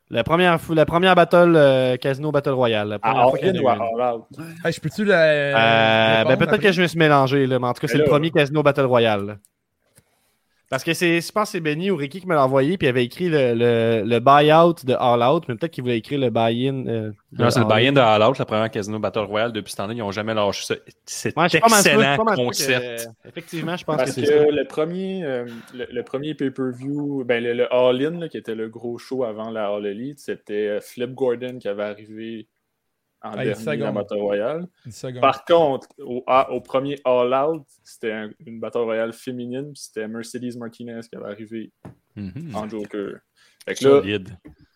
[SPEAKER 3] La première, fou- la première battle euh, Casino Battle Royale. La première
[SPEAKER 5] À
[SPEAKER 3] fois qu'il y en
[SPEAKER 5] All-In
[SPEAKER 3] a
[SPEAKER 5] ou
[SPEAKER 3] eu une.
[SPEAKER 5] à Ah, All Out?
[SPEAKER 1] Hey, je peux-tu la.
[SPEAKER 3] Euh, ben, peut-être que je me suis mélangé, là, mais en tout
[SPEAKER 1] Mais
[SPEAKER 3] cas, c'est le
[SPEAKER 1] là-
[SPEAKER 3] premier Casino Battle Royale. là. Parce que c'est, je pense que c'est Benny ou Ricky qui me l'a envoyé, puis il avait écrit le, le, le buy-out de All Out, mais peut-être qu'il voulait écrire le buy-in. euh, de
[SPEAKER 4] Non, c'est le
[SPEAKER 3] All Out.
[SPEAKER 4] buy-in de All Out, la première Casino Battle Royale. Depuis ce temps-là, ils n'ont jamais lâché ça. C'est
[SPEAKER 3] Ouais, je suis pas mal sûr- je suis
[SPEAKER 4] excellent
[SPEAKER 3] pas mal sûr que- euh,
[SPEAKER 4] concept.
[SPEAKER 3] effectivement, je pense
[SPEAKER 5] Parce
[SPEAKER 3] que
[SPEAKER 5] que,
[SPEAKER 3] c'est ça.
[SPEAKER 5] le premier, euh, le, le premier pay-per-view, ben, le, le All-In, là, qui était le gros show avant la All Elite, c'était euh, Flip Gordon qui avait arrivé en
[SPEAKER 1] Ah, une
[SPEAKER 5] dernier à
[SPEAKER 1] seconde.
[SPEAKER 5] Battle Royale.
[SPEAKER 1] Une seconde.
[SPEAKER 5] Par contre, au, à- au premier All Out, c'était un- une Battle Royale féminine, puis c'était Mercedes Martinez qui avait arrivé
[SPEAKER 6] Ah,
[SPEAKER 4] Mhm.
[SPEAKER 5] en Joker. Fait que là,
[SPEAKER 4] Solide.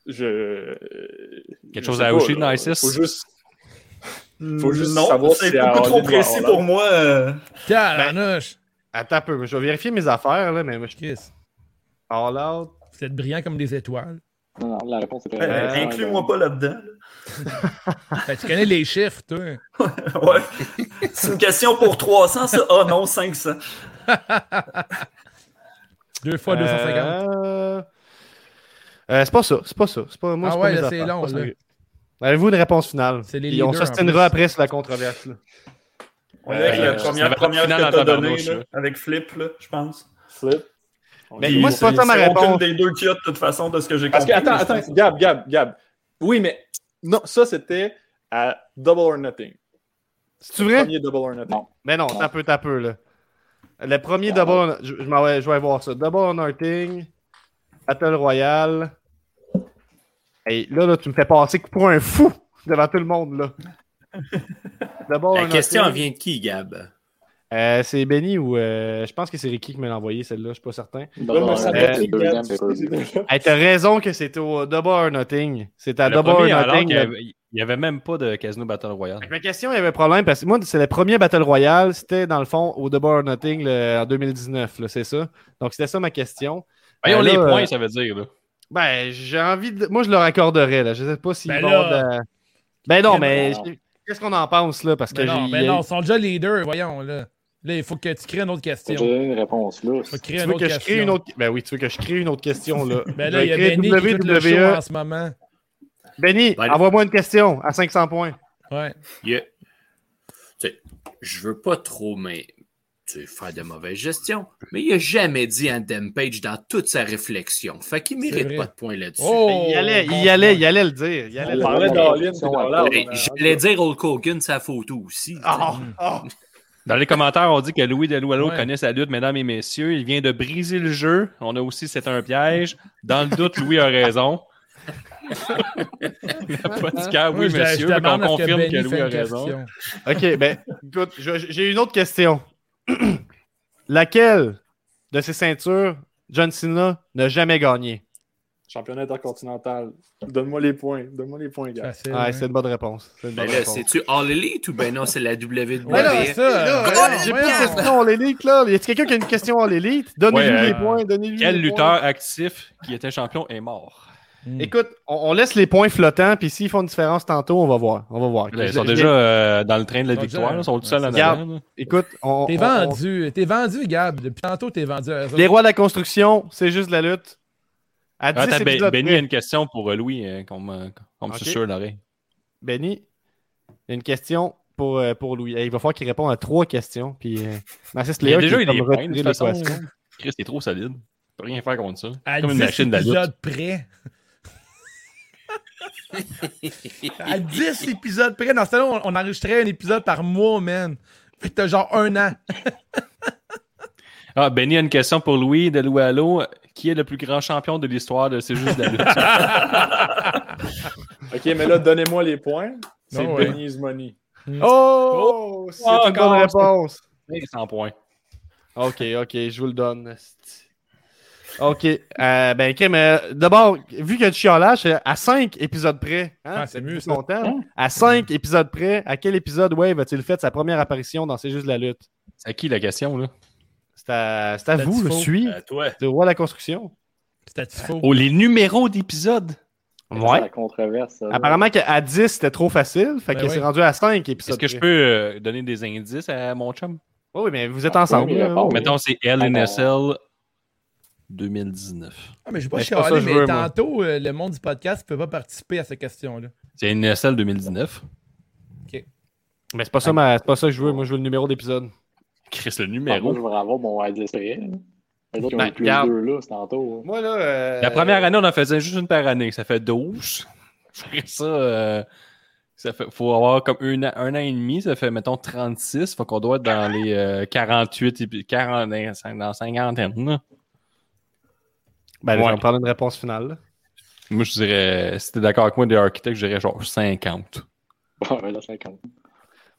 [SPEAKER 5] je, euh,
[SPEAKER 4] Quelque
[SPEAKER 5] je
[SPEAKER 4] chose
[SPEAKER 5] sais
[SPEAKER 4] à
[SPEAKER 5] pas,
[SPEAKER 4] hocher
[SPEAKER 5] là,
[SPEAKER 4] dans ISIS?
[SPEAKER 5] Faut juste, faut
[SPEAKER 8] Non,
[SPEAKER 5] juste savoir si
[SPEAKER 8] c'est
[SPEAKER 5] c'est à
[SPEAKER 8] beaucoup
[SPEAKER 5] All In ou
[SPEAKER 8] trop
[SPEAKER 5] à
[SPEAKER 8] précis
[SPEAKER 5] All Out.
[SPEAKER 8] pour moi. euh.
[SPEAKER 3] Attends un peu, je vais vérifier mes affaires, là, mais moi, je... All Out.
[SPEAKER 1] Vous êtes brillants comme des étoiles.
[SPEAKER 7] Non, non, la réponse est
[SPEAKER 8] Euh, Inclus-moi pas là-dedans.
[SPEAKER 1] Ben, tu connais les chiffres, toi.
[SPEAKER 8] ouais. C'est une question pour 300, ça? Ah non, 500.
[SPEAKER 1] Deux fois 250.
[SPEAKER 3] Euh, euh, c'est pas ça, c'est pas ça. C'est pas, moi,
[SPEAKER 1] Ah
[SPEAKER 3] c'est
[SPEAKER 1] ouais,
[SPEAKER 3] pas mes
[SPEAKER 1] là, c'est
[SPEAKER 3] affaires,
[SPEAKER 1] long,
[SPEAKER 3] c'est pas
[SPEAKER 1] là.
[SPEAKER 3] ça. Avez-vous une réponse finale?
[SPEAKER 1] C'est les
[SPEAKER 3] Puis on
[SPEAKER 1] leaders, en
[SPEAKER 3] s'obstinera
[SPEAKER 1] plus.
[SPEAKER 3] après sur la controverse. là.
[SPEAKER 8] On est avec
[SPEAKER 3] Euh,
[SPEAKER 8] la
[SPEAKER 3] c'est
[SPEAKER 8] première,
[SPEAKER 3] la
[SPEAKER 8] première
[SPEAKER 3] finale en
[SPEAKER 8] que t'as donnée,
[SPEAKER 3] tabarnouche,
[SPEAKER 8] là,
[SPEAKER 3] là.
[SPEAKER 8] avec Flip, là, je pense.
[SPEAKER 5] Flip.
[SPEAKER 3] Mais moi, c'est pas ça ma
[SPEAKER 8] aucune
[SPEAKER 3] réponse.
[SPEAKER 8] des deux qu'il y a, de toute façon, de ce que j'ai
[SPEAKER 5] Parce que,
[SPEAKER 8] compris.
[SPEAKER 5] attends,
[SPEAKER 8] mais je pense-
[SPEAKER 5] attends, Gab, Gab, Gab. Oui, mais non, ça, c'était à Double or Nothing.
[SPEAKER 3] C'est-tu vrai?
[SPEAKER 5] Premier Double or Nothing.
[SPEAKER 3] Mais non, t'as peu, t'as peu, là. Le premier Double... on- Je, je m'en vais, je vais voir ça. Double Honor Thing, Battle Royale. Hey, là, là, tu me fais passer pour un fou devant tout le monde,
[SPEAKER 6] *laughs*
[SPEAKER 3] là. Double
[SPEAKER 6] La
[SPEAKER 3] Honor
[SPEAKER 6] question
[SPEAKER 3] Thing.
[SPEAKER 6] vient de qui, Gab?
[SPEAKER 3] Euh, c'est Benny ou... euh, je pense que c'est Ricky qui me l'a envoyé, celle-là, je suis pas certain.
[SPEAKER 5] Double or Nothing,
[SPEAKER 3] Euh,
[SPEAKER 5] Gab,
[SPEAKER 7] deuxième pay-per-view.
[SPEAKER 3] Hey, t'as raison que c'était au Double or Nothing. C'était à
[SPEAKER 4] Le
[SPEAKER 3] Double
[SPEAKER 4] premier,
[SPEAKER 3] or
[SPEAKER 4] alors qu'il
[SPEAKER 3] Nothing.
[SPEAKER 4] y
[SPEAKER 3] le-
[SPEAKER 4] avait- il n'y avait même pas de Casino Battle Royale.
[SPEAKER 3] Ma question, il y avait problème parce que moi, c'est le premier Battle Royale. C'était dans le fond au Double or Nothing le- en 2019, là, c'est ça. Donc, c'était ça ma question.
[SPEAKER 4] Ben, ils ont
[SPEAKER 3] Euh, là,
[SPEAKER 4] les points,
[SPEAKER 3] euh,
[SPEAKER 4] ça veut dire. Là.
[SPEAKER 3] Ben, j'ai envie de. Moi, je leur accorderais, là. Je sais pas si.
[SPEAKER 1] Ben
[SPEAKER 3] Ben,
[SPEAKER 1] là-
[SPEAKER 3] ben non,
[SPEAKER 1] Ben
[SPEAKER 3] mais.
[SPEAKER 1] non.
[SPEAKER 3] j'ai- Qu'est-ce qu'on en pense, là? Parce que
[SPEAKER 1] Mais Ben non,
[SPEAKER 3] j'ai-
[SPEAKER 1] mais non, ils sont déjà leaders, voyons. Là, Là, il faut que tu crées une autre question.
[SPEAKER 7] J'ai donné une réponse là.
[SPEAKER 1] Faut créer
[SPEAKER 3] Tu
[SPEAKER 1] une
[SPEAKER 3] veux
[SPEAKER 1] autre
[SPEAKER 3] que je crée
[SPEAKER 1] question.
[SPEAKER 3] une autre. Ben oui, tu veux que je crée une autre question, là.
[SPEAKER 1] *laughs* Ben
[SPEAKER 3] Je
[SPEAKER 1] là, il y a
[SPEAKER 3] crée
[SPEAKER 1] Benny qui écoute le show en ce moment.
[SPEAKER 3] E. Benny, envoie-moi une question à 500 points.
[SPEAKER 1] Ouais.
[SPEAKER 6] Yeah. Tu sais, je veux pas trop mais, tu sais, faire de mauvaise gestion, mais il a jamais dit à Dan Page dans toute sa réflexion. Fait qu'il mérite
[SPEAKER 3] vrai.
[SPEAKER 6] pas de points là-dessus.
[SPEAKER 3] Oh, il allait, il allait, il allait le dire. Il allait
[SPEAKER 5] On
[SPEAKER 3] le
[SPEAKER 5] parlait
[SPEAKER 3] dire.
[SPEAKER 5] d'All-In puis d'All-Out.
[SPEAKER 6] Hey, Ben,
[SPEAKER 1] ben,
[SPEAKER 6] J'allais dire Hulk Hogan sa photo aussi.
[SPEAKER 1] Ah,
[SPEAKER 4] Dans les commentaires, on dit que Louis Deloualo
[SPEAKER 6] Ouais.
[SPEAKER 4] connaît sa lutte, mesdames et messieurs. Il vient de briser le jeu. On a aussi C'est un piège. Dans le doute, Louis a raison. L'apothicaire,
[SPEAKER 1] Moi,
[SPEAKER 4] oui,
[SPEAKER 1] je- je
[SPEAKER 4] monsieur. mais On
[SPEAKER 1] demande à ce que
[SPEAKER 4] confirme
[SPEAKER 1] Benny
[SPEAKER 4] que Louis
[SPEAKER 1] fait
[SPEAKER 4] a
[SPEAKER 1] une
[SPEAKER 4] raison.
[SPEAKER 1] question.
[SPEAKER 3] OK, ben, écoute, je- je- j'ai une autre question. *clears throat* Laquelle de ces ceintures John Cena n'a jamais gagné?
[SPEAKER 5] Championnat intercontinental. Donne-moi les points. Donne-moi les points, Gab.
[SPEAKER 3] Ouais, Ah, c'est une bonne réponse. Ben C'est une
[SPEAKER 6] Mais
[SPEAKER 1] ben,
[SPEAKER 3] bonne
[SPEAKER 6] Ben là,
[SPEAKER 3] réponse.
[SPEAKER 6] c'est-tu All Elite ou ben non, c'est la WWE?
[SPEAKER 3] Ouais, là, ça, Ben, là, j'ai plus de questions en l'élite, là. Y a quelqu'un qui a une question en l'élite? Donnez-lui
[SPEAKER 4] Ouais,
[SPEAKER 3] les
[SPEAKER 4] euh,
[SPEAKER 3] points, donnez-lui
[SPEAKER 4] Quel
[SPEAKER 3] les
[SPEAKER 4] lutteur
[SPEAKER 3] points.
[SPEAKER 4] actif qui était champion est mort?
[SPEAKER 1] Hmm.
[SPEAKER 3] Écoute, on, on laisse les points flottants, puis s'ils font une différence tantôt, on va voir. On va voir.
[SPEAKER 4] Là, Ben, ils
[SPEAKER 3] Je-
[SPEAKER 4] sont
[SPEAKER 3] je-
[SPEAKER 4] déjà euh, dans le train de la
[SPEAKER 1] Ils sont
[SPEAKER 4] victoire.
[SPEAKER 1] déjà-
[SPEAKER 4] Ils sont tout seuls en
[SPEAKER 3] Regarde,
[SPEAKER 4] avant, là.
[SPEAKER 3] écoute, on...
[SPEAKER 1] T'es
[SPEAKER 3] on-
[SPEAKER 1] vendu, t'es vendu, Gab. Depuis tantôt, t'es vendu. à eux
[SPEAKER 3] on- Les
[SPEAKER 1] autres.
[SPEAKER 3] rois de la construction, c'est juste la lutte. À 10
[SPEAKER 4] Attends, Ben-
[SPEAKER 3] épisodes
[SPEAKER 4] Benny
[SPEAKER 3] près.
[SPEAKER 4] a une question pour euh, Louis, euh, qu'on me, qu'on me
[SPEAKER 3] Ok.
[SPEAKER 4] susurre l'oreille.
[SPEAKER 3] Benny, il y a une question pour, euh, pour Louis. Eh, Il va falloir qu'il réponde à trois questions. Puis, euh, Francis
[SPEAKER 4] Il y
[SPEAKER 3] Léa
[SPEAKER 4] a déjà
[SPEAKER 3] qui
[SPEAKER 4] eu
[SPEAKER 3] est comme
[SPEAKER 4] des points, de
[SPEAKER 3] retiré
[SPEAKER 4] toute
[SPEAKER 3] de
[SPEAKER 4] façon.
[SPEAKER 3] l'équation.
[SPEAKER 4] Chris est trop solide. Il peut rien faire contre ça.
[SPEAKER 1] À
[SPEAKER 4] Comme une
[SPEAKER 1] 10
[SPEAKER 4] machine de la lutte.
[SPEAKER 1] épisodes
[SPEAKER 3] *laughs*
[SPEAKER 1] près. à 10 épisodes près. Dans ce temps-là, on, on enregistrait un épisode par mois, man. Fait que t'as genre un an.
[SPEAKER 4] Ah, Benny a une question pour Louis de Louis Allo. qui est le plus grand champion de l'histoire de C'est juste de la lutte.
[SPEAKER 5] Ok, mais là, donnez-moi les points. C'est
[SPEAKER 4] Non, Ah, ouais.
[SPEAKER 5] Benny's Money.
[SPEAKER 3] Oh! C'est
[SPEAKER 4] Oh,
[SPEAKER 3] une bonne
[SPEAKER 4] encore,
[SPEAKER 3] réponse.
[SPEAKER 4] c'est 100 points.
[SPEAKER 3] Ok, ok, je vous le donne. Ok, euh, ben ok, mais d'abord, vu que Chiolage est euh, à 5 épisodes près, hein,
[SPEAKER 1] Ah, c'est mieux, ça.
[SPEAKER 3] content, à 5 épisodes près, à quel épisode Wave a-t-il fait sa première apparition dans C'est juste la lutte?
[SPEAKER 4] C'est à qui la question, là?
[SPEAKER 3] C'est à, c'est à
[SPEAKER 1] T'as
[SPEAKER 3] vous,
[SPEAKER 1] dit
[SPEAKER 3] le
[SPEAKER 1] faux.
[SPEAKER 3] suis,
[SPEAKER 4] Euh,
[SPEAKER 8] À toi.
[SPEAKER 3] le roi de la construction.
[SPEAKER 1] C'était faux.
[SPEAKER 4] Oh, les numéros d'épisodes!
[SPEAKER 7] C'est
[SPEAKER 3] Ouais.
[SPEAKER 7] la controverse. ça, là.
[SPEAKER 3] Euh, Apparemment qu'à 10, c'était trop facile, fait
[SPEAKER 1] Ben
[SPEAKER 3] que
[SPEAKER 1] oui.
[SPEAKER 3] c'est rendu à 5
[SPEAKER 4] Est-ce
[SPEAKER 3] épisodes
[SPEAKER 4] que je
[SPEAKER 3] près.
[SPEAKER 4] peux euh, donner des indices à mon chum?
[SPEAKER 3] Oui, mais vous êtes ensemble.
[SPEAKER 7] Oui,
[SPEAKER 3] là,
[SPEAKER 7] réponds,
[SPEAKER 3] oui.
[SPEAKER 4] Mettons, c'est LNSL 2019.
[SPEAKER 1] Ah, mais je vais pas
[SPEAKER 3] Mais c'est pas ça
[SPEAKER 1] chialer,
[SPEAKER 3] que je
[SPEAKER 1] mais
[SPEAKER 3] veux, moi.
[SPEAKER 1] tantôt, euh, le monde du podcast ne peut pas participer à cette question-là.
[SPEAKER 4] C'est NSL 2019.
[SPEAKER 3] Mais c'est pas, ça, ma- c'est pas ça que je veux, moi je veux le numéro d'épisode.
[SPEAKER 4] Chris, le
[SPEAKER 7] Par
[SPEAKER 4] numéro.
[SPEAKER 7] contre, je vais avoir mon ADSL. Les autres qui ont
[SPEAKER 3] Ben,
[SPEAKER 7] eu plus
[SPEAKER 3] regarde.
[SPEAKER 7] deux là, c'est *laughs* tantôt. hein.
[SPEAKER 3] Moi là. euh,
[SPEAKER 4] La première année, on en faisait juste une par année. Ça fait 12. *laughs* Après ça, euh, ça fait, faut avoir comme une- un an et demi. Ça fait, mettons, 36. Faut qu'on doit être dans les euh, 48 et puis 40, dans la cinquantaine. là.
[SPEAKER 3] Ben, je vais
[SPEAKER 4] Ouais.
[SPEAKER 3] me prendre une réponse finale. là.
[SPEAKER 4] Moi, je dirais, si t'es d'accord avec moi, des architectes, je dirais genre 50.
[SPEAKER 7] hein. Ouais, là, 50.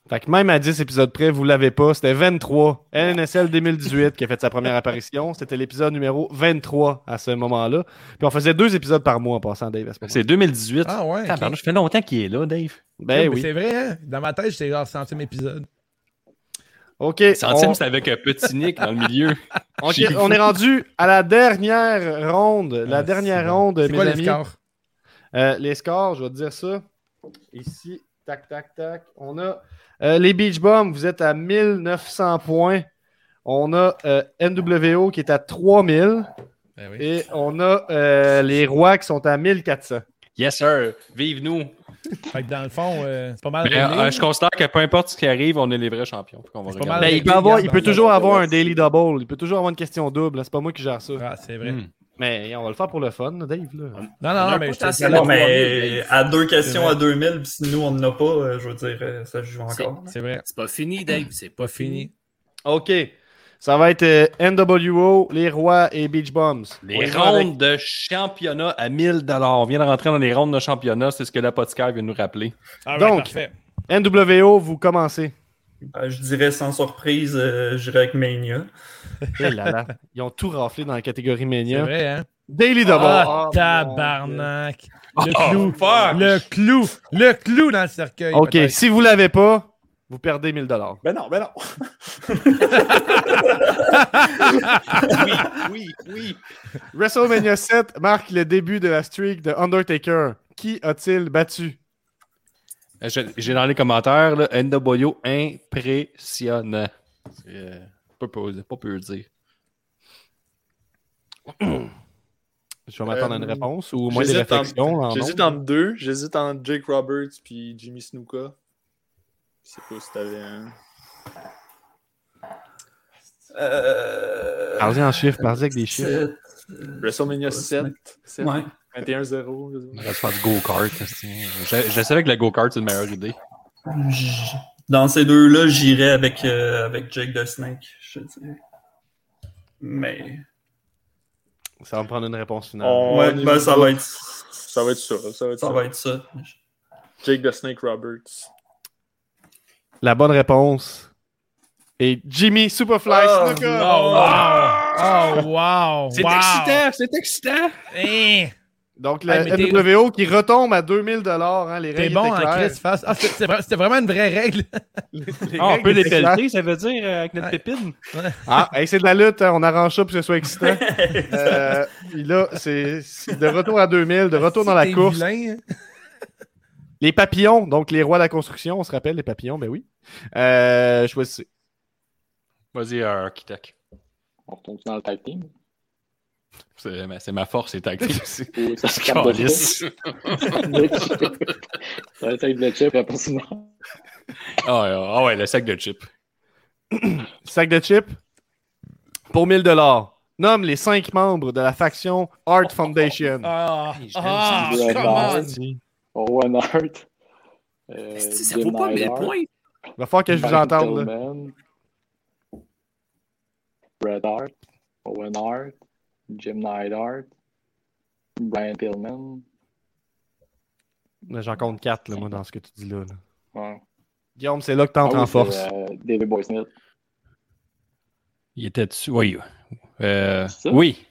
[SPEAKER 3] Fait que même à 10 épisodes près, vous l'avez pas. C'était 23. LNSL 2018 qui a fait sa première apparition. C'était l'épisode numéro 23 à ce moment-là. Puis on faisait deux épisodes par mois en passant, Dave, à ce moment-là.
[SPEAKER 4] C'est 2018.
[SPEAKER 1] Ah ouais. ok.
[SPEAKER 4] Tabarnak, ça fait longtemps qu'il est là, Dave.
[SPEAKER 1] Ouais,
[SPEAKER 3] Ben
[SPEAKER 1] mais
[SPEAKER 3] oui.
[SPEAKER 1] C'est vrai, hein? Dans ma tête, j'étais genre centième épisode.
[SPEAKER 3] OK.
[SPEAKER 4] Centième,
[SPEAKER 3] on-
[SPEAKER 4] c'est avec un petit Nick dans le
[SPEAKER 1] *laughs*
[SPEAKER 4] milieu.
[SPEAKER 3] OK,
[SPEAKER 4] J'ai-
[SPEAKER 3] on est rendu à la dernière ronde. La
[SPEAKER 1] Ah, c'est
[SPEAKER 3] dernière
[SPEAKER 1] bon.
[SPEAKER 3] ronde,
[SPEAKER 1] C'est
[SPEAKER 3] mes
[SPEAKER 1] quoi le
[SPEAKER 3] amis.
[SPEAKER 1] score?
[SPEAKER 3] Euh, les scores, je vais te dire ça. Ici, tac, tac, tac. On a euh, les Beach Bombs, vous êtes à 1900 points. On a euh, NWO qui est à 3000.
[SPEAKER 1] Ben oui.
[SPEAKER 3] Et on a euh, les Rois qui sont à 1400.
[SPEAKER 4] Yes, sir. Vive nous.
[SPEAKER 1] Fait que dans le fond, euh, c'est pas mal.
[SPEAKER 4] Mais,
[SPEAKER 1] réglé.
[SPEAKER 4] euh, je considère que peu importe ce qui arrive, on est les vrais champions. Fait qu'on va
[SPEAKER 1] C'est pas
[SPEAKER 4] regarder.
[SPEAKER 1] mal hein.
[SPEAKER 3] Ben, il peut,
[SPEAKER 1] Regarde,
[SPEAKER 3] avoir- il
[SPEAKER 1] dans
[SPEAKER 3] peut
[SPEAKER 1] la
[SPEAKER 3] toujours avoir un
[SPEAKER 7] tablette.
[SPEAKER 3] Daily Double. Il peut toujours avoir une question double. hein. C'est pas moi qui gère ça.
[SPEAKER 1] Ah, c'est vrai.
[SPEAKER 4] Hmm.
[SPEAKER 3] Mais on va le faire pour le fun, là, Dave. là.
[SPEAKER 1] Non, non,
[SPEAKER 8] Un
[SPEAKER 1] non, mais je te
[SPEAKER 8] potentiel.
[SPEAKER 1] dis,
[SPEAKER 8] Non, mais à deux questions
[SPEAKER 1] vrai.
[SPEAKER 8] à 2000, puis si nous on n'en a pas, euh, je veux dire, euh, ça joue encore.
[SPEAKER 1] C'est vrai.
[SPEAKER 6] C'est pas fini, Dave. C'est pas fini.
[SPEAKER 3] OK. Ça va être euh, NWO, les Rois et Beach Bombs. On
[SPEAKER 4] Les
[SPEAKER 3] y va avec-
[SPEAKER 4] rondes de championnat à 1000 On vient de rentrer dans les rondes de championnat. C'est ce que l'apothicaire vient nous rappeler.
[SPEAKER 1] Ah,
[SPEAKER 3] Donc,
[SPEAKER 1] ouais, parfait.
[SPEAKER 3] NWO, vous commencez.
[SPEAKER 8] Ben, je dirais sans surprise, euh, j'irais avec Mania.
[SPEAKER 3] Eh là là, *laughs* Ils ont tout raflé dans la catégorie
[SPEAKER 1] C'est
[SPEAKER 3] Mania.
[SPEAKER 1] vrai, hein?
[SPEAKER 3] Daily Double.
[SPEAKER 1] Ah,
[SPEAKER 3] mon
[SPEAKER 1] tabarnak! Le
[SPEAKER 4] Oh,
[SPEAKER 1] clou!
[SPEAKER 4] fuck.
[SPEAKER 1] Le clou! Le clou dans le cercueil!
[SPEAKER 3] Dieu. OK,
[SPEAKER 1] peut-être.
[SPEAKER 3] si vous l'avez pas, vous perdez 1000 dollars.
[SPEAKER 5] Ben non, ben non.
[SPEAKER 4] Oui, oui.
[SPEAKER 3] WrestleMania 7 marque le début de la streak de Undertaker. Qui a-t-il battu?
[SPEAKER 4] Euh, J'ai dans les commentaires, là, NWO impressionnant. C'est euh, pas peu pas peu dire.
[SPEAKER 3] Je vais m'attendre à une
[SPEAKER 5] Euh,
[SPEAKER 3] réponse ou au moins des
[SPEAKER 5] j'hésite en-
[SPEAKER 3] réflexions. là, en
[SPEAKER 5] J'hésite
[SPEAKER 3] nombre.
[SPEAKER 5] entre deux. J'hésite entre Jake Roberts puis Jimmy Snuka. Je sais pas si t'avais un.
[SPEAKER 8] Euh...
[SPEAKER 3] Parlez en chiffres, parlez avec des chiffres.
[SPEAKER 8] sept,
[SPEAKER 5] WrestleMania
[SPEAKER 8] ouais,
[SPEAKER 5] 7.
[SPEAKER 8] sept.
[SPEAKER 5] 7
[SPEAKER 8] Ouais.
[SPEAKER 5] 21-0. je
[SPEAKER 4] On
[SPEAKER 5] sais
[SPEAKER 4] va se faire du go-kart. c'est- Je, je savais que le go-kart, c'est une meilleure idée.
[SPEAKER 8] J- Dans ces deux-là, j'irais avec, euh, avec Jake the Snake, je te dis. Mais.
[SPEAKER 3] Ça va me prendre une réponse
[SPEAKER 5] pas.
[SPEAKER 3] finale.
[SPEAKER 5] On-
[SPEAKER 8] ouais, ben, ça va être.
[SPEAKER 5] Ça va être ça. Ça va être ça.
[SPEAKER 8] Ça va être ça.
[SPEAKER 5] Jake the Snake Roberts.
[SPEAKER 3] La bonne réponse est Jimmy Superfly
[SPEAKER 8] Oh,
[SPEAKER 3] Snuka.
[SPEAKER 1] Oh, wow! Oh, wow!
[SPEAKER 4] C'est
[SPEAKER 1] wow.
[SPEAKER 4] excitant, c'est excitant.
[SPEAKER 1] Hein.
[SPEAKER 3] Donc, le
[SPEAKER 1] Hey, mais t'es-
[SPEAKER 3] NWO qui retombe à 2000 hein, Les
[SPEAKER 1] T'es
[SPEAKER 3] règles
[SPEAKER 1] bon en
[SPEAKER 3] étaient claires.
[SPEAKER 1] Chris face. Ah, c'est- c'est vra- c'était vraiment une vraie règle.
[SPEAKER 3] Les
[SPEAKER 4] Ah, on
[SPEAKER 3] règles
[SPEAKER 4] peut les
[SPEAKER 3] étaient claires.
[SPEAKER 4] pelleter, ça veut dire, euh, avec notre
[SPEAKER 1] Ouais.
[SPEAKER 4] pépine.
[SPEAKER 3] Ah, hey, c'est de la lutte. hein, on arrange ça pour que ce
[SPEAKER 1] *laughs*
[SPEAKER 3] soit excitant. Euh, puis là, c'est c'est de retour à 2000, de retour dans la
[SPEAKER 1] T'es
[SPEAKER 3] course.
[SPEAKER 1] vilain, hein.
[SPEAKER 3] Les papillons, donc les rois de la construction, on se rappelle, les papillons, ben oui. Euh, *laughs* choisissez.
[SPEAKER 4] Vas-y, euh, architecte.
[SPEAKER 7] On retourne dans le tag team.
[SPEAKER 4] C'est ma- c'est ma force, c'est *laughs* tactique. C'est
[SPEAKER 7] Ou ça
[SPEAKER 4] c'est
[SPEAKER 3] *laughs*
[SPEAKER 7] se capte de
[SPEAKER 4] calisse.
[SPEAKER 7] *laughs* chip. Ça va être avec le chip, après sinon.
[SPEAKER 4] Ah ouais, ah ouais, le sac de chips.
[SPEAKER 3] Sac de chips pour 1000 dollars. Nomme les cinq membres de la faction Art Foundation.
[SPEAKER 1] Ah,
[SPEAKER 4] je
[SPEAKER 1] ah,
[SPEAKER 7] t'aime, c'est
[SPEAKER 1] come
[SPEAKER 7] vrai.
[SPEAKER 1] on.
[SPEAKER 7] One Heart. Euh,
[SPEAKER 6] Esti, Ça
[SPEAKER 7] Jim
[SPEAKER 6] vaut pas 1000
[SPEAKER 7] Neidhart,
[SPEAKER 6] points.
[SPEAKER 3] Il va falloir que je vous
[SPEAKER 7] Barry
[SPEAKER 3] entende. là.
[SPEAKER 7] Tillman, Bret Hart. Owen Hart. Jim Neidhart, Brian Pillman. ben.
[SPEAKER 3] Là, J'en compte quatre, là, moi, dans ce que tu dis là. là.
[SPEAKER 7] Ouais.
[SPEAKER 3] Guillaume, c'est là que t'entres
[SPEAKER 7] Ah oui,
[SPEAKER 3] en
[SPEAKER 7] c'est,
[SPEAKER 3] force.
[SPEAKER 7] euh, David Boy Smith.
[SPEAKER 4] Il était dessus. Oui. Euh,
[SPEAKER 7] C'est ça?
[SPEAKER 4] oui.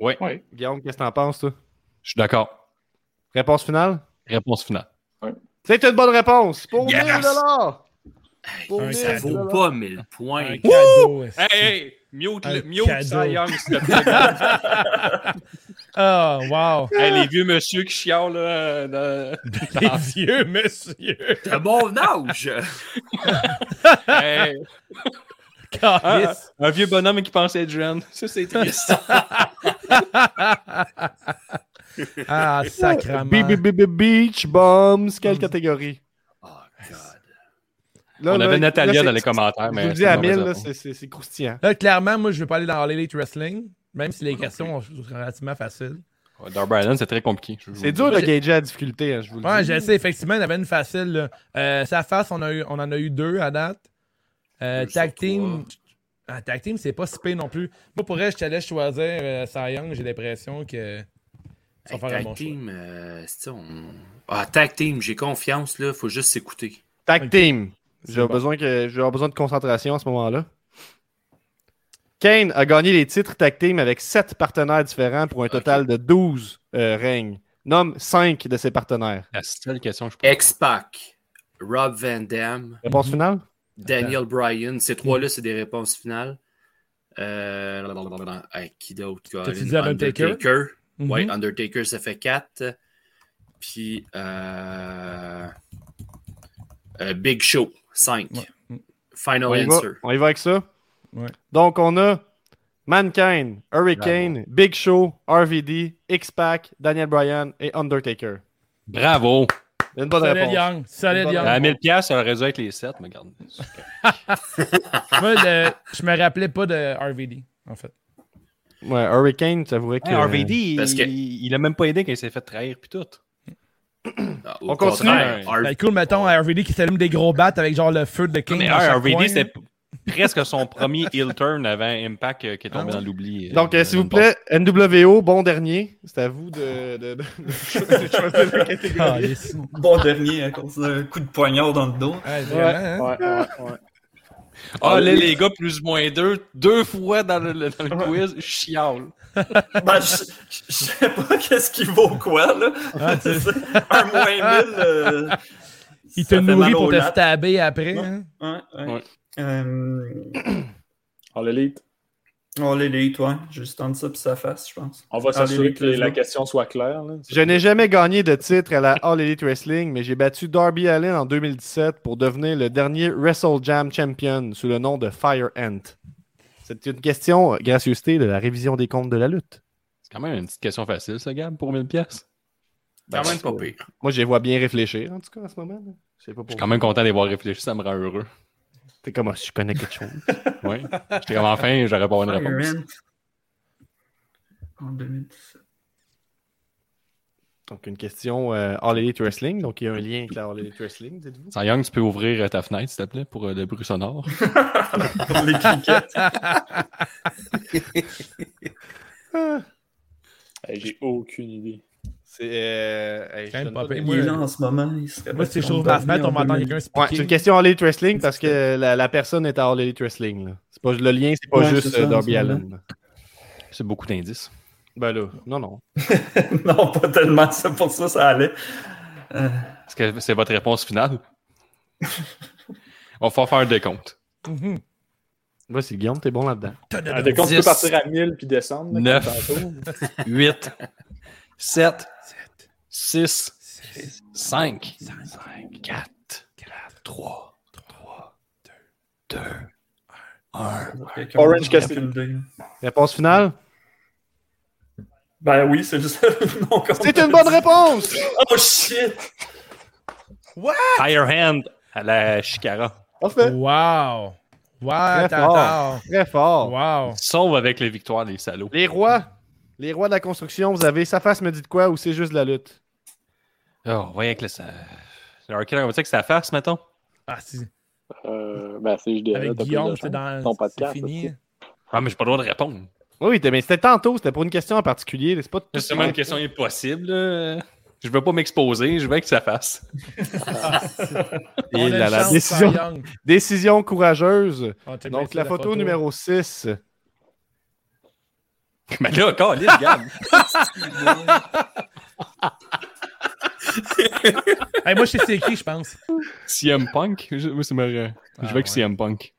[SPEAKER 4] Oui.
[SPEAKER 3] Guillaume, qu'est-ce que t'en penses, toi?
[SPEAKER 4] Je suis d'accord.
[SPEAKER 3] Réponse finale?
[SPEAKER 4] Réponse finale.
[SPEAKER 3] C'est une bonne réponse pour
[SPEAKER 4] Yes!
[SPEAKER 3] 1000 dollars. Pour
[SPEAKER 6] Hey,
[SPEAKER 3] 1000
[SPEAKER 6] ça vaut
[SPEAKER 3] dollars.
[SPEAKER 6] pas 1000 points.
[SPEAKER 1] Cadeau, est-ce-
[SPEAKER 11] Hey, hey, mute,
[SPEAKER 1] Un
[SPEAKER 11] le- mute
[SPEAKER 1] cadeau.
[SPEAKER 11] Cy Young, s'il te plaît.
[SPEAKER 1] Ah, wow.
[SPEAKER 11] Hey, les vieux
[SPEAKER 4] *laughs*
[SPEAKER 11] monsieur qui chialent, là. euh,
[SPEAKER 1] Les yeux, monsieur.
[SPEAKER 6] De mon âge!
[SPEAKER 11] dans- Hey, un,
[SPEAKER 1] Calice.
[SPEAKER 4] Ah,
[SPEAKER 11] un vieux bonhomme qui pensait être jeune. Ça, c'est triste.
[SPEAKER 1] Ah, sacrement.
[SPEAKER 3] Be- be- be- be- Beach Bombs,
[SPEAKER 1] Mm.
[SPEAKER 3] quelle catégorie?
[SPEAKER 6] Oh, God.
[SPEAKER 3] Là,
[SPEAKER 4] On
[SPEAKER 3] là,
[SPEAKER 4] avait Natalia
[SPEAKER 3] là, c'est-
[SPEAKER 4] dans les commentaires.
[SPEAKER 3] Je
[SPEAKER 4] mais
[SPEAKER 3] vous le dis
[SPEAKER 4] c'est
[SPEAKER 3] à
[SPEAKER 4] une mauvaise
[SPEAKER 3] 1000, là,
[SPEAKER 4] réponse.
[SPEAKER 3] c'est- c'est c'est croustillant.
[SPEAKER 1] Là, clairement, moi, je veux pas aller dans All Elite Wrestling, même si les questions sont relativement faciles.
[SPEAKER 4] Ouais, Darby Allin, c'est très compliqué. Je vous
[SPEAKER 3] C'est
[SPEAKER 4] le dis.
[SPEAKER 3] dur de
[SPEAKER 1] Moi, j'ai-
[SPEAKER 3] gager la difficulté, hein, je vous le
[SPEAKER 1] Mm. Ouais,
[SPEAKER 3] dis.
[SPEAKER 1] je sais, effectivement, il y en avait une facile. là. Euh, sa face, on, a eu, on en a eu deux à date. Euh,
[SPEAKER 6] Deux
[SPEAKER 1] tag
[SPEAKER 6] sur
[SPEAKER 1] team. Ah, tag team, c'est pas si pire non plus. Moi, pour elle, je te laisse choisir euh, Cy Young. J'ai l'impression que. *laughs* Ça
[SPEAKER 6] Hey,
[SPEAKER 1] va faire un
[SPEAKER 6] tag
[SPEAKER 1] bon choix.
[SPEAKER 6] team, euh, c'est-tu, on- Ah, tag team, j'ai confiance, là. Faut juste s'écouter.
[SPEAKER 3] Tag
[SPEAKER 1] Ok.
[SPEAKER 3] team. J'ai
[SPEAKER 1] bon.
[SPEAKER 3] besoin, que- j'ai besoin de concentration à ce moment-là. Kane a gagné les titres tag team avec 7 partenaires différents pour un total de 12 euh, règnes. Nomme 5 de ses partenaires.
[SPEAKER 4] La seule question que je peux.
[SPEAKER 6] X-Pac, Rob Van Dam,
[SPEAKER 1] Mm-hmm.
[SPEAKER 3] Réponse finale?
[SPEAKER 6] Daniel Bryan. Ces trois-là, c'est des réponses finales. Euh... blablabla. Hey, qui d'autre? Colin?
[SPEAKER 1] dit Undertaker? Mhm.
[SPEAKER 6] Ouais, Undertaker, ça fait 4. Puis euh, euh, Big Show, 5.
[SPEAKER 1] Ouais. Mm.
[SPEAKER 6] Final
[SPEAKER 3] On y, va,
[SPEAKER 6] Answer.
[SPEAKER 3] on y va avec ça?
[SPEAKER 1] Ouais.
[SPEAKER 3] Donc, on a Mankind, Hurricane, Big Show, RVD, X-Pac, Daniel Bryan et Undertaker.
[SPEAKER 4] Bravo!
[SPEAKER 3] Une bonne
[SPEAKER 1] Solid
[SPEAKER 3] réponse.
[SPEAKER 1] Young. Solid
[SPEAKER 3] Bonne
[SPEAKER 1] Young.
[SPEAKER 3] réponse.
[SPEAKER 4] À 1000$, piastres, ça aurait dû être les 7, mais regarde.
[SPEAKER 1] Moi, le- je me rappelais pas de RVD, en fait.
[SPEAKER 3] Ouais, Hurricane, t'avouerais que...
[SPEAKER 4] Hey, RVD, il,
[SPEAKER 6] Parce que-
[SPEAKER 4] il a même pas aidé quand il s'est fait trahir, puis tout.
[SPEAKER 6] Ah, au
[SPEAKER 3] On continue.
[SPEAKER 6] contraire, Har-
[SPEAKER 1] Ben, cool, mettons, à RVD qui s'allume des gros battes avec genre le feu de King.
[SPEAKER 4] Mais
[SPEAKER 1] dans chaque coin,
[SPEAKER 4] RVD,
[SPEAKER 1] là.
[SPEAKER 4] c'était presque son premier heel turn avant Impact euh, qui est tombé dans l'oubli. euh,
[SPEAKER 3] Donc, euh,
[SPEAKER 4] dans
[SPEAKER 3] s'il vous
[SPEAKER 4] une
[SPEAKER 3] plaît, NWO, bon dernier. C'est à vous de, de- de- de choisir la catégorie.
[SPEAKER 8] *laughs*
[SPEAKER 1] Calice.
[SPEAKER 8] Bon dernier hein, à cause d'un coup de poignard dans le dos.
[SPEAKER 1] Ouais,
[SPEAKER 7] Ouais,
[SPEAKER 1] vraiment, hein?
[SPEAKER 7] ouais, ouais, ouais.
[SPEAKER 4] Ah, là, les gars, plus ou moins deux, deux fois dans le, le- dans le quiz, je chiale.
[SPEAKER 8] Ben, je, je- je sais pas qu'est-ce qui vaut quoi, là.
[SPEAKER 1] Ah,
[SPEAKER 8] *laughs* un moins 1000. euh,
[SPEAKER 1] Il te
[SPEAKER 8] ça fait mal
[SPEAKER 1] nourrit
[SPEAKER 8] aux
[SPEAKER 1] pour te
[SPEAKER 8] lattes.
[SPEAKER 1] stabber après.
[SPEAKER 8] Ouais.
[SPEAKER 1] hein?
[SPEAKER 8] Ouais, ouais.
[SPEAKER 4] Ouais.
[SPEAKER 8] Euh,
[SPEAKER 5] All Elite.
[SPEAKER 8] on l'élite, ouais. Juste tente ça puis ça fasse, je pense.
[SPEAKER 5] On va
[SPEAKER 8] All
[SPEAKER 5] s'assurer
[SPEAKER 8] Elite,
[SPEAKER 5] que la
[SPEAKER 8] let's go.
[SPEAKER 5] question soit claire. là.
[SPEAKER 3] Je n'ai jamais gagné de titre à la All Elite Wrestling, mais j'ai battu Darby Allin en 2017 pour devenir le dernier Wrestle Jam Champion sous le nom de Fire Ant. C'est une question, euh, gracieuseté, de la révision des comptes de la lutte.
[SPEAKER 4] C'est quand même une petite question facile, ça, Gab, pour 1000$. piastres.
[SPEAKER 6] quand même pas pire.
[SPEAKER 3] Moi, je les vois bien réfléchir, en tout cas, en ce moment. là. Je sais pas
[SPEAKER 4] Je suis
[SPEAKER 3] pourquoi.
[SPEAKER 4] quand même content d'avoir réfléchi, ça me rend heureux.
[SPEAKER 3] T'es comme, Ah, je connais quelque chose.
[SPEAKER 4] Oui. J'étais comme enfin, j'aurais pas une réponse.
[SPEAKER 8] Iron Man. En 2017.
[SPEAKER 3] donc, une question euh, All Elite Wrestling. Donc, il y a un lien avec la All Elite Wrestling, dites-vous.
[SPEAKER 4] Cy Young, tu peux ouvrir euh, ta fenêtre, s'il te plaît, pour euh, le bruit sonore.
[SPEAKER 8] Pour
[SPEAKER 1] *laughs*
[SPEAKER 8] les cliquettes.
[SPEAKER 5] Hey, J'ai aucune idée.
[SPEAKER 3] C'est. euh, hey, je
[SPEAKER 1] Quand même
[SPEAKER 3] donne
[SPEAKER 1] pas
[SPEAKER 3] pas de-
[SPEAKER 1] pire.
[SPEAKER 8] Il
[SPEAKER 1] Moi,
[SPEAKER 8] est là en ce moment. Il serait
[SPEAKER 1] Moi, si
[SPEAKER 8] pas
[SPEAKER 1] je trouve ma fenêtre, on m'entend quelqu'un se
[SPEAKER 3] Ouais,
[SPEAKER 1] piquer.
[SPEAKER 3] c'est une question All Elite Wrestling parce que la, la personne est à All Elite Wrestling. là. C'est pas, le lien, c'est pas
[SPEAKER 8] Ouais,
[SPEAKER 3] juste
[SPEAKER 8] c'est ça,
[SPEAKER 3] euh, Darby
[SPEAKER 8] en ce
[SPEAKER 3] Allen.
[SPEAKER 4] C'est beaucoup d'indices.
[SPEAKER 3] Ben là, non, non.
[SPEAKER 8] *laughs* Non, pas tellement. ça pour ça, ça allait. Euh,
[SPEAKER 4] Est-ce que c'est votre réponse finale? On va faire un décompte.
[SPEAKER 1] Mhm.
[SPEAKER 3] Voici Guillaume, t'es bon là-dedans.
[SPEAKER 5] Ah, de compte, tu peux
[SPEAKER 4] 10.
[SPEAKER 5] partir à 1000 puis descendre. là, comme
[SPEAKER 4] 9,
[SPEAKER 3] *laughs*
[SPEAKER 5] tantôt.
[SPEAKER 4] 8, 7, 6, 5, 4, 3, 2, 1.
[SPEAKER 8] quelqu'un
[SPEAKER 5] Orange
[SPEAKER 8] a
[SPEAKER 5] Cassidy.
[SPEAKER 8] une idée.
[SPEAKER 3] Réponse finale?
[SPEAKER 8] Ben oui, c'est juste le *laughs* nom qu'on
[SPEAKER 3] C'est
[SPEAKER 8] a
[SPEAKER 3] une bonne
[SPEAKER 8] dit.
[SPEAKER 3] réponse!
[SPEAKER 8] Oh shit!
[SPEAKER 4] Higher hand à la Chicara.
[SPEAKER 3] Parfait.
[SPEAKER 1] Wow! Wow,
[SPEAKER 3] Euh. Très
[SPEAKER 1] t'attends!
[SPEAKER 3] Très fort.
[SPEAKER 1] Wow!
[SPEAKER 4] Sauve avec les victoires, les salauds.
[SPEAKER 3] Les rois. Les rois de la construction, vous avez sa face me dit de quoi ou c'est juste de la lutte?
[SPEAKER 4] Oh, voyons que là, ça. Le Hurricane, on va dire que ça fasse, mettons.
[SPEAKER 1] Ah, si-
[SPEAKER 7] Euh, ben, c'est je dirais,
[SPEAKER 1] avec
[SPEAKER 7] t'as plus de
[SPEAKER 1] Guillaume,
[SPEAKER 7] chance.
[SPEAKER 1] c'est dans
[SPEAKER 7] Ton
[SPEAKER 1] c'est
[SPEAKER 7] podcast,
[SPEAKER 1] fini.
[SPEAKER 7] aussi.
[SPEAKER 4] Ah, mais j'ai pas le droit de répondre.
[SPEAKER 3] Oui, mais c'était tantôt, c'était pour une question en particulier. C'est pas tout-
[SPEAKER 4] C'est sûrement une question impossible. là. Je veux pas m'exposer, je veux que ça fasse.
[SPEAKER 3] Et la, la décision, décision courageuse.
[SPEAKER 1] Ah, t'as
[SPEAKER 3] Donc,
[SPEAKER 1] baissé
[SPEAKER 3] la
[SPEAKER 1] la
[SPEAKER 3] photo,
[SPEAKER 1] photo.
[SPEAKER 3] numéro 6.
[SPEAKER 4] *laughs* Mais là, encore, *laughs* les gars.
[SPEAKER 1] Hey, moi, je sais c'est qui, je pense.
[SPEAKER 4] CM Punk? Je, moi, c'est ma- Je vais avec CM Punk.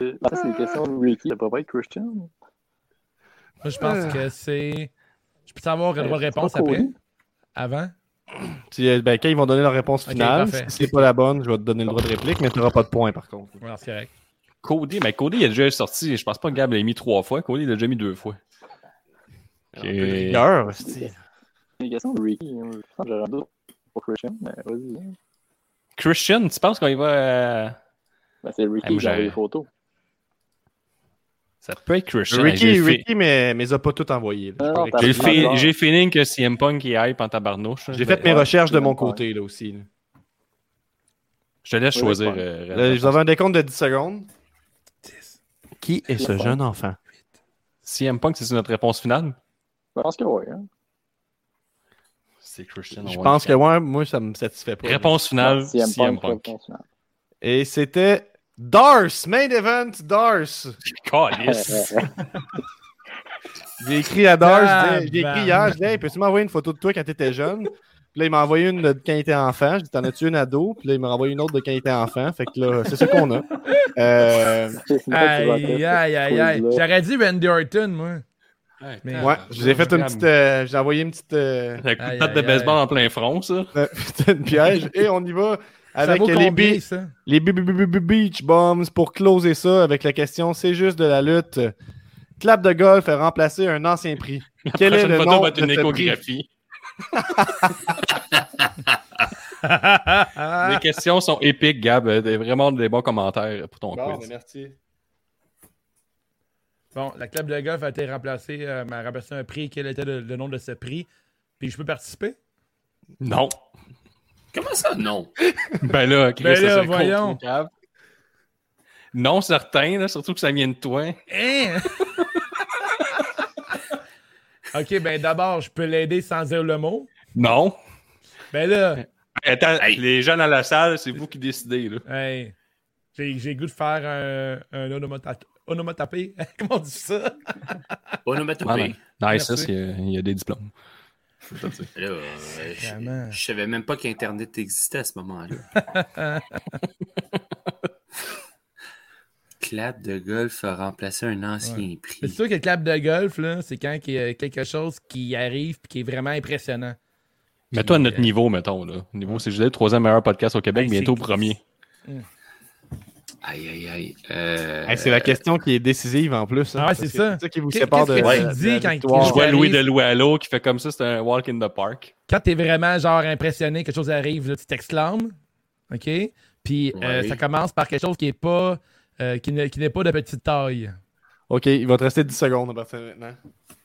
[SPEAKER 7] Ah, c'est une question de Ricky, ça peut pas être Christian.
[SPEAKER 1] Moi, je pense
[SPEAKER 7] Ah.
[SPEAKER 1] que c'est. Je peux savoir le droit de
[SPEAKER 7] c'est pas
[SPEAKER 1] réponse après?
[SPEAKER 7] Cody?
[SPEAKER 1] Avant?
[SPEAKER 3] Tu- euh, ben, quand ils vont donner leur réponse
[SPEAKER 1] Ok,
[SPEAKER 3] finale,
[SPEAKER 1] parfait.
[SPEAKER 3] si c'est pas la bonne, je vais te donner le droit de réplique, mais tu n'auras pas de point par contre.
[SPEAKER 1] Ouais, c'est correct.
[SPEAKER 4] Cody, mais Cody, il a déjà sorti. Je pense pas que Gab l'a mis trois fois. Cody, il l'a déjà mis deux fois. Ah, Et...
[SPEAKER 3] Rigueur,
[SPEAKER 7] C'est une question de Ricky. hein. Je pense que j'aurais un doute pour Christian, mais vas-y. hein.
[SPEAKER 4] Christian, tu penses qu'on y va. euh,
[SPEAKER 7] Ben, c'est
[SPEAKER 4] Ah, moi,
[SPEAKER 7] Ricky qui a
[SPEAKER 4] j'aurais-
[SPEAKER 7] les photos.
[SPEAKER 4] Ça peut être Christian. Hey, j'ai
[SPEAKER 3] Ricky,
[SPEAKER 4] le
[SPEAKER 3] Ricky, mais, mais ils ont pas tout envoyé. là.
[SPEAKER 7] Ah,
[SPEAKER 3] Je peux
[SPEAKER 7] non,
[SPEAKER 4] fi-
[SPEAKER 3] rectifier.
[SPEAKER 4] J'ai le
[SPEAKER 7] t'as raison.
[SPEAKER 4] fi- j'ai le feeling que CM Punk il hype en tabarnouche.
[SPEAKER 3] J'ai fait mes recherches de mon côté là aussi. là.
[SPEAKER 4] Je te laisse
[SPEAKER 7] Oui,
[SPEAKER 4] choisir.
[SPEAKER 7] oui,
[SPEAKER 4] euh,
[SPEAKER 3] Là, je vous avais un décompte de 10 secondes.
[SPEAKER 1] 10.
[SPEAKER 3] Qui est ce jeune enfant?
[SPEAKER 4] CM Punk, c'est notre réponse finale?
[SPEAKER 7] Je pense que oui. Hein.
[SPEAKER 4] C'est Christian.
[SPEAKER 3] Je pense que ouais, moi, ça me satisfait pas.
[SPEAKER 4] Réponse finale,
[SPEAKER 7] Si elle me
[SPEAKER 4] CM
[SPEAKER 7] parle,
[SPEAKER 4] Punk.
[SPEAKER 7] Ben, je pense, hein. non.
[SPEAKER 3] Et c'était Darce, Main Event Darce.
[SPEAKER 4] Calice.
[SPEAKER 3] J'ai écrit à Darce,
[SPEAKER 1] Ah,
[SPEAKER 3] je dis- j'ai écrit
[SPEAKER 1] ben.
[SPEAKER 3] hier, je dis Hey, peux-tu m'envoyer une photo de toi quand t'étais jeune? Puis là, il m'a envoyé une de quand il était enfant. Je dis T'en as-tu une ado? Puis là, il m'a envoyé une autre de quand il était enfant. Fait que là, c'est ça qu'on a. Euh,
[SPEAKER 7] C'est une autre qui
[SPEAKER 1] Aïe,
[SPEAKER 7] va
[SPEAKER 1] aïe, aïe, aïe.
[SPEAKER 7] quiz-là.
[SPEAKER 1] J'aurais dit Randy Orton, moi. Mais-
[SPEAKER 3] ouais, je vous ai fait une petite. euh, j'ai envoyé une petite. euh, *laughs*
[SPEAKER 4] La coup de
[SPEAKER 1] Aïe,
[SPEAKER 4] patte de
[SPEAKER 1] aïe,
[SPEAKER 4] baseball
[SPEAKER 1] aïe.
[SPEAKER 4] en plein front, ça.
[SPEAKER 3] euh, C'était une piège. Et on y va avec
[SPEAKER 1] ça vaut
[SPEAKER 3] les,
[SPEAKER 1] combien,
[SPEAKER 3] bi-
[SPEAKER 1] ça?
[SPEAKER 3] les bi- bi- bi- bi- Beach Bombs pour closer ça avec la question C'est juste de la lutte. Clap de golf a remplacé un ancien prix. Quel est
[SPEAKER 4] prochaine
[SPEAKER 3] le
[SPEAKER 4] photo
[SPEAKER 3] nom
[SPEAKER 4] va
[SPEAKER 3] de
[SPEAKER 4] être une
[SPEAKER 3] ce prix?
[SPEAKER 4] échographie. *laughs* Les questions sont épiques, Gab. Euh, des- Vraiment des bons commentaires pour ton
[SPEAKER 3] Bon, ben,
[SPEAKER 4] quiz.
[SPEAKER 3] merci.
[SPEAKER 1] Bon, la club de golf a été remplacée, euh, m'a remplacé un prix. Quel était le, le nom de ce prix? Puis je peux participer?
[SPEAKER 4] Non.
[SPEAKER 6] Comment ça, non?
[SPEAKER 4] Ben là, Chris,
[SPEAKER 1] Ben
[SPEAKER 4] ça,
[SPEAKER 1] là,
[SPEAKER 4] c'est le
[SPEAKER 1] voyons.
[SPEAKER 4] contre, Gab. Non, certain, là, surtout que ça vient de toi.
[SPEAKER 1] Hein? *laughs* ok, ben d'abord, je peux l'aider sans dire le mot.
[SPEAKER 4] Non.
[SPEAKER 1] Ben là,
[SPEAKER 4] Attends,
[SPEAKER 6] Hey.
[SPEAKER 4] les gens dans la salle, c'est vous qui décidez. Là.
[SPEAKER 1] hey, j'ai j'ai le goût de faire un, un onomata- onomatopée. *laughs* Comment on dit ça?
[SPEAKER 6] Onomatopée.
[SPEAKER 4] Nice,
[SPEAKER 1] Merci.
[SPEAKER 4] il y, a, il y a des diplômes.
[SPEAKER 6] Là, euh,
[SPEAKER 1] Vraiment.
[SPEAKER 6] je, je savais même pas qu'Internet existait à ce moment-là. Clap de golf a remplacé un ancien
[SPEAKER 1] C'est
[SPEAKER 6] prix.
[SPEAKER 1] sûr que le clap de golf, là, c'est quand il y a quelque chose qui arrive et qui est vraiment impressionnant.
[SPEAKER 4] Mets-toi à
[SPEAKER 1] Puis,
[SPEAKER 4] notre
[SPEAKER 1] euh,
[SPEAKER 4] niveau, mettons. Là. Niveau CGD, troisième meilleur podcast au Québec,
[SPEAKER 1] Hey,
[SPEAKER 4] bientôt
[SPEAKER 1] c'est-
[SPEAKER 4] premier.
[SPEAKER 6] Aïe, aïe, aïe. Euh,
[SPEAKER 3] Hey, c'est la question qui est décisive en plus.
[SPEAKER 1] Ah
[SPEAKER 3] hein,
[SPEAKER 1] ouais,
[SPEAKER 3] parce
[SPEAKER 1] c'est
[SPEAKER 3] que
[SPEAKER 1] ça.
[SPEAKER 3] C'est ça qui vous
[SPEAKER 1] Qu'est-
[SPEAKER 3] sépare de.
[SPEAKER 1] qu'est-ce que tu
[SPEAKER 3] de la
[SPEAKER 1] dis quand-
[SPEAKER 4] Je
[SPEAKER 3] victoire.
[SPEAKER 4] vois
[SPEAKER 1] J'arrive.
[SPEAKER 4] Louis de Louallo qui fait comme ça, c'est un walk in the park.
[SPEAKER 1] Quand t'es vraiment genre impressionné, quelque chose arrive, là, tu t'exclames. OK? Puis euh,
[SPEAKER 6] Ouais.
[SPEAKER 1] ça commence par quelque chose qui est pas. euh, qui n'est qui n'est pas de petite taille.
[SPEAKER 3] Ok, il va te rester 10 secondes à partir de maintenant.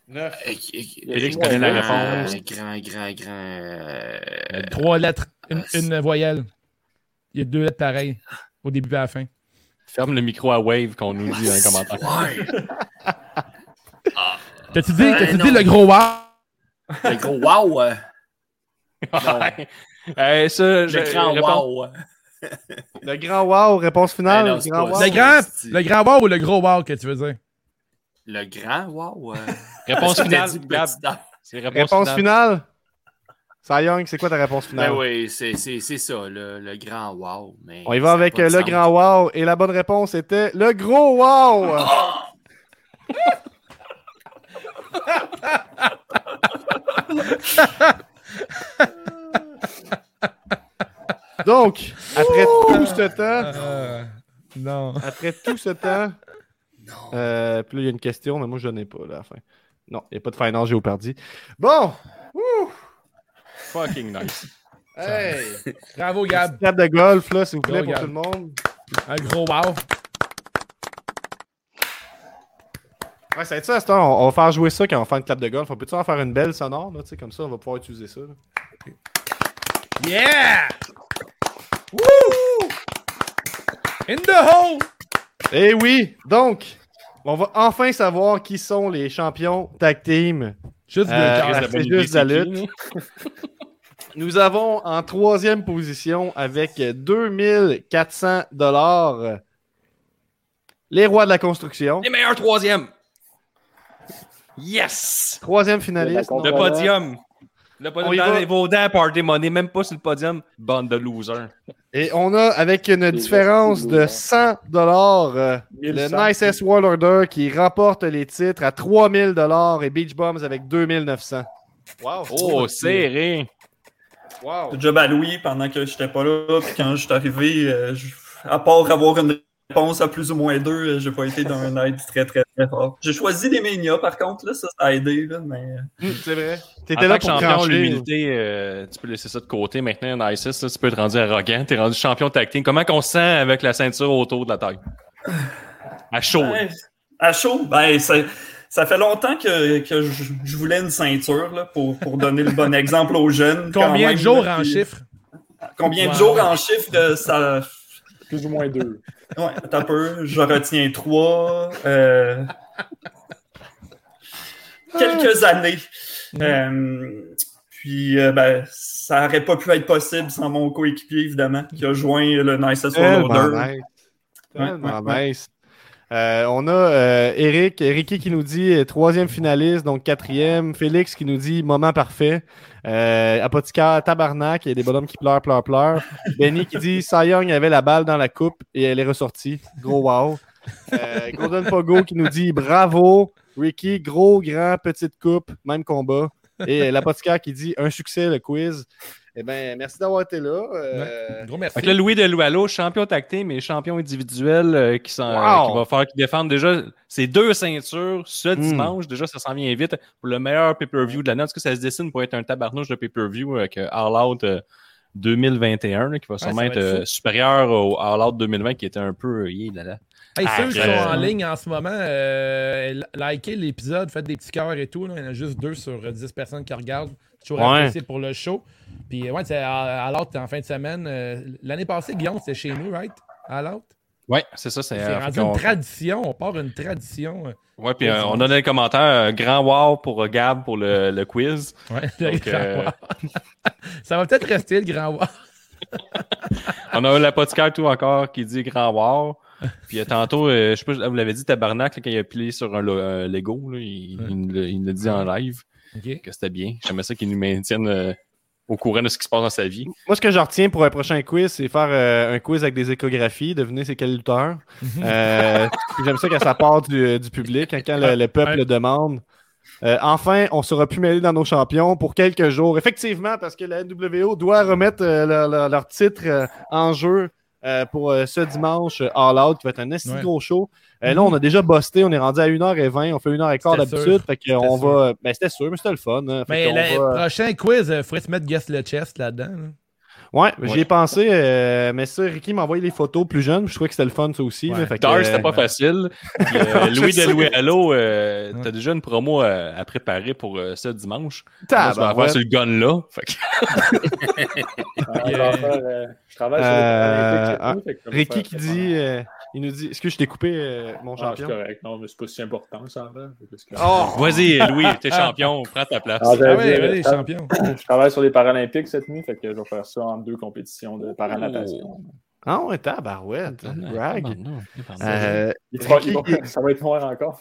[SPEAKER 3] 9.
[SPEAKER 6] euh, euh,
[SPEAKER 4] Félix,
[SPEAKER 6] grand,
[SPEAKER 4] connais la réponse.
[SPEAKER 6] euh, Grand, grand, grand. euh,
[SPEAKER 1] Trois lettres, une,
[SPEAKER 6] ah, c'est-
[SPEAKER 1] une voyelle. Il y a deux lettres pareilles au début et à la fin.
[SPEAKER 4] Ferme le micro à Wave qu'on nous dit dans
[SPEAKER 6] *laughs*
[SPEAKER 4] les commentaires.
[SPEAKER 6] euh, Ouais.
[SPEAKER 1] T'as-tu dit,
[SPEAKER 6] Euh,
[SPEAKER 1] t'as-tu
[SPEAKER 6] non.
[SPEAKER 1] dit le gros wow?
[SPEAKER 6] Le gros wow. euh,
[SPEAKER 4] Hey, ça, je-
[SPEAKER 6] Le grand
[SPEAKER 4] réponse-
[SPEAKER 6] wow.
[SPEAKER 3] Le grand wow, réponse
[SPEAKER 6] Eh non,
[SPEAKER 3] finale.
[SPEAKER 6] c'est
[SPEAKER 3] le grand
[SPEAKER 6] pas
[SPEAKER 3] wow.
[SPEAKER 6] ça.
[SPEAKER 1] Le grand,
[SPEAKER 6] c'est-
[SPEAKER 1] le grand wow ou le gros wow que tu veux dire?
[SPEAKER 6] Le grand wow. euh.
[SPEAKER 4] Réponse
[SPEAKER 6] Parce que t'as
[SPEAKER 4] finale,
[SPEAKER 6] dit
[SPEAKER 4] Gab.
[SPEAKER 6] petit air.
[SPEAKER 4] C'est réponse,
[SPEAKER 3] Réponse
[SPEAKER 4] finale.
[SPEAKER 3] finale. Cy Young, c'est quoi ta réponse finale?
[SPEAKER 6] Ben oui, c'est c'est- c'est ça, le, le grand wow. Mais
[SPEAKER 3] On y va
[SPEAKER 6] ça a
[SPEAKER 3] avec
[SPEAKER 6] pas
[SPEAKER 3] euh,
[SPEAKER 6] de
[SPEAKER 3] le
[SPEAKER 6] sens.
[SPEAKER 3] grand wow. Et la bonne réponse était le gros wow. Donc, après tout ce temps,
[SPEAKER 1] Euh, non.
[SPEAKER 3] Après tout ce temps. Euh, puis là, il y a une question, mais moi, je n'en ai pas là, à la fin. Non, il n'y a pas de Final Géopardy. Bon! Ouh!
[SPEAKER 4] Fucking nice.
[SPEAKER 3] Hey!
[SPEAKER 1] Bravo, Gab.
[SPEAKER 3] Table de golf, là, s'il vous plaît,
[SPEAKER 1] Go,
[SPEAKER 3] pour
[SPEAKER 1] Gab.
[SPEAKER 3] tout le monde.
[SPEAKER 1] Un gros wow.
[SPEAKER 3] Ouais, ça va être ça, à cette heure. On, on va faire jouer ça quand on va faire une clap de golf. On peut-tu en faire une belle sonore, là, tu sais, comme ça, on va pouvoir utiliser ça. là.
[SPEAKER 1] Yeah! Woo! In the hole!
[SPEAKER 3] Eh oui! Donc, On va enfin savoir qui sont les champions tag team.
[SPEAKER 1] Juste de-
[SPEAKER 3] Euh, c'est juste la hein. lutte. Nous avons en troisième position avec 2400 dollars euh, les rois de la construction.
[SPEAKER 4] Les meilleurs troisièmes. Yes!
[SPEAKER 3] Troisième finaliste.
[SPEAKER 4] Le podium. Le
[SPEAKER 3] On y
[SPEAKER 4] podium dans
[SPEAKER 3] va.
[SPEAKER 4] les Vaudins, Party Money, même pas sur le podium. Bande de losers.
[SPEAKER 3] Et on a, avec une différence de 100 dollars, euh, le
[SPEAKER 5] 1100.
[SPEAKER 3] Nicest World Order qui remporte les titres à 3000 dollars et Beach Bombs avec 2900. Wow!
[SPEAKER 4] Oh, serré.
[SPEAKER 3] Wow!
[SPEAKER 8] Le job à Louis pendant que j'étais pas là, puis quand je suis arrivé, euh, je- à part avoir une réponse à plus ou moins deux, euh, j'ai pas été d'un *laughs* aide très très très fort. J'ai choisi les Ménias par contre, là, ça, ça a aidé, là, mais.
[SPEAKER 3] C'est vrai.
[SPEAKER 4] Hmm, en
[SPEAKER 3] T'étais là
[SPEAKER 4] tant que
[SPEAKER 3] pour
[SPEAKER 4] champion,
[SPEAKER 3] trancher.
[SPEAKER 4] l'humilité, euh, tu peux laisser ça de côté. Maintenant, en ISIS, là, tu peux être rendu arrogant. Tu es rendu champion de tag team. Comment qu'on se sent avec la ceinture autour de la taille? À chaud.
[SPEAKER 8] Ouais, euh, à chaud, ben, ça, ça fait longtemps que, que je, je voulais une ceinture là, pour, pour donner le bon *laughs* exemple aux jeunes. quand
[SPEAKER 1] Combien
[SPEAKER 8] même,
[SPEAKER 1] de jours
[SPEAKER 8] là,
[SPEAKER 1] en
[SPEAKER 8] puis-
[SPEAKER 1] chiffres?
[SPEAKER 8] Combien de
[SPEAKER 1] Wow.
[SPEAKER 8] jours en chiffre euh, ça.
[SPEAKER 5] Plus ou moins deux.
[SPEAKER 8] *laughs* Ouais, attends un peu, je retiens trois. euh, Quelques années. Euh, puis, euh, ben, ça n'aurait pas pu être possible sans mon coéquipier, évidemment, qui a joint le Nicest
[SPEAKER 3] Tellement
[SPEAKER 8] Order.
[SPEAKER 3] nice.
[SPEAKER 8] Ouais,
[SPEAKER 3] Tellement
[SPEAKER 8] ouais, ouais.
[SPEAKER 3] Ah, nice. Euh, on a euh, Eric, Ericky qui nous dit euh, troisième finaliste, donc quatrième. Félix qui nous dit moment parfait. Euh, Apothicaire, tabarnak, il y a des bonhommes qui pleurent, pleurent, pleurent. Benny qui dit Cy Young avait la balle dans la coupe et elle est ressortie. Gros wow. Euh, Golden Pogo qui nous dit bravo. Ricky, gros, grand, petite coupe, même combat. Et euh, l'apothicaire qui dit un succès le quiz. Eh bien, merci d'avoir été là. Euh,
[SPEAKER 1] Gros merci.
[SPEAKER 4] Fait que là, Louis de Loualo, champion tag team et champion individuel euh, qui, s'en-
[SPEAKER 3] Wow.
[SPEAKER 4] euh, qui va faire qui défendre déjà ses deux ceintures ce
[SPEAKER 3] Hmm.
[SPEAKER 4] dimanche. Déjà, ça s'en vient vite pour le meilleur pay-per-view de l'année. Est-ce que ça se dessine pour être un tabarnouche de pay-per-view avec euh, All Out euh, 2021 là, qui va sûrement
[SPEAKER 1] ça va
[SPEAKER 4] être,
[SPEAKER 1] être
[SPEAKER 4] euh,
[SPEAKER 1] fou.
[SPEAKER 4] supérieur au All Out 2020 qui était un peu. euh, yeah, là, là.
[SPEAKER 1] Hey,
[SPEAKER 4] Ah,
[SPEAKER 1] ceux qui sont
[SPEAKER 4] euh,
[SPEAKER 1] en ligne en ce moment, euh, li- likez l'épisode, faites des petits cœurs et tout. là. Il y en a juste deux sur euh, 10 personnes qui regardent. Toujours
[SPEAKER 3] Ouais.
[SPEAKER 1] apprécié pour le show. Puis, euh, ouais, tu sais, à, à l'autre, t'es en fin de semaine. euh, L'année passée, Guillaume, c'était chez nous, right? À l'autre.
[SPEAKER 4] Ouais, c'est ça. C'est
[SPEAKER 1] C'est
[SPEAKER 4] euh,
[SPEAKER 1] rendu
[SPEAKER 4] fait qu'on-
[SPEAKER 1] une tradition. On part une tradition. *laughs* euh.
[SPEAKER 4] Ouais, puis euh, on a dans les commentaires euh, grand wow pour euh, Gab pour le, le quiz.
[SPEAKER 1] Le
[SPEAKER 4] Donc,
[SPEAKER 1] grand
[SPEAKER 4] euh,
[SPEAKER 1] wow. Ça va peut-être rester le grand wow.
[SPEAKER 4] On a l'apothicaire tout encore qui dit grand war. Puis euh, tantôt, euh, je sais pas, vous l'avez dit, Tabarnak, là, quand il a plié sur un, lo- un Lego, là, il,
[SPEAKER 1] Ouais.
[SPEAKER 4] il nous l'a- il l'a dit en live
[SPEAKER 1] Ok.
[SPEAKER 4] que c'était bien. J'aimais ça qu'il nous maintienne euh, au courant de ce qui se passe dans sa vie.
[SPEAKER 3] Moi, ce que je retiens pour un prochain quiz, c'est faire euh, un quiz avec des échographies, devenir c'est quel lutteur. Euh, puis J'aime ça quand ça part du, du public, hein, quand le, le peuple le demande. Euh, enfin, on sera plus mêlé dans nos champions pour quelques jours. Effectivement, parce que la NWO doit remettre euh, leur, leur- leur titre euh, en jeu euh, pour euh, ce dimanche, euh, All Out, qui va être un assez
[SPEAKER 1] Ouais.
[SPEAKER 3] gros show. Euh, là, on a déjà busté, on est rendu à 1h20, on fait 1h15
[SPEAKER 1] C'était
[SPEAKER 3] d'habitude.
[SPEAKER 1] sûr.
[SPEAKER 3] Fait qu'on
[SPEAKER 1] C'était
[SPEAKER 3] va. Ben, c'était sûr, mais c'était le fun. hein. Fait
[SPEAKER 1] Mais
[SPEAKER 3] qu'on
[SPEAKER 1] le
[SPEAKER 3] va-
[SPEAKER 1] prochain quiz, il faudrait se mettre Guess le Chest là-dedans. là.
[SPEAKER 3] Ouais, j'y ai pensé, euh, mais ça, Ricky m'a envoyé les photos plus jeunes, puis je trouvais que c'était le fun, ça aussi.
[SPEAKER 1] Ouais.
[SPEAKER 3] là, fait que,
[SPEAKER 4] Dark,
[SPEAKER 3] euh,
[SPEAKER 4] c'était pas facile. Puis, euh,
[SPEAKER 3] Je
[SPEAKER 4] Louis
[SPEAKER 3] sais.
[SPEAKER 4] de Louis Allo, euh,
[SPEAKER 1] Ouais.
[SPEAKER 4] t'as déjà une promo euh, à préparer pour euh, ce dimanche. Moi, je vais la
[SPEAKER 3] tabarouette.
[SPEAKER 4] faire sur le gun là. Fait que-
[SPEAKER 5] Ah, je,
[SPEAKER 1] Yeah.
[SPEAKER 5] vais faire, euh, je travaille
[SPEAKER 3] Euh,
[SPEAKER 5] sur les Paralympiques.
[SPEAKER 3] Ricky qui dit, euh, il nous dit, est-ce que je t'ai coupé euh, mon
[SPEAKER 5] Ah, c'est
[SPEAKER 3] champion?
[SPEAKER 5] correct. Non, mais c'est pas si important, ça. Là, parce que-
[SPEAKER 3] Oh! *laughs*
[SPEAKER 4] Vas-y, Louis, t'es champion, prends ta place.
[SPEAKER 5] Ah, j'allais
[SPEAKER 1] Ah ouais,
[SPEAKER 5] dire,
[SPEAKER 1] ouais, les
[SPEAKER 5] je, travaille-
[SPEAKER 1] champions.
[SPEAKER 5] je travaille sur les Paralympiques cette nuit, fait que je vais faire ça en deux compétitions de paranatation.
[SPEAKER 3] Ah ouais, tabarouette, brag. Euh,
[SPEAKER 5] Il fera- il
[SPEAKER 3] Ricky,
[SPEAKER 5] va- *laughs* ça va être noir encore.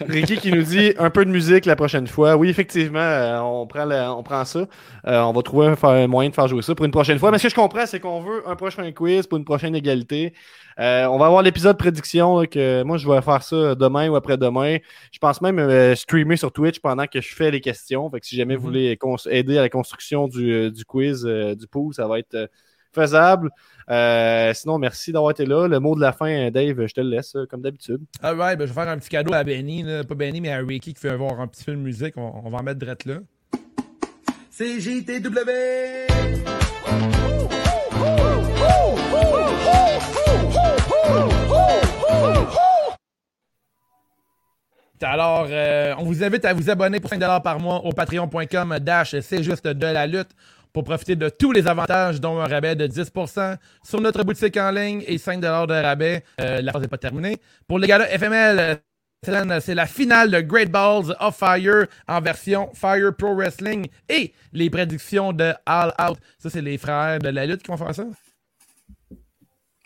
[SPEAKER 3] Ricky qui nous dit un peu de musique la prochaine fois. Oui, effectivement, euh, on, prend la- on prend ça. Euh, on va trouver un, fa- un moyen de faire jouer ça pour une prochaine fois. Mais ce que je comprends, c'est qu'on veut un prochain quiz pour une prochaine égalité. Euh, on va avoir l'épisode prédiction là, que moi je vais faire ça demain ou après-demain. Je pense même euh, streamer sur Twitch pendant que je fais les questions. Fait que si jamais vous voulez cons- aider à la construction du, euh, du quiz euh, du pool, ça va être euh, faisable. Euh, sinon, merci d'avoir été là. Le mot de la fin, euh, Dave, je te le laisse euh, comme d'habitude.
[SPEAKER 1] All right, ben, je vais faire un petit cadeau à Benny, là. pas Benny, mais à Ricky qui fait avoir un petit film musique. On, on va en mettre drette là.
[SPEAKER 2] C'est JTW!
[SPEAKER 1] Alors, euh, on vous invite à vous abonner pour 5$ par mois au patreon.com dash c'est juste de la lutte pour profiter de tous les avantages, dont un rabais de 10% sur notre boutique en ligne et 5 de rabais. Euh, la phase n'est pas terminée. Pour les galas FML, euh, Semaine, C'est la finale de Great Balls of Fire en version Fire Pro Wrestling et les prédictions de All Out. Ça, c'est les frères de la lutte qui vont faire ça?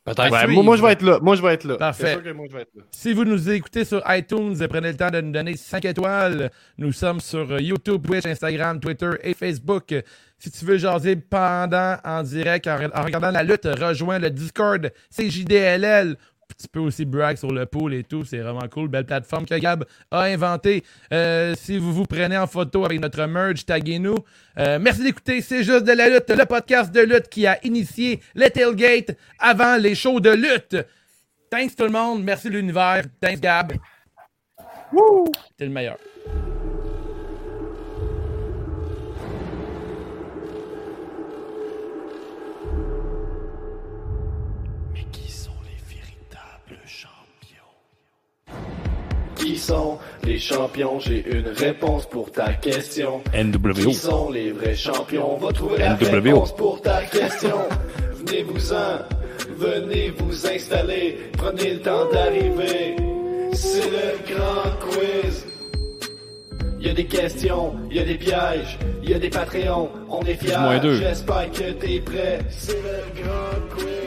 [SPEAKER 3] Peut-être.
[SPEAKER 4] Ah
[SPEAKER 3] Ouais, moi, moi, je vais être là. Moi, je vais être là. C'est
[SPEAKER 1] Parfait.
[SPEAKER 3] sûr que moi, je vais être là.
[SPEAKER 1] Si vous nous écoutez sur iTunes, prenez le temps de nous donner 5 étoiles. Nous sommes sur euh, YouTube, Twitch, Instagram, Twitter et Facebook. Si tu veux jaser pendant, en direct, en, en regardant la lutte, rejoins le Discord, c'est JDLL. Tu peux aussi brag sur le pool et tout, c'est vraiment cool. Belle plateforme que Gab a inventée. Euh, si vous vous prenez en photo avec notre merge, taguez-nous. Euh, merci d'écouter C'est juste de la lutte, le podcast de lutte qui a initié le tailgate avant les shows de lutte. Thanks tout le monde. Merci l'univers. Thanks Gab. Woo! T'es le meilleur.
[SPEAKER 2] Qui sont les champions? J'ai une réponse pour ta question. Qui sont les vrais champions? On va trouver la
[SPEAKER 10] NWO.
[SPEAKER 2] réponse pour ta question. Venez-vous-en, venez vous installer, prenez le temps d'arriver. C'est le grand quiz. Il y a des questions, il y a des pièges, il y a des Patreons, on est fiers.
[SPEAKER 10] Moins deux.
[SPEAKER 2] J'espère que t'es prêt. C'est le grand quiz.